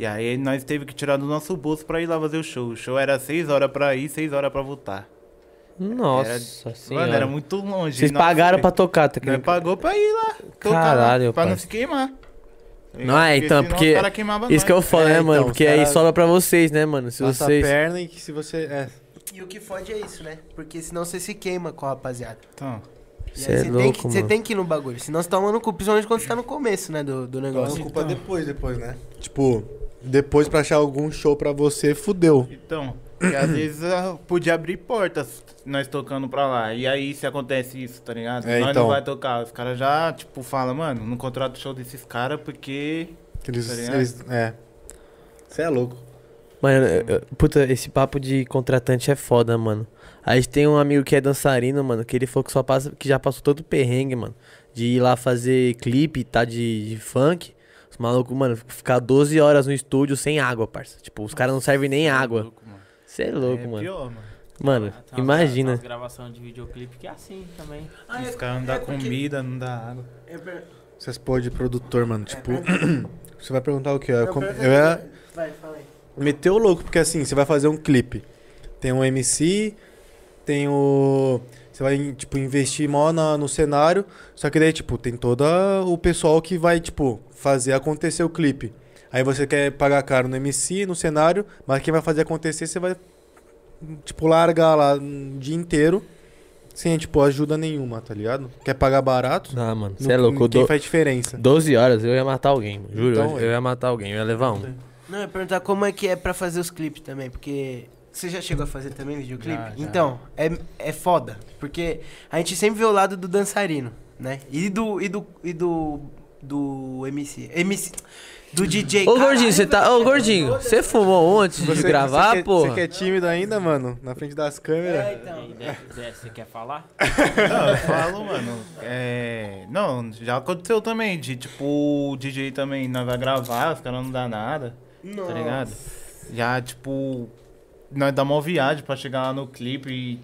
Speaker 3: E aí nós teve que tirar do nosso bolso pra ir lá fazer o show. O show era seis horas pra ir, seis horas pra voltar.
Speaker 1: Nossa senhora.
Speaker 3: Mano, era muito longe.
Speaker 1: Vocês
Speaker 3: Nossa,
Speaker 1: pagaram pra tocar, tá
Speaker 3: Nós
Speaker 1: ligado?
Speaker 3: pagou pra ir lá. tocar lá,
Speaker 1: Caralho,
Speaker 3: Pra não
Speaker 1: parça.
Speaker 3: se queimar.
Speaker 1: Não, é, então, porque-
Speaker 3: o cara queimava nós.
Speaker 1: Isso que eu falo,
Speaker 4: É,
Speaker 1: né, mano?
Speaker 4: então,
Speaker 1: Porque
Speaker 4: os
Speaker 1: aí
Speaker 4: cara-
Speaker 1: sobra pra vocês, né, mano? Se
Speaker 4: Passa
Speaker 1: vocês.
Speaker 4: a perna e que se você. É.
Speaker 2: E o que fode é isso, né? Porque senão você se queima com a rapaziada.
Speaker 3: Então,
Speaker 2: E
Speaker 1: Cê
Speaker 2: aí
Speaker 1: é
Speaker 2: você tem,
Speaker 1: louco,
Speaker 2: que- você
Speaker 1: mano.
Speaker 2: tem que ir no bagulho. Senão você toma no cu, principalmente quando você tá no começo, né, do, do
Speaker 3: Então,
Speaker 2: negócio.
Speaker 4: Então,
Speaker 2: Então,
Speaker 4: culpa depois, depois, né? Tipo, depois pra achar algum show pra você, fudeu.
Speaker 3: então. E às vezes ah, podia abrir portas nós tocando pra lá. E aí se acontece isso, tá ligado?
Speaker 4: É,
Speaker 3: nós
Speaker 4: então.
Speaker 3: não vai tocar. Os caras já, tipo, falam, mano, não contrata o show desses caras porque.
Speaker 4: Que eles,
Speaker 3: Tá ligado?
Speaker 4: eles- é. Você é louco.
Speaker 1: Mano, eu- eu- puta, esse papo de contratante é foda, mano. A gente tem um amigo que é dançarino, mano, que ele falou que, só passa, que já passou todo o perrengue, mano. De ir lá fazer clipe, tá? De, de funk. Os malucos, mano, ficar 12 horas no estúdio sem água, parça. Tipo, os caras não servem nem água.
Speaker 3: Tá Louco, mano.
Speaker 1: Você é louco,
Speaker 3: é
Speaker 1: mano.
Speaker 3: Pior, tá, mano.
Speaker 1: Mano,
Speaker 6: Tem umas- tem
Speaker 1: imagina.
Speaker 6: umas gravação de videoclipe que é assim também.
Speaker 2: ah,
Speaker 3: Os
Speaker 2: é
Speaker 3: caras não dá comida, não dá água.
Speaker 4: Vocês é porra de produtor, mano. Tipo, você vai perguntar o quê?
Speaker 1: é
Speaker 4: É, Eu, com- eu ia
Speaker 2: ia... Vai, fala aí.
Speaker 4: meter o louco, porque assim, você vai fazer um clipe. Tem um MC, tem o. Você vai, tipo, investir mó na, no cenário. Só que daí, tipo, tem todo o pessoal que vai, tipo, fazer acontecer o clipe. Aí você quer pagar caro no MC, no cenário, mas quem vai fazer acontecer, você vai, tipo, largar lá um dia inteiro. Sem, tipo, ajuda nenhuma, tá ligado? Quer pagar
Speaker 3: tá.
Speaker 4: barato?
Speaker 2: Tá,
Speaker 1: Ah, mano,
Speaker 4: Não-
Speaker 1: você é louco. eu
Speaker 4: Ninguém
Speaker 1: dou-
Speaker 4: faz diferença.
Speaker 1: 12 horas eu ia matar alguém, mano. juro.
Speaker 4: Então,
Speaker 1: eu, eu ia matar alguém, eu ia levar um.
Speaker 2: Não, eu ia perguntar como é que é pra fazer os clipes também, porque. Você já chegou a fazer também videoclipe?
Speaker 3: Já, já.
Speaker 2: Então, é, é foda. Porque a gente sempre vê o lado do dançarino, né? E do. E do. E do. Do MC. MC. Do DJ.
Speaker 1: Ô,
Speaker 2: Caralho,
Speaker 1: gordinho, você tá. Ô, gordinho, você fumou antes de gravar,
Speaker 4: que-
Speaker 1: pô?
Speaker 4: Você que é tímido ainda, mano? Na frente das câmeras?
Speaker 2: É,
Speaker 6: E aí,
Speaker 2: então.
Speaker 6: Dé- Dé, você quer falar?
Speaker 3: Não, eu falo, mano. É. Não, já aconteceu também, de tipo, o DJ também nós vai gravar, os caras não dá nada,
Speaker 2: Então, Nossa.
Speaker 3: tá ligado? Já, tipo, nós dá uma viagem pra chegar lá no clipe e,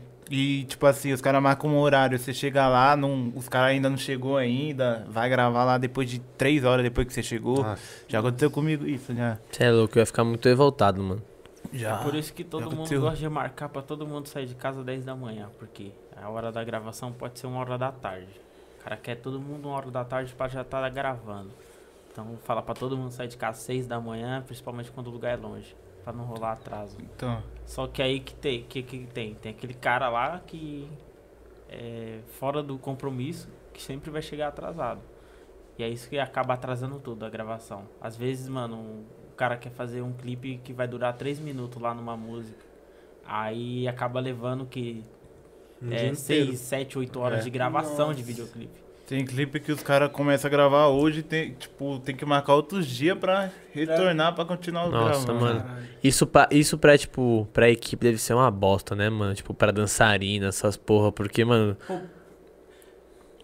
Speaker 3: e tipo assim, os caras marcam um horário, você chega lá, não, os caras ainda não chegou ainda, vai gravar lá depois de três horas depois que você chegou.
Speaker 4: Nossa.
Speaker 3: Já aconteceu comigo isso, né? já.
Speaker 1: Você é louco, eu ia ficar muito revoltado, mano.
Speaker 3: Já.
Speaker 6: É Por isso que todo
Speaker 3: já
Speaker 6: mundo
Speaker 3: aconteceu.
Speaker 6: gosta de marcar pra todo mundo sair de casa 10 da manhã, porque a hora da gravação pode ser uma hora da tarde. O cara quer todo mundo uma hora da tarde pra já estar gravando. Então fala pra todo mundo sair de casa 6 da manhã, principalmente quando o lugar é longe, pra não rolar atraso.
Speaker 3: Então,
Speaker 6: Só que aí que tem, que, que tem? Tem aquele cara lá que é fora do compromisso, que sempre vai chegar atrasado. E é isso que acaba atrasando tudo, a gravação. Às vezes, mano, o cara quer fazer um clipe que vai durar três minutos lá numa música. Aí acaba levando que
Speaker 4: Um dia
Speaker 6: é,
Speaker 4: inteiro.
Speaker 6: 6, 7, 8 horas
Speaker 3: É.
Speaker 6: de gravação de videoclipe.
Speaker 3: tem clipe que os caras começam a gravar hoje, tem, tipo, tem que marcar outros dias pra retornar pra continuar
Speaker 1: Nossa,
Speaker 3: gravando.
Speaker 1: mano. Isso pra, isso pra, tipo, pra equipe deve ser uma bosta, né, mano? Tipo, pra dançarina, essas porra, porque, mano.
Speaker 2: Eu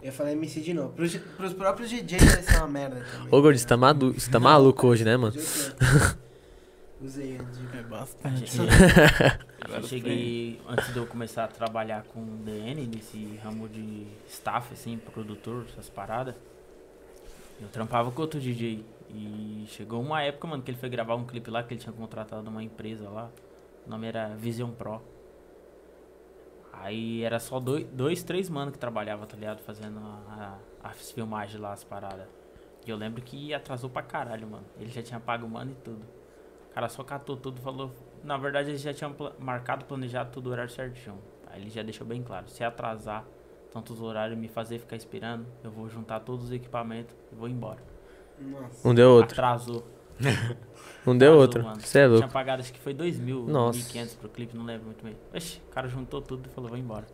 Speaker 2: ia falar MC de novo. Pros, pros próprios DJs vai ser uma merda também.
Speaker 1: Ô, gordinho, você tá, madu... você tá maluco hoje, né, mano?
Speaker 2: Usei antes de.
Speaker 3: É
Speaker 6: Eu
Speaker 3: bastante.
Speaker 6: cheguei-
Speaker 3: Agora
Speaker 6: eu cheguei, antes de eu começar a trabalhar com o DN, nesse ramo de staff, assim, produtor, essas paradas, eu trampava com outro DJ. E chegou uma época, mano, que ele foi gravar um clipe lá, que ele tinha contratado uma empresa lá. O nome era Vision Pro. Aí era só dois, dois três mano que trabalhava, tá ligado? Fazendo a, a, as filmagens lá, as paradas. E eu lembro que atrasou pra caralho, mano. Ele já tinha pago o mano e tudo. O cara só catou tudo, falou. Na verdade, eles já tinham pla- marcado, planejado tudo o horário certinho. Aí ele já deixou bem claro: se atrasar tantos horários e me fazer ficar esperando, eu vou juntar todos os equipamentos e vou embora.
Speaker 2: Nossa.
Speaker 1: Não Um deu outro.
Speaker 6: Atrasou.
Speaker 1: Não deu
Speaker 6: Arrasou,
Speaker 1: outro.
Speaker 6: mano.
Speaker 1: Você é
Speaker 6: Tinha
Speaker 1: louco.
Speaker 6: pagado, acho que foi 2 mil,
Speaker 1: Nossa.
Speaker 6: 1.500 pro clipe, não lembro muito bem. Oxi, o cara juntou tudo e falou: vou embora.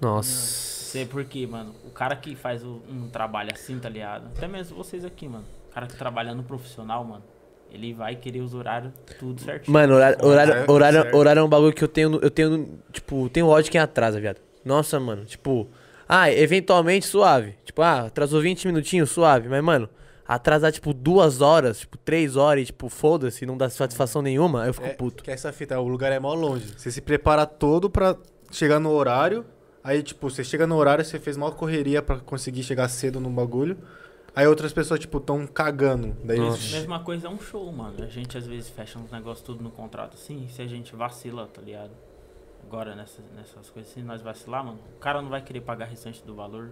Speaker 1: Nossa.
Speaker 6: Sei por quê, mano. O cara que faz o- um trabalho assim, tá ligado? Até mesmo vocês aqui, mano. O cara que trabalha no profissional, mano. Ele vai querer os horários tudo certinho.
Speaker 1: Mano, horário, horário,
Speaker 4: Certo,
Speaker 1: horário,
Speaker 4: certo.
Speaker 1: horário é um bagulho que eu tenho. Eu tenho. Tipo, tenho ódio de quem atrasa, viado. Nossa, mano. Tipo. Ah, eventualmente suave. Tipo, ah, atrasou 20 minutinhos, suave. Mas, mano, atrasar, tipo, duas horas, tipo, três horas e, tipo, foda-se, não dá satisfação nenhuma, eu fico
Speaker 4: É,
Speaker 1: puto.
Speaker 4: Que essa fita, o lugar é mó longe. Você se prepara todo pra chegar no horário. Aí, tipo, você chega no horário, você fez mó correria pra conseguir chegar cedo no bagulho. Aí outras pessoas, tipo, tão cagando. Daí eles...
Speaker 6: Mesma coisa é um show, mano. A gente às vezes fecha uns negócios tudo no contrato assim, e se a gente vacila, tá ligado? Agora nessas, nessas coisas, se nós vacilar, mano, o cara não vai querer pagar restante do valor,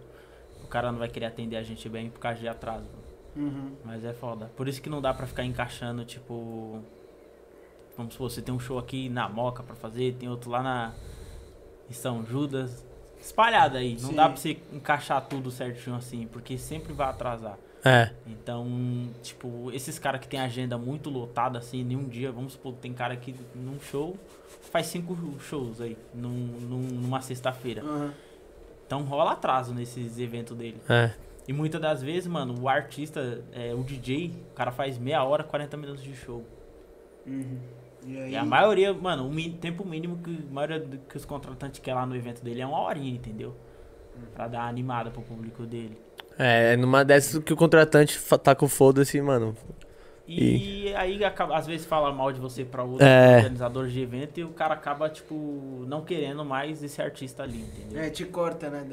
Speaker 6: o cara não vai querer atender a gente bem por causa de atraso. mano.
Speaker 2: Uhum.
Speaker 6: Mas é foda. Por isso que não dá pra ficar encaixando, tipo. Vamos supor, você tem um show aqui na Moca pra fazer, tem outro lá na. em São Judas. Espalhado aí. Não
Speaker 2: Sim.
Speaker 6: dá pra você encaixar tudo certinho assim, porque sempre vai atrasar.
Speaker 1: É.
Speaker 6: Então, tipo, esses caras que tem agenda muito lotada, assim, nenhum dia, vamos supor, tem cara que num show faz cinco shows aí, num, num- numa sexta-feira.
Speaker 2: Aham.
Speaker 6: Então rola atraso nesses eventos dele.
Speaker 1: É.
Speaker 6: E muitas das vezes, mano, o artista, é, o DJ, o cara faz meia hora, 40 minutos de show.
Speaker 2: Uhum. E aí?
Speaker 6: E a maioria, mano, o mi- tempo mínimo que a maioria do- que os contratantes quer lá no evento dele é uma horinha, entendeu? Pra dar uma animada pro público dele.
Speaker 1: É, numa dessas que o contratante fa- tá com foda-se, mano.
Speaker 6: E, aí acaba- às vezes fala mal de você pra outro
Speaker 1: É.
Speaker 6: organizador de evento e o cara acaba, tipo, não querendo mais esse artista ali, entendeu?
Speaker 2: É, te corta, né?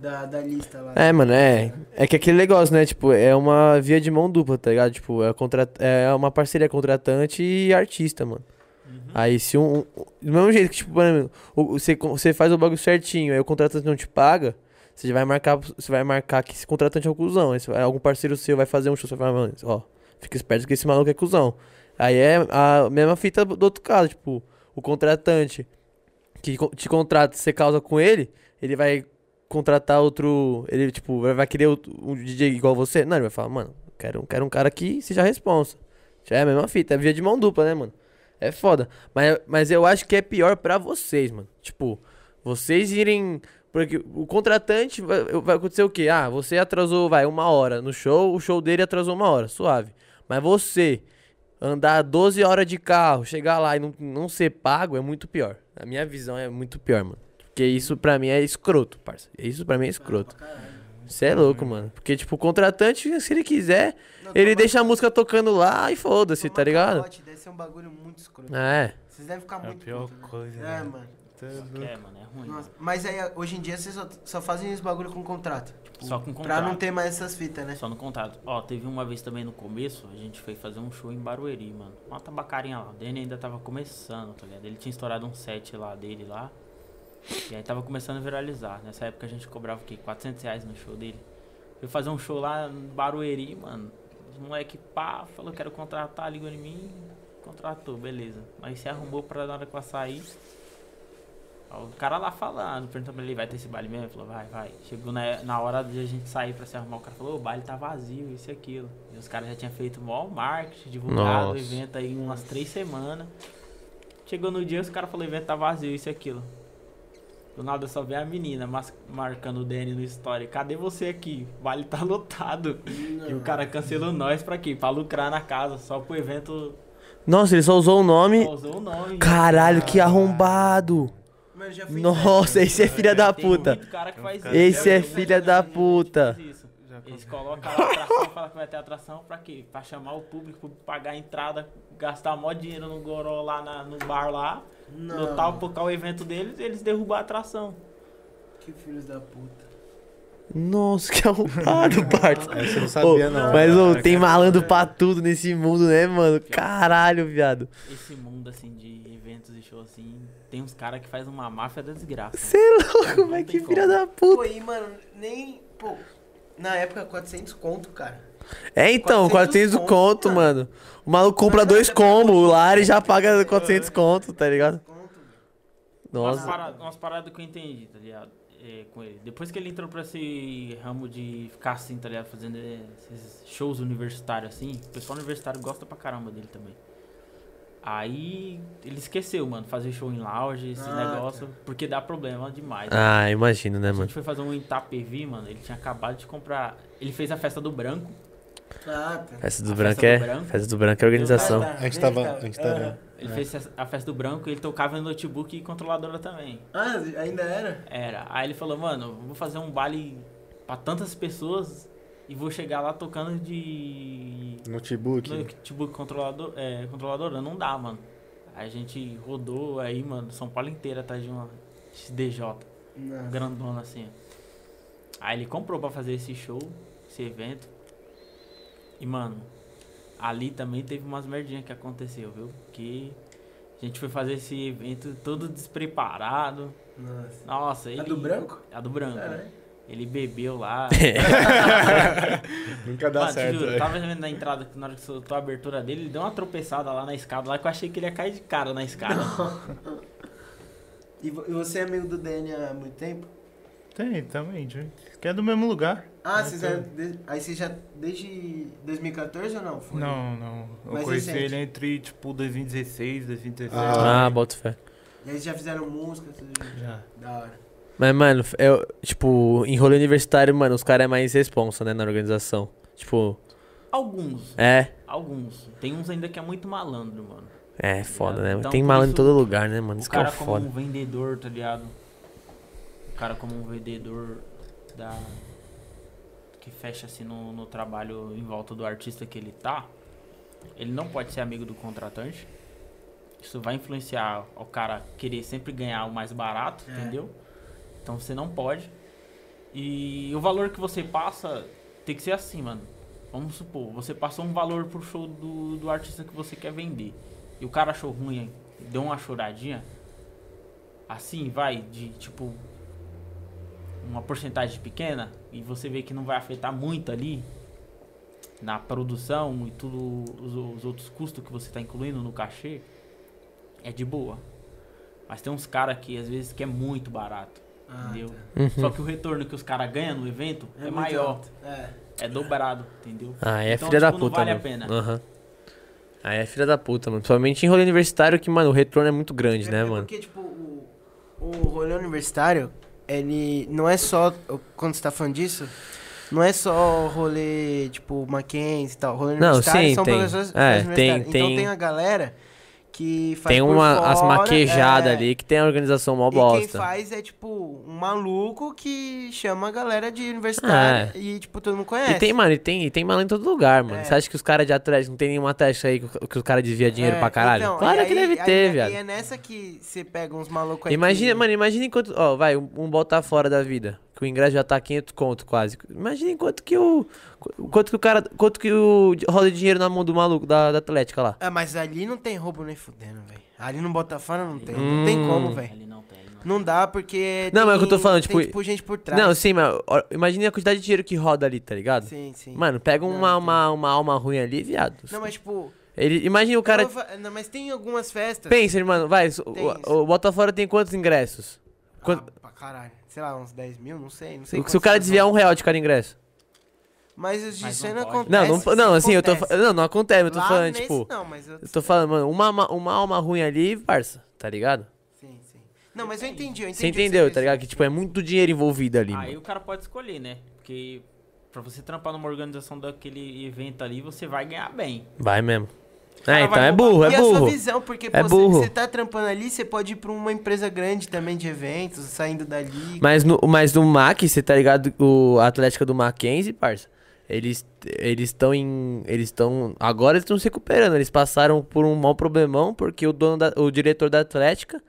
Speaker 2: Da, da, da lista lá.
Speaker 1: É, mano, é. É que aquele negócio, né? Tipo, é uma via de mão dupla, tá ligado? Tipo, é, contra... é uma parceria contratante e artista, mano. Aí se um. um- Do mesmo jeito que, tipo, por exemplo, o- você, con- você faz o bagulho certinho, aí o contratante não te paga, você já vai marcar, você vai marcar que esse contratante é um cuzão. Aí você vai- algum parceiro seu vai fazer um show, você vai falar, mano, ó, fica esperto que esse maluco é cuzão. Aí é a mesma fita do outro caso, tipo, o contratante que co- te contrata, você causa com ele, ele vai contratar outro. Ele, tipo, vai vai querer outro- um DJ igual você? Não, ele vai falar, mano, quero, um- quero um cara que seja responsa. Já é a mesma fita, é via de mão dupla, né, mano? É foda. Mas, mas eu acho que é pior pra vocês, mano. Tipo, vocês irem. Porque o contratante vai, vai acontecer o quê? Ah, você atrasou, vai, uma hora no show, o show dele atrasou uma hora, suave. Mas você andar 12 horas de carro, chegar lá e não, não ser pago é muito pior. A minha visão é muito pior, mano. Porque isso pra mim é escroto, parça. Isso pra mim é escroto. Você é louco, mano. Porque, tipo, o contratante, se ele quiser,
Speaker 2: Não,
Speaker 1: ele
Speaker 2: toma-
Speaker 1: deixa a música tocando lá e foda-se,
Speaker 2: tomar
Speaker 1: tá ligado?
Speaker 2: calote Deve ser um bagulho muito escroto.
Speaker 1: É.
Speaker 2: Vocês devem ficar
Speaker 3: É a
Speaker 2: muito
Speaker 3: pior
Speaker 2: puto, né?
Speaker 3: coisa,
Speaker 2: É,
Speaker 3: né?
Speaker 2: mano.
Speaker 6: É, mano, é ruim.
Speaker 2: uhum. Nossa,
Speaker 6: mano.
Speaker 2: Mas aí, hoje em dia, vocês só, só fazem esse bagulho com contrato. Tipo,
Speaker 6: Só com
Speaker 2: Pra
Speaker 6: contrato.
Speaker 2: não ter mais essas fitas, né?
Speaker 6: Só no contrato. Ó, teve uma vez também no começo, a gente foi fazer um show em Barueri, mano. Uma tabacarinha lá. O Danny ainda tava começando, tá ligado? Ele tinha estourado um set lá dele lá. E aí tava começando a viralizar. Nessa época a gente cobrava o quê? 400 reais no show dele. Fui fazer um show lá no Barueri, mano. Os moleque pá, falou quero contratar, ligou em mim. Contratou, beleza. Aí se arrumou pra na hora que eu sair. Ó, O cara lá falando, perguntando pra ele, vai ter esse baile mesmo? Ele falou, vai, vai. Chegou na, na hora de a gente sair pra se arrumar, o cara falou, "Ô, o baile tá vazio, isso e aquilo. E os caras já tinham feito o maior marketing, divulgado o
Speaker 1: Nossa.
Speaker 6: evento aí umas três semanas. Chegou no dia, os caras falaram, o evento tá vazio, isso e aquilo. Do nada só vê a menina mas- marcando o Danny no story. Cadê você aqui? O baile tá lotado. E o cara
Speaker 1: Hum.
Speaker 6: cancelou nós pra quê? Pra lucrar na casa, só pro evento
Speaker 1: Nossa, ele só usou o nome.
Speaker 6: causou o nome.
Speaker 1: Caralho, que arrombado.
Speaker 2: Mano, já fui
Speaker 1: Nossa, esse é filha da
Speaker 6: Tem
Speaker 1: puta.
Speaker 6: muito cara que faz
Speaker 1: Esse
Speaker 6: Eu
Speaker 1: é
Speaker 6: vi um
Speaker 1: filha da
Speaker 6: cara que
Speaker 1: puta.
Speaker 6: faz isso. Eles colocam lá atração, falam que vai ter atração pra quê? Pra chamar o público, pra pagar a entrada, gastar mó dinheiro no goró lá na- no bar lá,
Speaker 2: Não,
Speaker 6: lotar o focar o evento deles, eles derrubam a atração.
Speaker 2: que filhos da puta.
Speaker 1: Nossa, que arrombado, parça.
Speaker 4: Aí você um- não
Speaker 1: Ô,
Speaker 4: sabia, não.
Speaker 1: mas ô,
Speaker 3: cara,
Speaker 1: tem malandro pra tudo nesse mundo, né, mano? Caralho, viado.
Speaker 6: Esse mundo assim de eventos e shows assim, tem uns caras que faz uma máfia da desgraça.
Speaker 1: Cê é louco,
Speaker 6: Não
Speaker 1: velho.
Speaker 6: tem
Speaker 1: Que filha
Speaker 6: como.
Speaker 1: da
Speaker 2: Pô,
Speaker 1: puta.
Speaker 2: e, mano, nem... Pô, na época, 400 conto, cara.
Speaker 1: É, então,
Speaker 2: 400
Speaker 1: 400
Speaker 2: conto,
Speaker 1: conto, mano. O maluco compra
Speaker 2: Mas
Speaker 1: dois
Speaker 2: você pega
Speaker 1: combos
Speaker 2: outro.
Speaker 1: lá e já paga 400 conto, tá ligado?
Speaker 2: Conto, velho.
Speaker 6: Umas
Speaker 1: Nossa.
Speaker 6: paradas, umas paradas que eu entendi, tá ligado? É, com ele. Depois que ele entrou pra esse ramo de ficar assim, tá ligado? Fazendo é, esses shows universitários assim, o pessoal universitário gosta pra caramba dele também. Aí ele esqueceu, mano, fazer show em lounge, esse
Speaker 2: Ah,
Speaker 6: negócio, porque dá problema demais.
Speaker 1: Ah, imagino, né,
Speaker 6: A
Speaker 1: mano?
Speaker 6: gente foi fazer um em Itapevi, mano, ele tinha acabado de comprar. Ele fez a festa do branco.
Speaker 2: Ah, tá.
Speaker 1: Festa
Speaker 6: A
Speaker 1: do
Speaker 6: festa
Speaker 1: branco
Speaker 6: do
Speaker 1: é.
Speaker 6: branco.
Speaker 1: Festa do branco é organização.
Speaker 2: Ah, tá.
Speaker 4: A gente tava... A
Speaker 2: Ele
Speaker 4: gente tava...
Speaker 6: Ele fez a- a festa do branco e ele tocava no notebook e controladora também.
Speaker 2: Ah, ainda era?
Speaker 6: Era. Aí ele falou, mano, eu vou fazer um baile pra tantas pessoas e vou chegar lá tocando de
Speaker 4: Notebook.
Speaker 6: no notebook controlador, é, controladora, não dá, mano. A gente rodou aí, mano, São Paulo inteira atrás de uma XDJ, grandona assim. ó. Aí ele comprou pra fazer esse show, esse evento. E, mano, ali também teve umas merdinhas que aconteceu, viu? Que a gente foi fazer esse evento todo despreparado.
Speaker 2: Nossa.
Speaker 6: Nossa, ele...
Speaker 2: A É do branco?
Speaker 6: A do branco. né?
Speaker 2: Caralho.
Speaker 6: Ele bebeu lá.
Speaker 1: É,
Speaker 4: Nunca dá
Speaker 1: Ah,
Speaker 6: Mano, te
Speaker 4: certo. é.
Speaker 6: juro,
Speaker 4: velho.
Speaker 1: né?
Speaker 6: eu tava vendo na entrada, que na hora que soltou a abertura dele, ele deu uma tropeçada lá na escada, lá que eu achei que ele ia cair de cara na escada.
Speaker 2: E vo- e você é amigo do DNA há muito tempo?
Speaker 3: Tem, também, gente. Que é do mesmo lugar.
Speaker 2: Ah, vocês é de- aí você já desde 2014 ou não? Foi?
Speaker 3: Não, não. Eu
Speaker 2: Mas
Speaker 3: conheci
Speaker 2: recente.
Speaker 3: ele entre, tipo, 2016, 2017.
Speaker 4: Ah.
Speaker 1: Ah, bota fé.
Speaker 2: E aí vocês já fizeram música, tudo
Speaker 3: Já.
Speaker 2: da hora.
Speaker 1: Mas, mano, eu, tipo, em rolê universitário, mano, os caras é mais responsa, né, na organização. Tipo,
Speaker 6: alguns,
Speaker 1: é.
Speaker 6: alguns. Tem uns ainda que é muito malandro, mano.
Speaker 1: É foda, né?
Speaker 6: Então,
Speaker 1: Tem
Speaker 6: por
Speaker 1: malandro em
Speaker 6: isso,
Speaker 1: todo lugar, né, mano?
Speaker 6: o
Speaker 1: Isso que é
Speaker 6: cara
Speaker 1: o
Speaker 6: como
Speaker 1: foda.
Speaker 6: um vendedor, tá ligado? O cara como um vendedor da. que fecha assim no, no trabalho em volta do artista que ele tá. Ele não pode ser amigo do contratante. Isso vai influenciar o cara querer sempre ganhar o mais barato,
Speaker 2: É.
Speaker 6: entendeu? Então você não pode. E o valor que você passa tem que ser assim, mano. Vamos supor, você passou um valor pro show do, do artista que você quer vender. E o cara achou ruim, deu uma choradinha. Assim, vai, de tipo. Uma porcentagem pequena. E você vê que não vai afetar muito ali. Na produção e tudo. Os, os outros custos que você tá incluindo no cachê. É de boa. Mas tem uns caras que às vezes que é muito barato.
Speaker 2: Ah,
Speaker 6: entendeu?
Speaker 2: tá.
Speaker 1: Uhum.
Speaker 6: Só que o retorno que os caras ganham no evento é,
Speaker 2: muito
Speaker 6: maior.
Speaker 2: alto. É.
Speaker 6: É dobrado, entendeu?
Speaker 1: Ah, é
Speaker 6: Então,
Speaker 1: filha da
Speaker 6: tipo, não
Speaker 1: puta,
Speaker 6: vale a
Speaker 1: mano.
Speaker 6: pena.
Speaker 1: Aham. Ah, é filha da puta, mano. Principalmente em rolê universitário que, mano, o retorno é muito grande,
Speaker 2: É
Speaker 1: né, mano?
Speaker 2: Porque, tipo, o, o rolê universitário, ele não é só. Quando você tá falando disso, não é só rolê, tipo, Mackenzie e tal. Rolê
Speaker 1: Não,
Speaker 2: universitário
Speaker 1: sim,
Speaker 2: são
Speaker 1: tem.
Speaker 2: professores.
Speaker 1: É,
Speaker 2: professores
Speaker 1: tem-
Speaker 2: universitários. Então
Speaker 1: tem-
Speaker 2: tem a galera que faz.
Speaker 1: Tem
Speaker 2: por
Speaker 1: uma, as
Speaker 2: fora,
Speaker 1: maquejadas
Speaker 2: é,
Speaker 1: ali que tem a organização mó
Speaker 2: E quem
Speaker 1: bosta.
Speaker 2: faz é, tipo, um maluco que chama a galera de universitário
Speaker 1: Ah,
Speaker 2: e, tipo, todo mundo
Speaker 1: E
Speaker 2: conhece.
Speaker 1: tem, mano, e tem, e tem malandro em todo lugar, mano.
Speaker 2: É.
Speaker 1: Você acha que os caras de Atlético não tem nenhuma taxa aí que, o- que os caras desviam dinheiro
Speaker 2: É,
Speaker 1: pra caralho?
Speaker 2: então,
Speaker 1: claro
Speaker 2: e
Speaker 1: que
Speaker 2: aí-
Speaker 1: deve
Speaker 2: aí-
Speaker 1: ter,
Speaker 2: e
Speaker 1: viado.
Speaker 2: é nessa que você pega uns malucos aí.
Speaker 1: Imagina,
Speaker 2: que-
Speaker 1: mano, imagina enquanto. Ó, vai, um, um botar fora da vida. Que o ingresso já tá 500 conto quase. Imagina enquanto que o. Quanto que o cara. Quanto que o. Rola de dinheiro na mão do maluco da, da Atlética lá.
Speaker 2: Ah, mas ali não tem roubo nem fudendo, velho. Ali no Botafogo não tem. Não tem
Speaker 1: Hum.
Speaker 2: como, velho.
Speaker 6: Ele não tem, ele não tem.
Speaker 2: Não dá porque.
Speaker 1: Não,
Speaker 2: tem,
Speaker 1: mas é o que eu tô falando,
Speaker 2: tem,
Speaker 1: tipo,
Speaker 2: tipo, gente por trás.
Speaker 1: Não, sim, mas ó, imagina a quantidade de dinheiro que roda ali, tá ligado?
Speaker 2: Sim, sim.
Speaker 1: Mano, pega
Speaker 2: Não,
Speaker 1: uma,
Speaker 2: tem.
Speaker 1: uma, uma alma ruim ali, viado.
Speaker 2: Não, mas tipo.
Speaker 1: Ele, imagina o cara.
Speaker 2: eu vou fa- Não, mas tem algumas festas.
Speaker 1: Pensa, mano, vai. o-
Speaker 2: isso.
Speaker 1: O, o Botafogo tem quantos ingressos?
Speaker 2: Ah,
Speaker 1: Quant-
Speaker 2: pra caralho. Sei lá, uns 10 mil, não sei. Não sei
Speaker 1: se o
Speaker 2: quantos
Speaker 1: cara
Speaker 2: são.
Speaker 1: desviar um real de cada ingresso.
Speaker 2: Mas os
Speaker 6: Mas
Speaker 2: disso aí
Speaker 6: não
Speaker 2: não
Speaker 6: pode. né?
Speaker 2: acontece.
Speaker 1: Não, não, não assim, eu tô. fa-
Speaker 2: acontece.
Speaker 1: Não, não acontece, eu tô
Speaker 2: Lá
Speaker 1: falando,
Speaker 2: nesse
Speaker 1: tipo.
Speaker 2: Não, mas eu.
Speaker 1: Eu tô falando, mano, uma, ma- uma alma ruim ali, parça, tá ligado?
Speaker 2: Sim, sim. Não, mas eu entendi, eu entendi.
Speaker 1: Você
Speaker 2: o que
Speaker 1: entendeu,
Speaker 2: quis
Speaker 1: tá ligado? Que, tipo, é muito dinheiro envolvido ali,
Speaker 6: Aí
Speaker 1: mano.
Speaker 6: o cara pode escolher, né? Porque pra você trampar numa organização daquele evento ali, você vai ganhar bem.
Speaker 1: Vai mesmo.
Speaker 6: cara
Speaker 1: É, então
Speaker 6: vai
Speaker 1: é
Speaker 6: roubar-
Speaker 1: burro,
Speaker 2: e
Speaker 1: é
Speaker 2: a
Speaker 1: burro.
Speaker 2: sua visão, porque pô,
Speaker 1: É
Speaker 2: você-
Speaker 1: burro.
Speaker 2: você tá trampando ali, você pode ir pra uma empresa grande também de eventos, saindo dali.
Speaker 1: Mas no, mas no MAC, você tá ligado? O a Atlética do Mackenzie, parça. Eles eles estão em. Eles estão. Agora eles estão se recuperando. Eles passaram por um mau problemão porque o dono da, o diretor da Atlética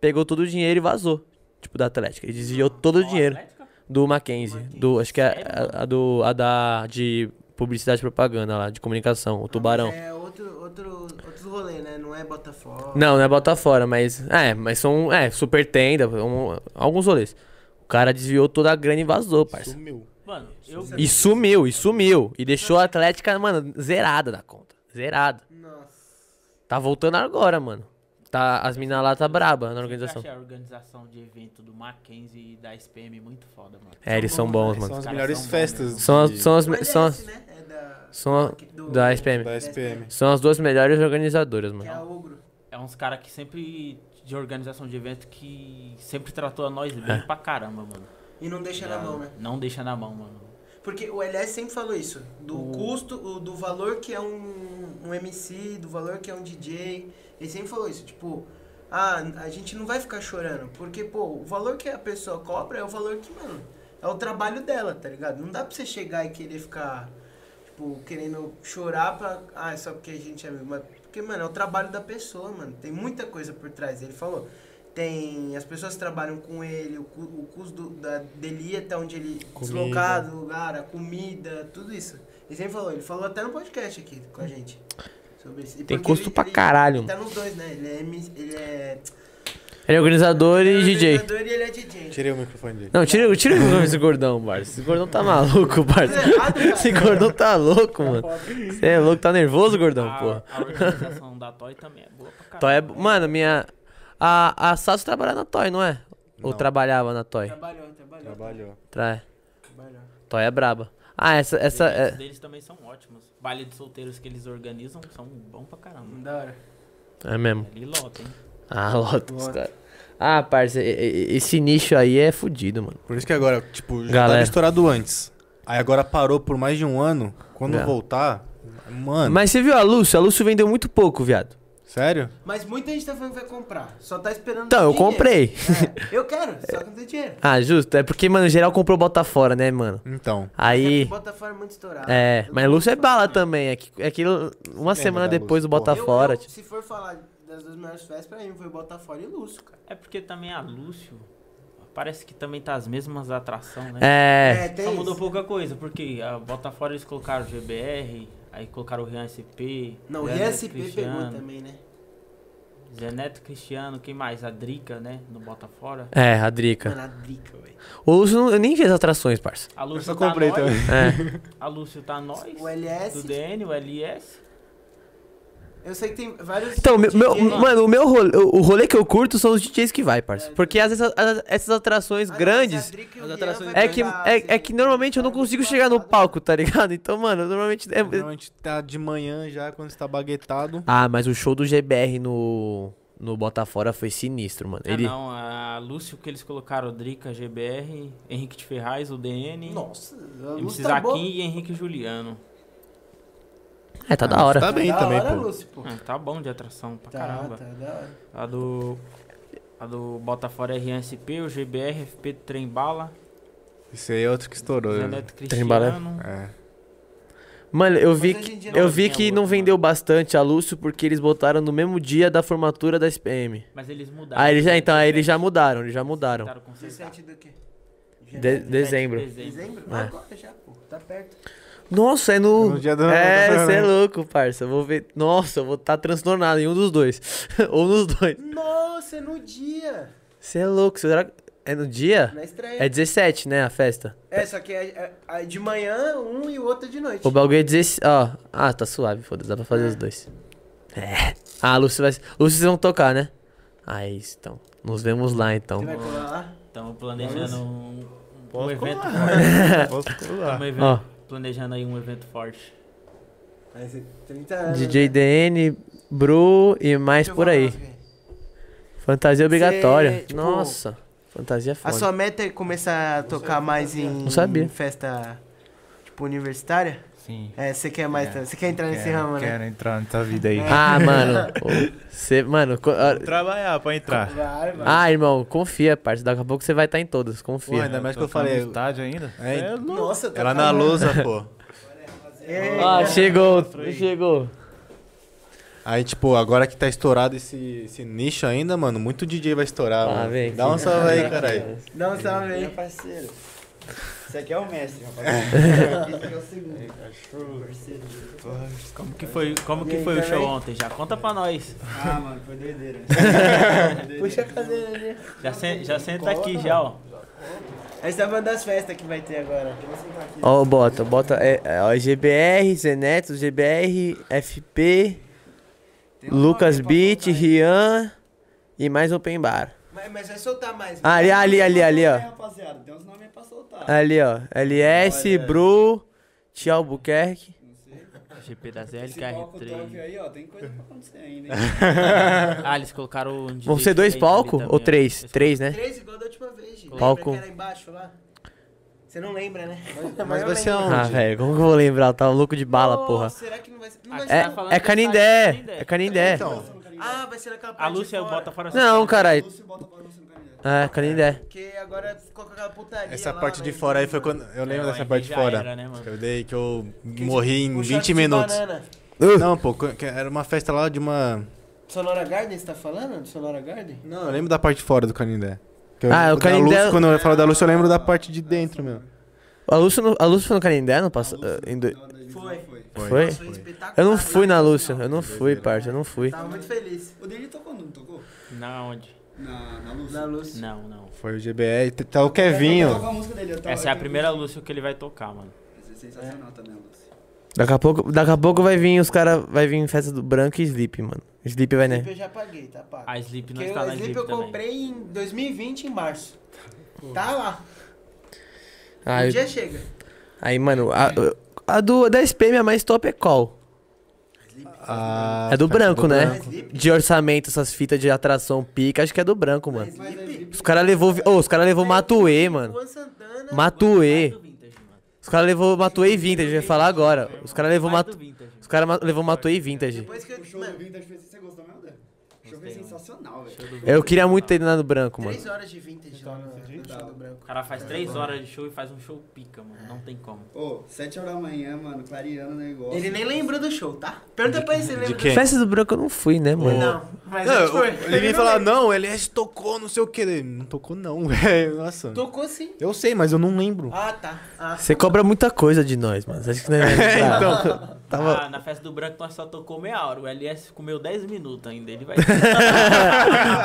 Speaker 1: pegou todo o dinheiro e vazou. Tipo, da Atlética. Ele desviou todo o
Speaker 6: Ó,
Speaker 1: dinheiro
Speaker 6: Atlética?
Speaker 1: do Mackenzie. Do, acho que é
Speaker 6: sério,
Speaker 1: a- a, do. A da. De publicidade e propaganda lá, de comunicação, o tubarão.
Speaker 2: Ah, mas é outro, outro, outros rolê, né? Não é Botafogo.
Speaker 1: Não, não é Botafora, mas. É, mas são. É, super tenda, um- alguns rolês. O cara desviou toda a grana e vazou, tá, parça.
Speaker 4: Sumiu.
Speaker 6: Mano, eu.
Speaker 1: E sumiu, e sumiu. E deixou a Atlética, mano, zerada da conta. Zerada.
Speaker 2: Nossa.
Speaker 1: Tá voltando agora, mano. Tá, as minas lá tá braba na organização.
Speaker 6: Você acha a organização de evento do Mackenzie e da SPM muito foda, mano.
Speaker 1: É, eles são bons,
Speaker 4: São
Speaker 1: mano.
Speaker 4: as
Speaker 6: caras
Speaker 4: melhores
Speaker 6: são bons
Speaker 4: festas.
Speaker 1: São
Speaker 4: de-
Speaker 1: as, são as,
Speaker 2: Mas
Speaker 1: são
Speaker 2: é
Speaker 1: as,
Speaker 2: esse, né? É da...
Speaker 1: são a-
Speaker 2: do-
Speaker 1: da SPM.
Speaker 4: da SPM.
Speaker 1: São as duas melhores organizadoras,
Speaker 2: Que é
Speaker 1: mano.
Speaker 2: a Ogro.
Speaker 6: É uns caras que sempre. De organização de evento que sempre tratou a nós
Speaker 1: É.
Speaker 6: bem pra caramba, mano.
Speaker 2: E não deixa na mão, né?
Speaker 6: Não deixa na mão, mano.
Speaker 2: Porque o LS sempre falou isso. Do custo, o- do valor que é um, um MC, do valor que é um DJ. Ele sempre falou isso. Tipo, ah, a gente não vai ficar chorando. Porque, pô, o valor que a pessoa cobra é o valor que, mano, é o trabalho dela, tá ligado? Não dá pra você chegar e querer ficar, tipo, querendo chorar pra. Ah, é só porque a gente é amigo. Mas, porque, mano, é o trabalho da pessoa, mano. Tem muita coisa por trás. Ele falou. Tem. As pessoas que trabalham com ele, o, cu- o custo do- da, dele até onde ele
Speaker 4: Comida.
Speaker 2: deslocado, o lugar, a comida, tudo isso. Ele sempre falou, ele falou até no podcast aqui com a gente. Sobre isso. E
Speaker 1: Tem
Speaker 2: porque
Speaker 1: custo
Speaker 2: ele-
Speaker 1: pra
Speaker 2: ele-
Speaker 1: caralho,
Speaker 2: Ele tá nos dois, né? Ele é. MC Ele é
Speaker 1: Ele é organizador e DJ.
Speaker 2: apresentador e ele é DJ.
Speaker 4: Tirei o microfone dele.
Speaker 1: Não, tira, tira o nome desse gordão, parça. Esse gordão tá maluco,
Speaker 2: É,
Speaker 1: parça. Esse gordão tá louco, mano. Você é louco, tá nervoso, gordão,
Speaker 6: a,
Speaker 1: porra.
Speaker 6: a organização da Toy também é boa pra caralho.
Speaker 1: Toy é. Mano, minha. A, a Sasso trabalha na Toy, não é? Ou
Speaker 4: Não.
Speaker 1: trabalhava na Toy?
Speaker 2: Trabalhou, trabalhou.
Speaker 4: Trabalhou.
Speaker 1: Trai.
Speaker 2: trabalhou.
Speaker 1: Toy é braba. Ah, essa. essa
Speaker 6: Os eventos
Speaker 1: é...
Speaker 6: deles também são ótimos. Baile de solteiros que eles organizam são bons pra caramba.
Speaker 2: Da hora.
Speaker 1: é mesmo.
Speaker 6: Ali lota, hein?
Speaker 1: Ah, lota os
Speaker 2: Lota.
Speaker 1: caras. Ah, parça, e- e- esse nicho aí é fudido, mano.
Speaker 4: Por isso que agora, tipo, já
Speaker 1: Galera.
Speaker 4: tava estourado antes. Aí agora parou por mais de um ano. Quando
Speaker 1: Já.
Speaker 4: voltar, mano,
Speaker 1: É. Mas você viu a Lúcio? A Lúcio vendeu muito pouco, viado.
Speaker 4: sério?
Speaker 2: Mas muita gente tá falando que vai comprar. Só tá esperando.
Speaker 1: Então, eu
Speaker 2: dinheiro.
Speaker 1: comprei.
Speaker 2: É, eu quero, só que não tem dinheiro.
Speaker 1: Ah, justo. É porque, mano, geral comprou bota fora, né, mano?
Speaker 4: Então,
Speaker 2: É porque
Speaker 1: Aí.
Speaker 2: Botafogo é muito estourado.
Speaker 1: É,
Speaker 2: Eu
Speaker 1: mas
Speaker 2: não
Speaker 1: Lúcio é
Speaker 2: posso
Speaker 1: bala
Speaker 2: falar.
Speaker 1: também. É que, é que uma
Speaker 4: Sim,
Speaker 1: semana
Speaker 4: lembra da
Speaker 1: depois o
Speaker 4: Lúcio, porra.
Speaker 1: bota
Speaker 2: Eu-
Speaker 1: fora.
Speaker 2: eu,
Speaker 1: tipo.
Speaker 2: Se for falar das duas melhores festas, pra mim foi Botafogo e Lúcio, cara.
Speaker 6: É porque também a Lúcio parece que também tá as mesmas atrações, né?
Speaker 1: É.
Speaker 2: tem
Speaker 6: Só mudou
Speaker 2: isso.
Speaker 6: pouca coisa, porque a Botafogo eles colocaram o GBR, aí colocaram o Rian SP.
Speaker 2: Não, o
Speaker 6: Zé Neto
Speaker 2: RSP
Speaker 6: Cristiano,
Speaker 2: pegou também, né?
Speaker 6: Zé Neto Cristiano, quem mais? A Drica, né? No Botafogo.
Speaker 1: É, a Drica.
Speaker 2: Mano, a dica, velho.
Speaker 1: O Lúcio não, nem fez atrações, parça.
Speaker 6: A Lúcio
Speaker 4: só
Speaker 6: tá
Speaker 4: comprei
Speaker 6: nós,
Speaker 4: também.
Speaker 1: É.
Speaker 6: A Lúcio tá nós.
Speaker 2: O
Speaker 6: Do
Speaker 2: LS.
Speaker 6: DN, o LS.
Speaker 2: Eu sei que tem vários.
Speaker 1: Então, meu, meu-
Speaker 2: DJs.
Speaker 1: mano, o meu rolê, o rolê que eu curto são os DJs que vai, parça. Porque às vezes as- essas atrações
Speaker 2: Ah, não, mas a
Speaker 1: grandes.
Speaker 2: Drica e o
Speaker 7: As
Speaker 2: Rian
Speaker 7: atrações
Speaker 2: vai
Speaker 1: É que,
Speaker 2: pegar,
Speaker 1: é, é
Speaker 2: assim,
Speaker 1: que normalmente eu não
Speaker 2: cara muito
Speaker 1: consigo chegar no
Speaker 2: passado.
Speaker 1: palco, tá ligado? Então, mano, normalmente. é-
Speaker 4: normalmente tá de manhã já, quando você tá baguetado.
Speaker 1: Ah, mas o show do GBR no. No Botafora foi sinistro, mano. Ele.
Speaker 6: Ah, não, a Lúcio que eles colocaram, Drica, GBR, Henrique de Ferraz, o DN.
Speaker 2: Nossa, a luz
Speaker 6: MC
Speaker 2: tá
Speaker 6: Zaquim
Speaker 2: boa.
Speaker 6: e Henrique Juliano.
Speaker 1: É, tá da hora.
Speaker 4: Tá bem
Speaker 2: da
Speaker 4: também,
Speaker 2: hora,
Speaker 4: pô.
Speaker 2: Lúcio, pô.
Speaker 6: Ah, tá bom de atração pra caramba.
Speaker 2: Tá, tá, da hora.
Speaker 6: A do. A do Botafogo é RSP, o GBR, FP Trembala,
Speaker 4: Isso aí é outro que estourou.
Speaker 6: Zé
Speaker 4: Né?
Speaker 6: Neto
Speaker 1: Trembala.
Speaker 6: Cristiano.
Speaker 4: É.
Speaker 1: Mano, eu vi
Speaker 2: hoje em
Speaker 1: que,
Speaker 2: dia
Speaker 1: eu
Speaker 6: não
Speaker 1: vi
Speaker 6: tem
Speaker 1: que
Speaker 6: outro,
Speaker 1: não
Speaker 6: mano.
Speaker 1: vendeu bastante a Lúcio porque eles botaram no mesmo dia da formatura da SPM.
Speaker 6: Mas eles mudaram.
Speaker 1: Ah, eles já, então, aí eles já mudaram, eles já mudaram.
Speaker 6: Tentaram consertar.
Speaker 2: 17 do quê?
Speaker 1: De- dezembro.
Speaker 2: Dezembro?
Speaker 1: É.
Speaker 2: Agora já, pô. Tá perto.
Speaker 1: Nossa, é no.
Speaker 4: No dia do- né?
Speaker 1: É,
Speaker 4: do programa.
Speaker 1: você é louco, parça. Eu vou ver. Nossa, eu vou estar transtornado em um dos dois. Ou nos dois.
Speaker 2: Nossa, é no dia.
Speaker 1: Você é louco, será que. É no dia?
Speaker 2: Na estreia.
Speaker 1: É 17, né, a festa?
Speaker 2: É, só que é, é- é de manhã um e o outro é de noite.
Speaker 1: O bagulho é 16. Ó. Ah, tá suave, foda-se, dá pra fazer os dois. É. Ah, Lúcio vai. Lúcio vocês vão tocar, né? Ah, é isso, então. Nos vemos lá,
Speaker 2: Você
Speaker 1: então.
Speaker 2: vai colar lá?
Speaker 6: Estamos planejando um, um
Speaker 3: Pode
Speaker 6: evento
Speaker 3: colar.
Speaker 6: forte.
Speaker 4: Posso pular.
Speaker 6: Um evento-
Speaker 1: Ó.
Speaker 6: Planejando aí um evento forte.
Speaker 2: Vai ser 30 anos.
Speaker 1: DJ
Speaker 2: né?
Speaker 1: DN, Bru e mais
Speaker 2: Deixa eu
Speaker 1: por
Speaker 2: falar,
Speaker 1: aí.
Speaker 2: velho.
Speaker 1: Fantasia obrigatória.
Speaker 2: Cê, tipo,
Speaker 1: Nossa, fantasia
Speaker 2: A
Speaker 1: foda.
Speaker 2: sua meta é começar a tocar mais em
Speaker 1: Não sabia.
Speaker 2: festa, tipo, universitária?
Speaker 3: Sim.
Speaker 2: É, você quer mais,
Speaker 3: É.
Speaker 2: você quer entrar nesse
Speaker 3: Quero-
Speaker 2: ramo, né?
Speaker 3: Quero entrar nessa vida aí.
Speaker 1: Ah, mano. Você, mano. co- ah,
Speaker 3: Trabalhar pra entrar.
Speaker 2: Vai, vai.
Speaker 1: Ah, irmão, confia, parça. Daqui a pouco você vai estar em todas,
Speaker 4: Pô,
Speaker 1: confia.
Speaker 4: ainda mais que eu
Speaker 3: Tocar no
Speaker 4: falei.
Speaker 3: estádio ainda?
Speaker 4: É,
Speaker 3: Cê louco.
Speaker 2: Nossa, eu tô
Speaker 4: Ela na
Speaker 2: acabando.
Speaker 4: lousa, pô.
Speaker 2: É,
Speaker 1: Ah, chegou, chegou.
Speaker 4: Aí, tipo, agora que tá estourado esse, esse nicho ainda, mano, muito DJ vai estourar,
Speaker 1: Ah,
Speaker 4: mano.
Speaker 1: vem
Speaker 4: Dá um
Speaker 1: aqui.
Speaker 4: salve aí, caralho.
Speaker 2: Não, sabe
Speaker 4: é
Speaker 2: aí.
Speaker 7: Meu parceiro. Isso aqui é o mestre, rapaz. Esse aqui é o segundo. Parceiro.
Speaker 6: Como que foi, como que foi o show ontem? Já conta pra nós.
Speaker 7: Ah, mano, foi doideira.
Speaker 4: é
Speaker 2: Puxa a cadeira ali.
Speaker 6: Já, sen- já senta aqui já, ó.
Speaker 2: Essa é uma das festas que vai ter agora.
Speaker 1: Ó, bota, bota. É, é, ó, GBR, Zeneto, GBR, FP, Lucas Beat, Rian e mais Open Bar.
Speaker 2: Mas, mas vai soltar mais. né?
Speaker 1: Ah, ali, ali, ali, ali,
Speaker 7: Tem uns nomes
Speaker 1: ó.
Speaker 7: aí, Rapaziada, tem uns nomes aí pra soltar.
Speaker 1: Ali, ó. LS,
Speaker 7: Olha.
Speaker 1: Bru, Tio Albuquerque.
Speaker 7: Não sei.
Speaker 6: GP da ZL,
Speaker 7: Esse palco Tóquio
Speaker 6: KR3.
Speaker 7: aí, ó, tem coisa pra acontecer ainda, hein?
Speaker 6: Ah, eles colocaram. um
Speaker 1: Vão
Speaker 6: DJ
Speaker 1: ser dois
Speaker 6: diferente ali
Speaker 1: palco
Speaker 6: também,
Speaker 1: ou
Speaker 6: ó.
Speaker 1: três?
Speaker 6: Eles
Speaker 1: Três, né?
Speaker 2: Três igual da última vez, gente.
Speaker 1: Palco.
Speaker 2: Lembra que era embaixo lá? Você não lembra, né?
Speaker 4: Mas
Speaker 2: eu
Speaker 4: vai ser
Speaker 2: lembro.
Speaker 1: Ah,
Speaker 4: aonde?
Speaker 1: velho, como que eu vou lembrar? Tá louco de bala,
Speaker 2: Oh,
Speaker 1: porra.
Speaker 2: Será que não vai ser? Não
Speaker 6: Ah,
Speaker 2: vai
Speaker 6: você
Speaker 1: É,
Speaker 2: ser. um-
Speaker 6: tá falando
Speaker 1: é
Speaker 6: do
Speaker 1: Canindé,
Speaker 6: estádio de Canindé.
Speaker 1: é Canindé.
Speaker 4: Então,
Speaker 2: Ah, vai ser naquela parte
Speaker 6: A
Speaker 2: de
Speaker 6: Lúcia é
Speaker 2: fora.
Speaker 6: bota fora.
Speaker 1: Não, caralho.
Speaker 7: Lúcio bota pra Lúcio no caminho.
Speaker 1: É, Canindé.
Speaker 2: Porque agora ficou com aquela putaria.
Speaker 4: Essa
Speaker 2: lá,
Speaker 4: parte de
Speaker 2: né,
Speaker 4: fora aí foi
Speaker 2: mano.
Speaker 4: quando. Eu lembro
Speaker 6: Não,
Speaker 4: dessa
Speaker 6: aí
Speaker 4: parte de
Speaker 6: já
Speaker 4: fora.
Speaker 6: era, né, mano?
Speaker 4: que eu dei que eu
Speaker 2: Que-
Speaker 4: morri em
Speaker 2: um
Speaker 4: 20
Speaker 2: shot de
Speaker 4: minutos.
Speaker 2: banana.
Speaker 4: Não, pô, co- que era uma festa lá de uma.
Speaker 2: Sonora Garden, você tá falando? Do Sonora Garden?
Speaker 4: Não, eu lembro da parte de fora do Canindé. Que eu-
Speaker 1: Ah, o
Speaker 4: da
Speaker 1: Canindé-
Speaker 4: Lúcia, quando eu falo da Lúcia, eu lembro da parte de dentro, meu.
Speaker 1: A Lúcia, não- a Lúcia foi no Canindé no eh, passado?
Speaker 2: Foi.
Speaker 1: Foi?
Speaker 2: Nossa, espetacular. né?
Speaker 1: Eu não fui na Lúcia, eu não fui, parça, eu não fui.
Speaker 2: Tava muito feliz.
Speaker 7: O dele tocou, não tocou?
Speaker 6: Na onde?
Speaker 7: Na, na luz.
Speaker 2: Na Lúcia.
Speaker 6: Não, não.
Speaker 4: Foi o GBR. t- Tá o
Speaker 7: Eu
Speaker 4: Kevinho.
Speaker 7: tocava a música dele, eu tava-
Speaker 6: Essa é a
Speaker 7: Então, eu-
Speaker 6: primeira Lúcio que ele vai tocar, mano.
Speaker 7: Essa é sensacional também, a luz.
Speaker 1: Daqui a pouco, daqui a pouco vai vir os caras, vai vir festa do Branco e Sleep, mano. Sleep vai,
Speaker 2: Sleep
Speaker 1: né?
Speaker 2: eu já paguei, tá pago.
Speaker 6: A Sleep não
Speaker 2: Porque
Speaker 6: está
Speaker 2: o
Speaker 6: na
Speaker 2: Sleep
Speaker 6: Sleep
Speaker 2: eu
Speaker 6: também.
Speaker 2: comprei em 2020, em março. Tá lá. um
Speaker 1: Ah, eu-
Speaker 2: dia chega.
Speaker 1: Aí, mano, a, a do, da SPM, a mais top é qual?
Speaker 4: Ah,
Speaker 1: É do
Speaker 4: tá,
Speaker 1: branco, né?
Speaker 2: Mas Sleep,
Speaker 1: De orçamento, essas fitas de atração pica, acho que é do branco, mano.
Speaker 2: Mas Sleep.
Speaker 1: Os caras levou, vi- ô, os caras levou Matuê, mano.
Speaker 2: Juan Santana.
Speaker 1: Matuê.
Speaker 6: Vai do Vintage, mano.
Speaker 1: Os caras levou Matuê e Vintage, eu ia falar agora. Os caras levou
Speaker 6: Vai
Speaker 1: Matuê.
Speaker 6: do Vintage, mano.
Speaker 1: Os caras ma- levou Matuê e Vintage.
Speaker 2: Depois que
Speaker 7: O
Speaker 2: eu.
Speaker 7: show do
Speaker 2: Mano,
Speaker 7: Vintage foi você gostou mesmo, André? O show foi
Speaker 6: Gostei, mano.
Speaker 7: é sensacional, velho.
Speaker 1: Eu queria muito ter ido lá no branco, mano.
Speaker 2: três horas de vintage lá tá no, no show do branco.
Speaker 6: O cara faz três horas de show e faz um show pica, mano. Não tem como.
Speaker 7: Ô, 7 horas da manhã, mano, clareando o negócio.
Speaker 2: Ele nem lembrou do show, tá? Pergunta pra ele se ele lembra.
Speaker 4: quem?
Speaker 1: Festa do branco eu não fui, né,
Speaker 2: do-
Speaker 1: mano?
Speaker 2: Não, mas
Speaker 4: Não,
Speaker 2: a gente
Speaker 4: eu-
Speaker 2: foi.
Speaker 4: ele vem falar, não, LS tocou, não sei o que. Não tocou, não, velho. Nossa.
Speaker 2: Tocou sim.
Speaker 4: Eu sei, mas eu não lembro.
Speaker 2: Ah, tá. Ah,
Speaker 1: Você cobra muita coisa de nós, mano. Você acha que não é então. Tava.
Speaker 6: Ah, na festa do Branco nós só tocou meia hora. O LS comeu 10 minutos ainda. Ele vai.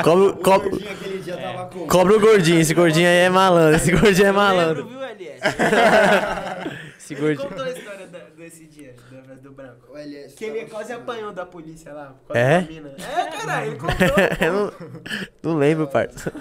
Speaker 1: cobra,
Speaker 7: O
Speaker 1: cobra-
Speaker 7: gordinho aquele dia tava com.
Speaker 1: cobra o gordinho. Esse gordinho aí é malandro. Esse gordinho é
Speaker 6: lembro,
Speaker 1: malandro.
Speaker 6: viu, LS?
Speaker 1: Esse
Speaker 2: ele
Speaker 1: gordinho.
Speaker 2: contou a história da- desse dia, da vez do branco.
Speaker 7: O LS.
Speaker 2: Que ele
Speaker 7: tava
Speaker 2: quase
Speaker 7: chorando.
Speaker 2: apanhou da polícia lá. por causa
Speaker 1: É?
Speaker 2: da mina. É, caralho, ele contou.
Speaker 1: Eu não, não lembro, parça.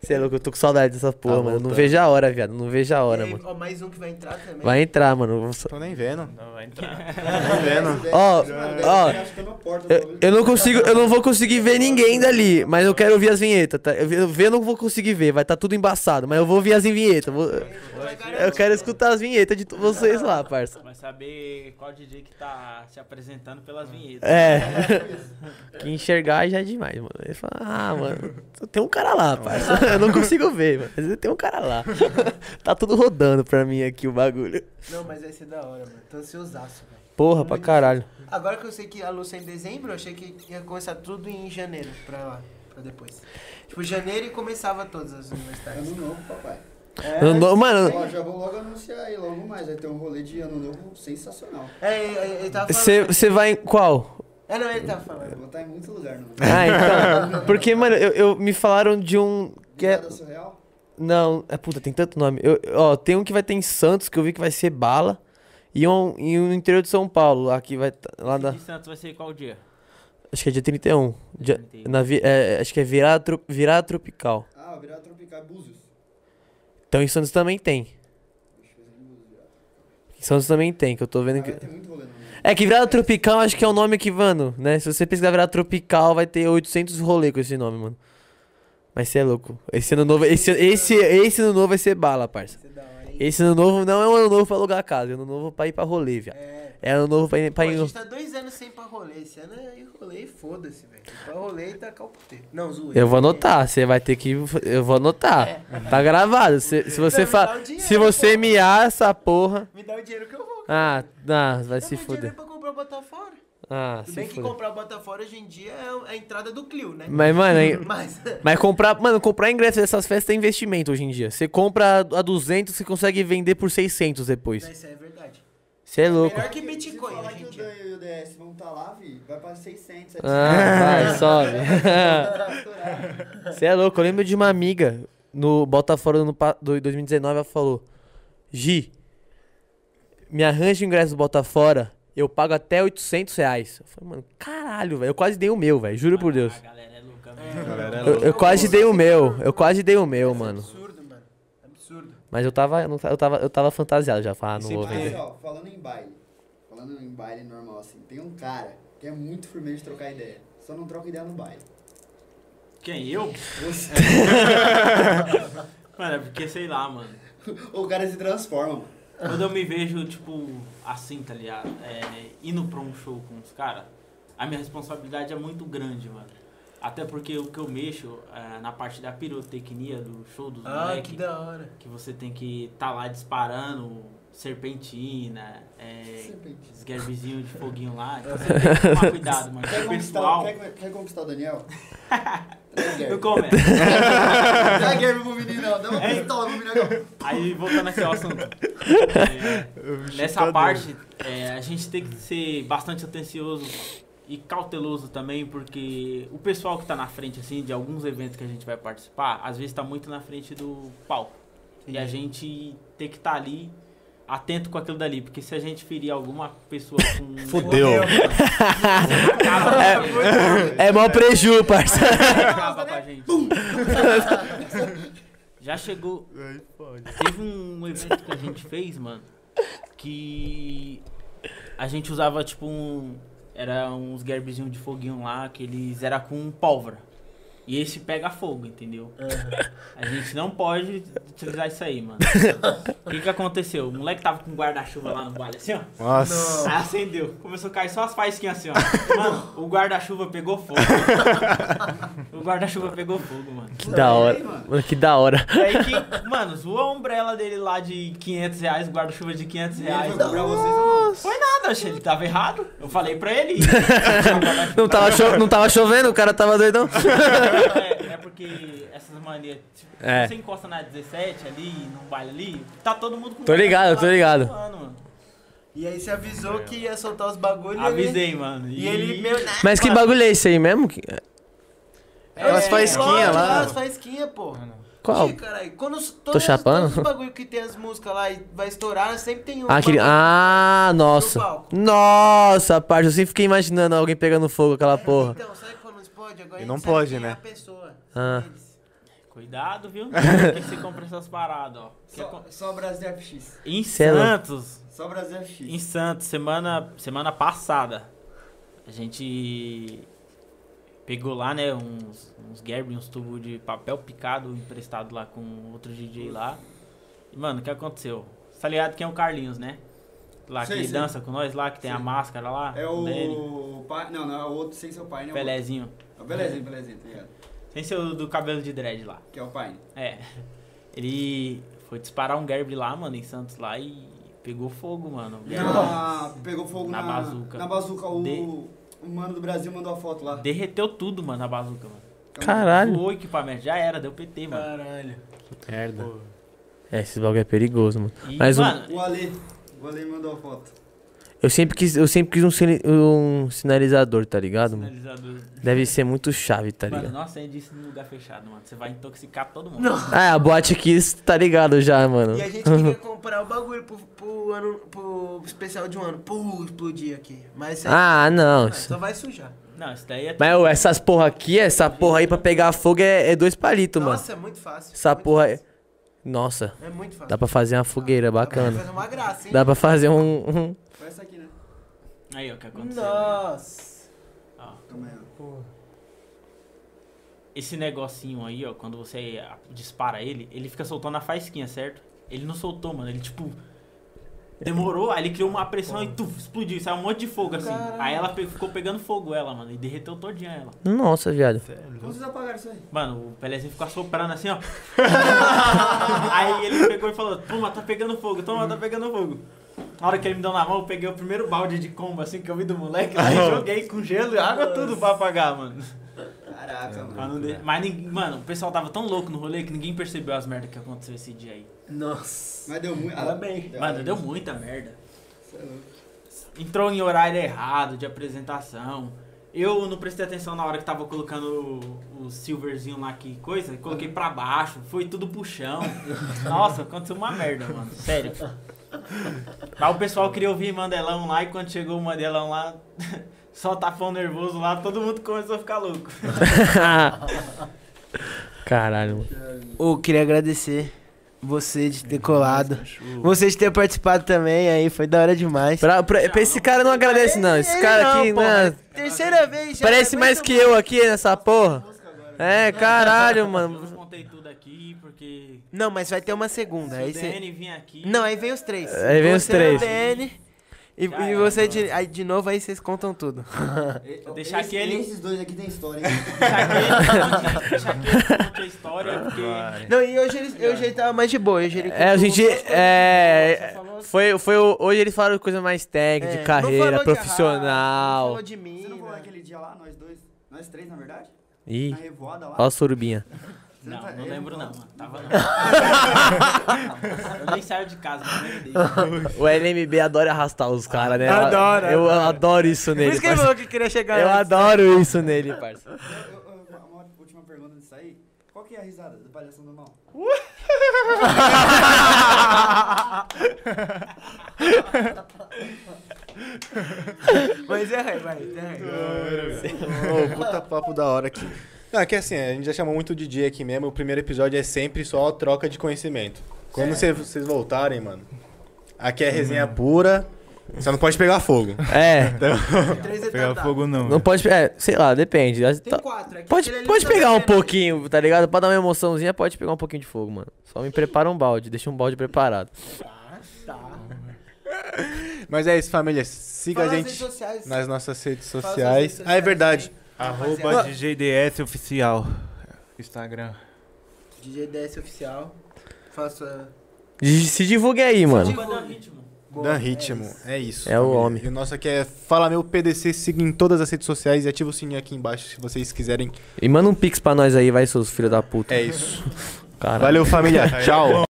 Speaker 1: Você é louco, eu tô com saudade dessa porra, mano. Eu Não vejo a hora, viado. Não vejo a hora,
Speaker 2: E aí,
Speaker 1: mano.
Speaker 2: ó, mais um que vai entrar também.
Speaker 1: Vai entrar, mano.
Speaker 4: Tô nem vendo.
Speaker 3: Não vai entrar.
Speaker 4: Tô vendo.
Speaker 1: Ó,
Speaker 7: Mano,
Speaker 1: ó.
Speaker 7: ele achou na porta,
Speaker 1: Eu, eu não consigo, eu não vou conseguir ver ninguém dali, mas eu quero ouvir as vinhetas, tá? Eu, vi- eu ver eu não vou conseguir ver, vai estar tudo embaçado, mas eu vou ouvir as vinhetas. vou- eu quero escutar as vinhetas de to- vocês lá, parça.
Speaker 6: Vai saber qual DJ que tá se apresentando pelas vinhetas.
Speaker 1: É. Que enxergar já é demais, mano. Ele fala, ah, mano, tem um cara lá, parça. Eu não consigo ver, mano, mas tem um cara lá. Tá tudo rodando pra mim aqui o bagulho.
Speaker 2: Não, mas vai ser da hora, mano. Tô ansiosaço, velho.
Speaker 1: Porra, pra caralho.
Speaker 2: Agora que eu sei que a Lúcia é em dezembro, eu achei que ia começar tudo em janeiro, pra lá, pra depois. Tipo, janeiro e começava todas as universidades.
Speaker 7: É Ano novo, papai.
Speaker 1: Eu não- mano,
Speaker 7: Ó, já vou logo anunciar aí, logo mais. Vai ter um rolê de ano novo sensacional.
Speaker 2: É, ele, ele- ele tava falando.
Speaker 1: você vai em qual?
Speaker 2: É, não, ele tava
Speaker 7: Eu
Speaker 2: falando.
Speaker 7: vou estar em muito lugar, não.
Speaker 1: Ah, então. Porque, mano, eu, eu- me falaram de um. Que é,
Speaker 7: Virada surreal?
Speaker 1: não, é puta, tem tanto nome. Eu, ó, tem um que vai ter em Santos, que eu vi que vai ser bala. E um, e um no interior de São Paulo, lá que vai. tá- Lá da,
Speaker 6: De Santos vai ser qual dia?
Speaker 1: acho que é dia 31. Dia,
Speaker 6: 31.
Speaker 1: na, vi- é, acho que é virada, tro- virada tropical.
Speaker 7: Ah, virada tropical, Búzios.
Speaker 1: Então em Santos também tem.
Speaker 7: Deixa eu fazer em Búzios, virada.
Speaker 1: Em Santos também tem, que eu tô
Speaker 7: Ah,
Speaker 1: vendo que.
Speaker 7: vai ter muito rolê no ano novo.
Speaker 1: É que virada tropical acho que é o nome que, mano, né? Se você pesquisar virada tropical, vai ter 800 rolê com esse nome, mano. Mas você é louco. Esse ano novo, esse, esse, esse ano novo vai ser bala, parça.
Speaker 2: Isso é da hora, hein?
Speaker 1: Esse ano novo não é um ano novo pra alugar casa, é ano novo pra ir pra rolê, viado.
Speaker 2: É.
Speaker 1: É ano novo pra ir
Speaker 2: Pô,
Speaker 1: pra
Speaker 2: a
Speaker 1: ir.
Speaker 2: gente tá dois anos sem ir pra rolê. Esse ano é ir rolê e foda-se, velho. Ir Pra rolê e tacar o puteiro. Não, zoei.
Speaker 1: Eu vou anotar, você vai ter que. Eu vou anotar. Tá gravado. Se, se você
Speaker 2: Não, me dá
Speaker 1: fa...
Speaker 2: o dinheiro,
Speaker 1: Se você
Speaker 2: pô.
Speaker 1: miar essa porra.
Speaker 2: Me dá o dinheiro que eu vou.
Speaker 1: Ah, não, vai
Speaker 2: Eu
Speaker 1: se
Speaker 2: vou dinheiro
Speaker 1: fuder.
Speaker 2: pra comprar o Botafogo.
Speaker 1: Ah,
Speaker 2: Tudo
Speaker 1: se
Speaker 2: bem que
Speaker 1: fuder.
Speaker 2: comprar Botafogo hoje em dia é a entrada do Clio, né?
Speaker 1: Mas, mano, aí-
Speaker 2: Mas
Speaker 1: mas comprar. Mano, comprar ingresso dessas festas é investimento hoje em dia. Você compra a 200, você consegue vender por 600 depois.
Speaker 2: isso é verdade.
Speaker 1: Você é louco.
Speaker 2: Melhor que
Speaker 7: Se
Speaker 2: Bitcoin,
Speaker 7: falar
Speaker 2: hoje
Speaker 7: que
Speaker 2: em
Speaker 7: o
Speaker 2: dia.
Speaker 7: Dan e o DS vão estar lá, vi, vai pra 600, 700.
Speaker 1: Ah, É. vai, sobe.
Speaker 7: Vai estourar.
Speaker 1: Você é louco, eu lembro de uma amiga no Botafogo no, pa- do 2019, ela falou: Gi, me arranja o ingresso do Botafogo, eu pago até 800 reais. Eu falei, mano, caralho, velho, eu quase dei o meu, velho, juro por Deus.
Speaker 6: A galera é louca mesmo.
Speaker 1: Eu, eu quase dei um o meu, eu quase dei o meu, mano.
Speaker 2: É Absurdo, mano. É Absurdo.
Speaker 1: Mas eu tava, eu não ta- eu tava, eu tava fantasiado já, falei, ah, não vou
Speaker 7: Mas,
Speaker 1: vender.
Speaker 7: ó, falando em baile, falando em baile normal, assim, tem um cara que é muito firme de trocar ideia. Só não troca ideia no baile.
Speaker 6: Quem? Eu?
Speaker 7: Você-
Speaker 6: Mano, é porque sei lá, mano.
Speaker 7: o cara se transforma, mano.
Speaker 6: Quando eu me vejo, tipo, assim, tá ligado? É, indo pra um show com os caras, a minha responsabilidade é muito grande, mano. Até porque o que eu mexo é, na parte da pirotecnia do show dos
Speaker 2: Ah,
Speaker 6: moleque,
Speaker 2: que
Speaker 6: que,
Speaker 2: da hora.
Speaker 6: você tem que estar lá disparando serpentina, é,
Speaker 7: Serpente.
Speaker 6: esses guerrezinhos de foguinho lá. Então você tem que tomar cuidado, mano.
Speaker 7: Quer
Speaker 6: O
Speaker 7: conquistar,
Speaker 6: pessoal
Speaker 7: quer, quer conquistar o Daniel?
Speaker 6: não
Speaker 7: Não
Speaker 6: começa.
Speaker 7: Dá game pro menino, não. Dá uma
Speaker 6: É.
Speaker 7: pistola pro menino, não.
Speaker 6: Aí voltando aqui ao assunto. É, nessa parte, é, a gente tem que ser bastante atencioso e cauteloso também, porque o pessoal que tá na frente, assim, de alguns eventos que a gente vai participar, às vezes tá muito na frente do palco. E a gente tem que estar ali atento com aquilo dali, porque se a gente ferir alguma pessoa com.
Speaker 4: Fudeu.
Speaker 6: Acaba,
Speaker 1: É mó preju, parça.
Speaker 6: acaba com a gente. Já chegou. Teve um evento que a gente fez, mano, que a gente usava tipo um. Era uns gerbezinhos de foguinho lá, que eles era com pólvora. E esse pega fogo, entendeu? A gente não pode utilizar isso aí, mano. O que que aconteceu? O moleque tava com um guarda-chuva lá no baile, assim, ó.
Speaker 4: Nossa.
Speaker 6: Aí acendeu. Começou a cair só as faísquinhas assim, ó. Mano, o guarda-chuva pegou fogo. o guarda-chuva pegou fogo, mano.
Speaker 1: Que da hora. Mano, que da hora.
Speaker 6: Aí que, mano, zoou a ombrella dele lá de 500 reais, o guarda-chuva de 500 reais.
Speaker 7: Ele foi pra vocês ou não?
Speaker 6: Foi nada, achei, ele tava errado. Eu falei pra ele. É,
Speaker 1: Não tava, cho- não tava chovendo, o cara tava doidão.
Speaker 6: é porque essas manias. Tipo,
Speaker 1: É.
Speaker 6: Você encosta na 17 ali, num baile ali, tá todo mundo com.
Speaker 1: Tô ligado, tô ligado.
Speaker 6: Mano, mano.
Speaker 2: E aí você avisou que ia soltar os bagulhos.
Speaker 6: Avisei, mano.
Speaker 2: E ele, meu, né?
Speaker 1: Mas que bagulho é esse aí mesmo? Que-
Speaker 4: Aquelas faísquinhas
Speaker 2: É,
Speaker 4: lá.
Speaker 2: As faísquinhas, pô.
Speaker 6: Ah,
Speaker 1: Qual?
Speaker 2: Ih, caralho, quando os, todos,
Speaker 1: chapando?
Speaker 2: todos os bagulho que tem as músicas lá e vai estourar, sempre tem um.
Speaker 1: Ah, aquele...
Speaker 2: bagulho.
Speaker 1: ah nossa.
Speaker 2: No palco.
Speaker 1: Nossa, parça. Eu sempre fiquei imaginando alguém pegando fogo, aquela ah, porra.
Speaker 2: Então, sabe quando não pode? Agora
Speaker 4: E
Speaker 2: a
Speaker 4: não
Speaker 2: gente sabe
Speaker 4: pode,
Speaker 2: quem é
Speaker 4: né?
Speaker 2: a pessoa.
Speaker 1: Ah.
Speaker 2: Eles.
Speaker 6: Cuidado, viu? Porque você compra essas paradas, ó. Você
Speaker 1: é
Speaker 7: Só,
Speaker 6: com-
Speaker 7: só Brasil FX.
Speaker 6: Em
Speaker 1: Cê é louco.
Speaker 6: Santos,
Speaker 7: Só Brasil é FX.
Speaker 6: em Santos, semana, semana passada, a gente pegou lá, né, uns, uns Gerber, uns tubos de papel picado emprestado lá com outro DJ lá. E, mano, o que aconteceu? Você tá ligado quem é o Carlinhos, né? Lá que
Speaker 7: Sei,
Speaker 6: ele
Speaker 7: sei.
Speaker 6: dança com nós lá, que tem a
Speaker 7: Sei.
Speaker 6: máscara lá.
Speaker 1: Ah,
Speaker 7: É
Speaker 6: dele,
Speaker 7: o. Pai, não, não, é o outro sem seu pai, né?
Speaker 6: Pelezinho.
Speaker 7: É o belezinho, belezinho, tá ligado?
Speaker 6: Sem ser o do cabelo de dread lá.
Speaker 7: Que é o pai.
Speaker 6: É. Ele foi disparar um Gerber lá, mano, em Santos lá e pegou fogo, mano. O Gerber
Speaker 7: Na, pegou fogo
Speaker 6: Na
Speaker 7: na,
Speaker 6: bazuca.
Speaker 7: Na bazuca, o,
Speaker 6: De-
Speaker 7: o mano do Brasil mandou a foto lá.
Speaker 6: Derreteu tudo, mano, a bazuca, mano.
Speaker 1: Caralho.
Speaker 6: Voou o equipamento, já era, deu PT, mano.
Speaker 2: Caralho.
Speaker 4: Merda.
Speaker 1: É, esse bagulho é perigoso, mano.
Speaker 6: E,
Speaker 1: Mas um-
Speaker 6: mano,
Speaker 7: O Ale. O Ale mandou a foto.
Speaker 1: Eu sempre quis, eu sempre quis um, sini- um sinalizador, tá ligado, mano?
Speaker 6: sinalizador.
Speaker 1: Deve ser muito chave, tá
Speaker 6: Mano,
Speaker 1: ligado?
Speaker 6: não acende isso num lugar fechado, mano. Você vai intoxicar todo mundo.
Speaker 1: Ah, a boate Kiss tá ligado já, mano.
Speaker 2: E a gente queria comprar o bagulho pro, pro ano, pro especial de um ano. Pô, explodir aqui. Mas isso aí,
Speaker 1: Ah, não. isso-
Speaker 2: só vai sujar.
Speaker 6: Não, isso daí é.
Speaker 1: Mas ô, essas porra aqui, essa porra aí pra pegar fogo é, é dois palitos, mano.
Speaker 2: Nossa, é muito fácil.
Speaker 1: Essa
Speaker 2: muito
Speaker 1: porra aí.
Speaker 2: fácil.
Speaker 1: Nossa,
Speaker 2: É muito fácil.
Speaker 1: dá pra fazer uma fogueira
Speaker 2: Dá pra
Speaker 1: bacana.
Speaker 2: fazer uma graça, hein?
Speaker 1: Dá pra fazer um. um-
Speaker 7: Foi essa aqui, né?
Speaker 6: Aí, ó, o que aconteceu. né?
Speaker 2: Nossa.
Speaker 6: Ó,
Speaker 7: Ah, Calma aí, ó.
Speaker 6: esse negocinho aí, ó, quando você a- dispara ele, ele fica soltando a faísquinha, certo? Ele não soltou, mano. Ele tipo. Demorou, aí ele criou uma pressão e tuf, explodiu. Saiu um monte de fogo assim.
Speaker 2: Caralho.
Speaker 6: Aí ela pe- ficou pegando fogo, ela, mano. E derreteu todinha ela.
Speaker 1: Nossa, viado.
Speaker 3: É,
Speaker 7: Como vocês apagaram isso aí?
Speaker 6: Mano, o Pelezinho ficou assoprando assim, ó. Aí ele pegou e falou: Toma, tá pegando fogo, toma, tá pegando fogo. Na hora que ele me deu na mão, eu peguei o primeiro balde de combo assim que eu vi do moleque lá e joguei com gelo e água tudo pra apagar, mano.
Speaker 2: É.
Speaker 7: Caraca,
Speaker 6: Pra
Speaker 7: mano.
Speaker 6: não de- Mas, ninguém- mano, o pessoal tava tão louco no rolê que ninguém percebeu as merdas que aconteceu esse dia aí.
Speaker 2: Nossa.
Speaker 7: Mas deu muito.
Speaker 2: Tá bem.
Speaker 6: Mano, deu muita merda.
Speaker 7: Cê é louco.
Speaker 6: entrou em horário errado de apresentação. Eu não prestei atenção na hora que tava colocando o, o silverzinho lá que coisa, coloquei pra baixo, foi tudo pro chão. Nossa, aconteceu uma merda, mano, sério. Mas o pessoal queria ouvir Mandelão lá e quando chegou o Mandelão lá, só tapão nervoso lá, todo mundo começou a ficar louco.
Speaker 1: Caralho, mano.
Speaker 2: Eu queria agradecer você de ter colado. Você de ter participado também, aí foi da hora demais.
Speaker 1: Pra, pra- pra esse cara não agradece, não. Esse
Speaker 2: Ele
Speaker 1: cara
Speaker 2: não,
Speaker 1: aqui,
Speaker 2: pô,
Speaker 1: né?
Speaker 2: Terceira vez já. tá
Speaker 1: Parece
Speaker 2: aguenta
Speaker 1: mais que
Speaker 2: muito.
Speaker 1: eu aqui nessa porra. É, caralho,
Speaker 6: Eu não
Speaker 1: mano.
Speaker 6: contei tudo aqui porque
Speaker 2: Não, mas vai ter uma segunda.
Speaker 6: se o
Speaker 2: Aí você.
Speaker 6: DN vir aqui...
Speaker 2: Não, aí vem os três.
Speaker 1: Aí vem os
Speaker 2: Você é o
Speaker 1: três.
Speaker 2: DN, E,
Speaker 6: Já
Speaker 2: e
Speaker 6: era,
Speaker 2: você,
Speaker 6: mano.
Speaker 2: de, aí, de novo, aí vocês contam tudo.
Speaker 6: Vou deixar
Speaker 7: Esse-
Speaker 6: aquele-
Speaker 7: Esses dois aqui tem história, hein?
Speaker 6: Deixar que ele conte- deixar que ele conte a história, porque...
Speaker 2: Não, e hoje ele, hoje ele tava mais de boa. Hoje ele
Speaker 1: É, a
Speaker 2: contou
Speaker 1: gente.
Speaker 2: outras coisas,
Speaker 1: É.
Speaker 2: só falou-
Speaker 1: Foi, foi o- hoje eles falaram coisa mais
Speaker 2: É, não
Speaker 1: técnica, de
Speaker 2: falou
Speaker 1: carreira,
Speaker 2: de arrasto, não
Speaker 1: profissional.
Speaker 2: falou de mim.
Speaker 7: Você não falou
Speaker 2: né?
Speaker 7: naquele dia lá, nós dois? Nós três, na verdade?
Speaker 1: Ih,
Speaker 7: Na revoada lá?
Speaker 1: olha a surubinha.
Speaker 7: Você
Speaker 6: Não,
Speaker 7: tá-
Speaker 6: não
Speaker 7: ele
Speaker 6: lembro não,
Speaker 7: falou.
Speaker 6: mano. Tava não. Não, Eu nem saio de casa, mas nem dei.
Speaker 1: O LMB adora arrastar os caras, né?
Speaker 2: Adora,
Speaker 1: Eu adoro isso
Speaker 2: Por
Speaker 1: nele.
Speaker 2: isso que ele
Speaker 1: parça.
Speaker 2: falou que queria chegar
Speaker 1: Eu
Speaker 2: antes.
Speaker 1: adoro isso nele, parça.
Speaker 7: Eu- eu- eu- Uma última pergunta disso aí. Qual que é a risada da palhação do mal?
Speaker 2: Mas é, vai, vai. É.
Speaker 4: Ô, puta papo da hora aqui. Não, é que assim, a gente já chamou muito DJ aqui mesmo. O primeiro episódio é sempre só troca de conhecimento. Quando cê- vocês voltarem, mano, aqui é resenha pura. Você não pode pegar fogo.
Speaker 1: É.
Speaker 2: Três
Speaker 3: Pegar
Speaker 2: etapas.
Speaker 3: fogo não.
Speaker 1: Não pode. É, sei lá, depende.
Speaker 2: Tem quatro. é que
Speaker 1: Pode,
Speaker 2: aquele ali
Speaker 1: pode
Speaker 2: tá
Speaker 1: pegar um
Speaker 2: devendo.
Speaker 1: pouquinho, tá ligado? Pra dar uma emoçãozinha, pode pegar um pouquinho de fogo, mano. Só me prepara um balde, deixa um balde preparado.
Speaker 4: Mas é isso, família. Siga
Speaker 2: Tá. Fala nas
Speaker 4: a gente
Speaker 2: redes sociais.
Speaker 4: nas nossas redes
Speaker 2: Fala nas
Speaker 4: sociais.
Speaker 2: redes
Speaker 4: Ah, é
Speaker 2: sociais
Speaker 4: verdade.
Speaker 3: Arroba DJDS oficial. Instagram.
Speaker 2: DJ DS oficial. Faça. tipo,
Speaker 1: Di- Se divulgue aí, mano.
Speaker 6: Mas dá ritmo.
Speaker 4: Dan Ritmo. É isso.
Speaker 1: É o
Speaker 4: família.
Speaker 1: homem.
Speaker 4: E o nosso aqui é Fala Meu PDC. Siga em todas as redes sociais e ativa o sininho aqui embaixo se vocês quiserem.
Speaker 1: E manda um pix pra nós aí, vai, seus filhos da puta.
Speaker 4: É isso.
Speaker 1: Caralho.
Speaker 4: Valeu, família. Tchau.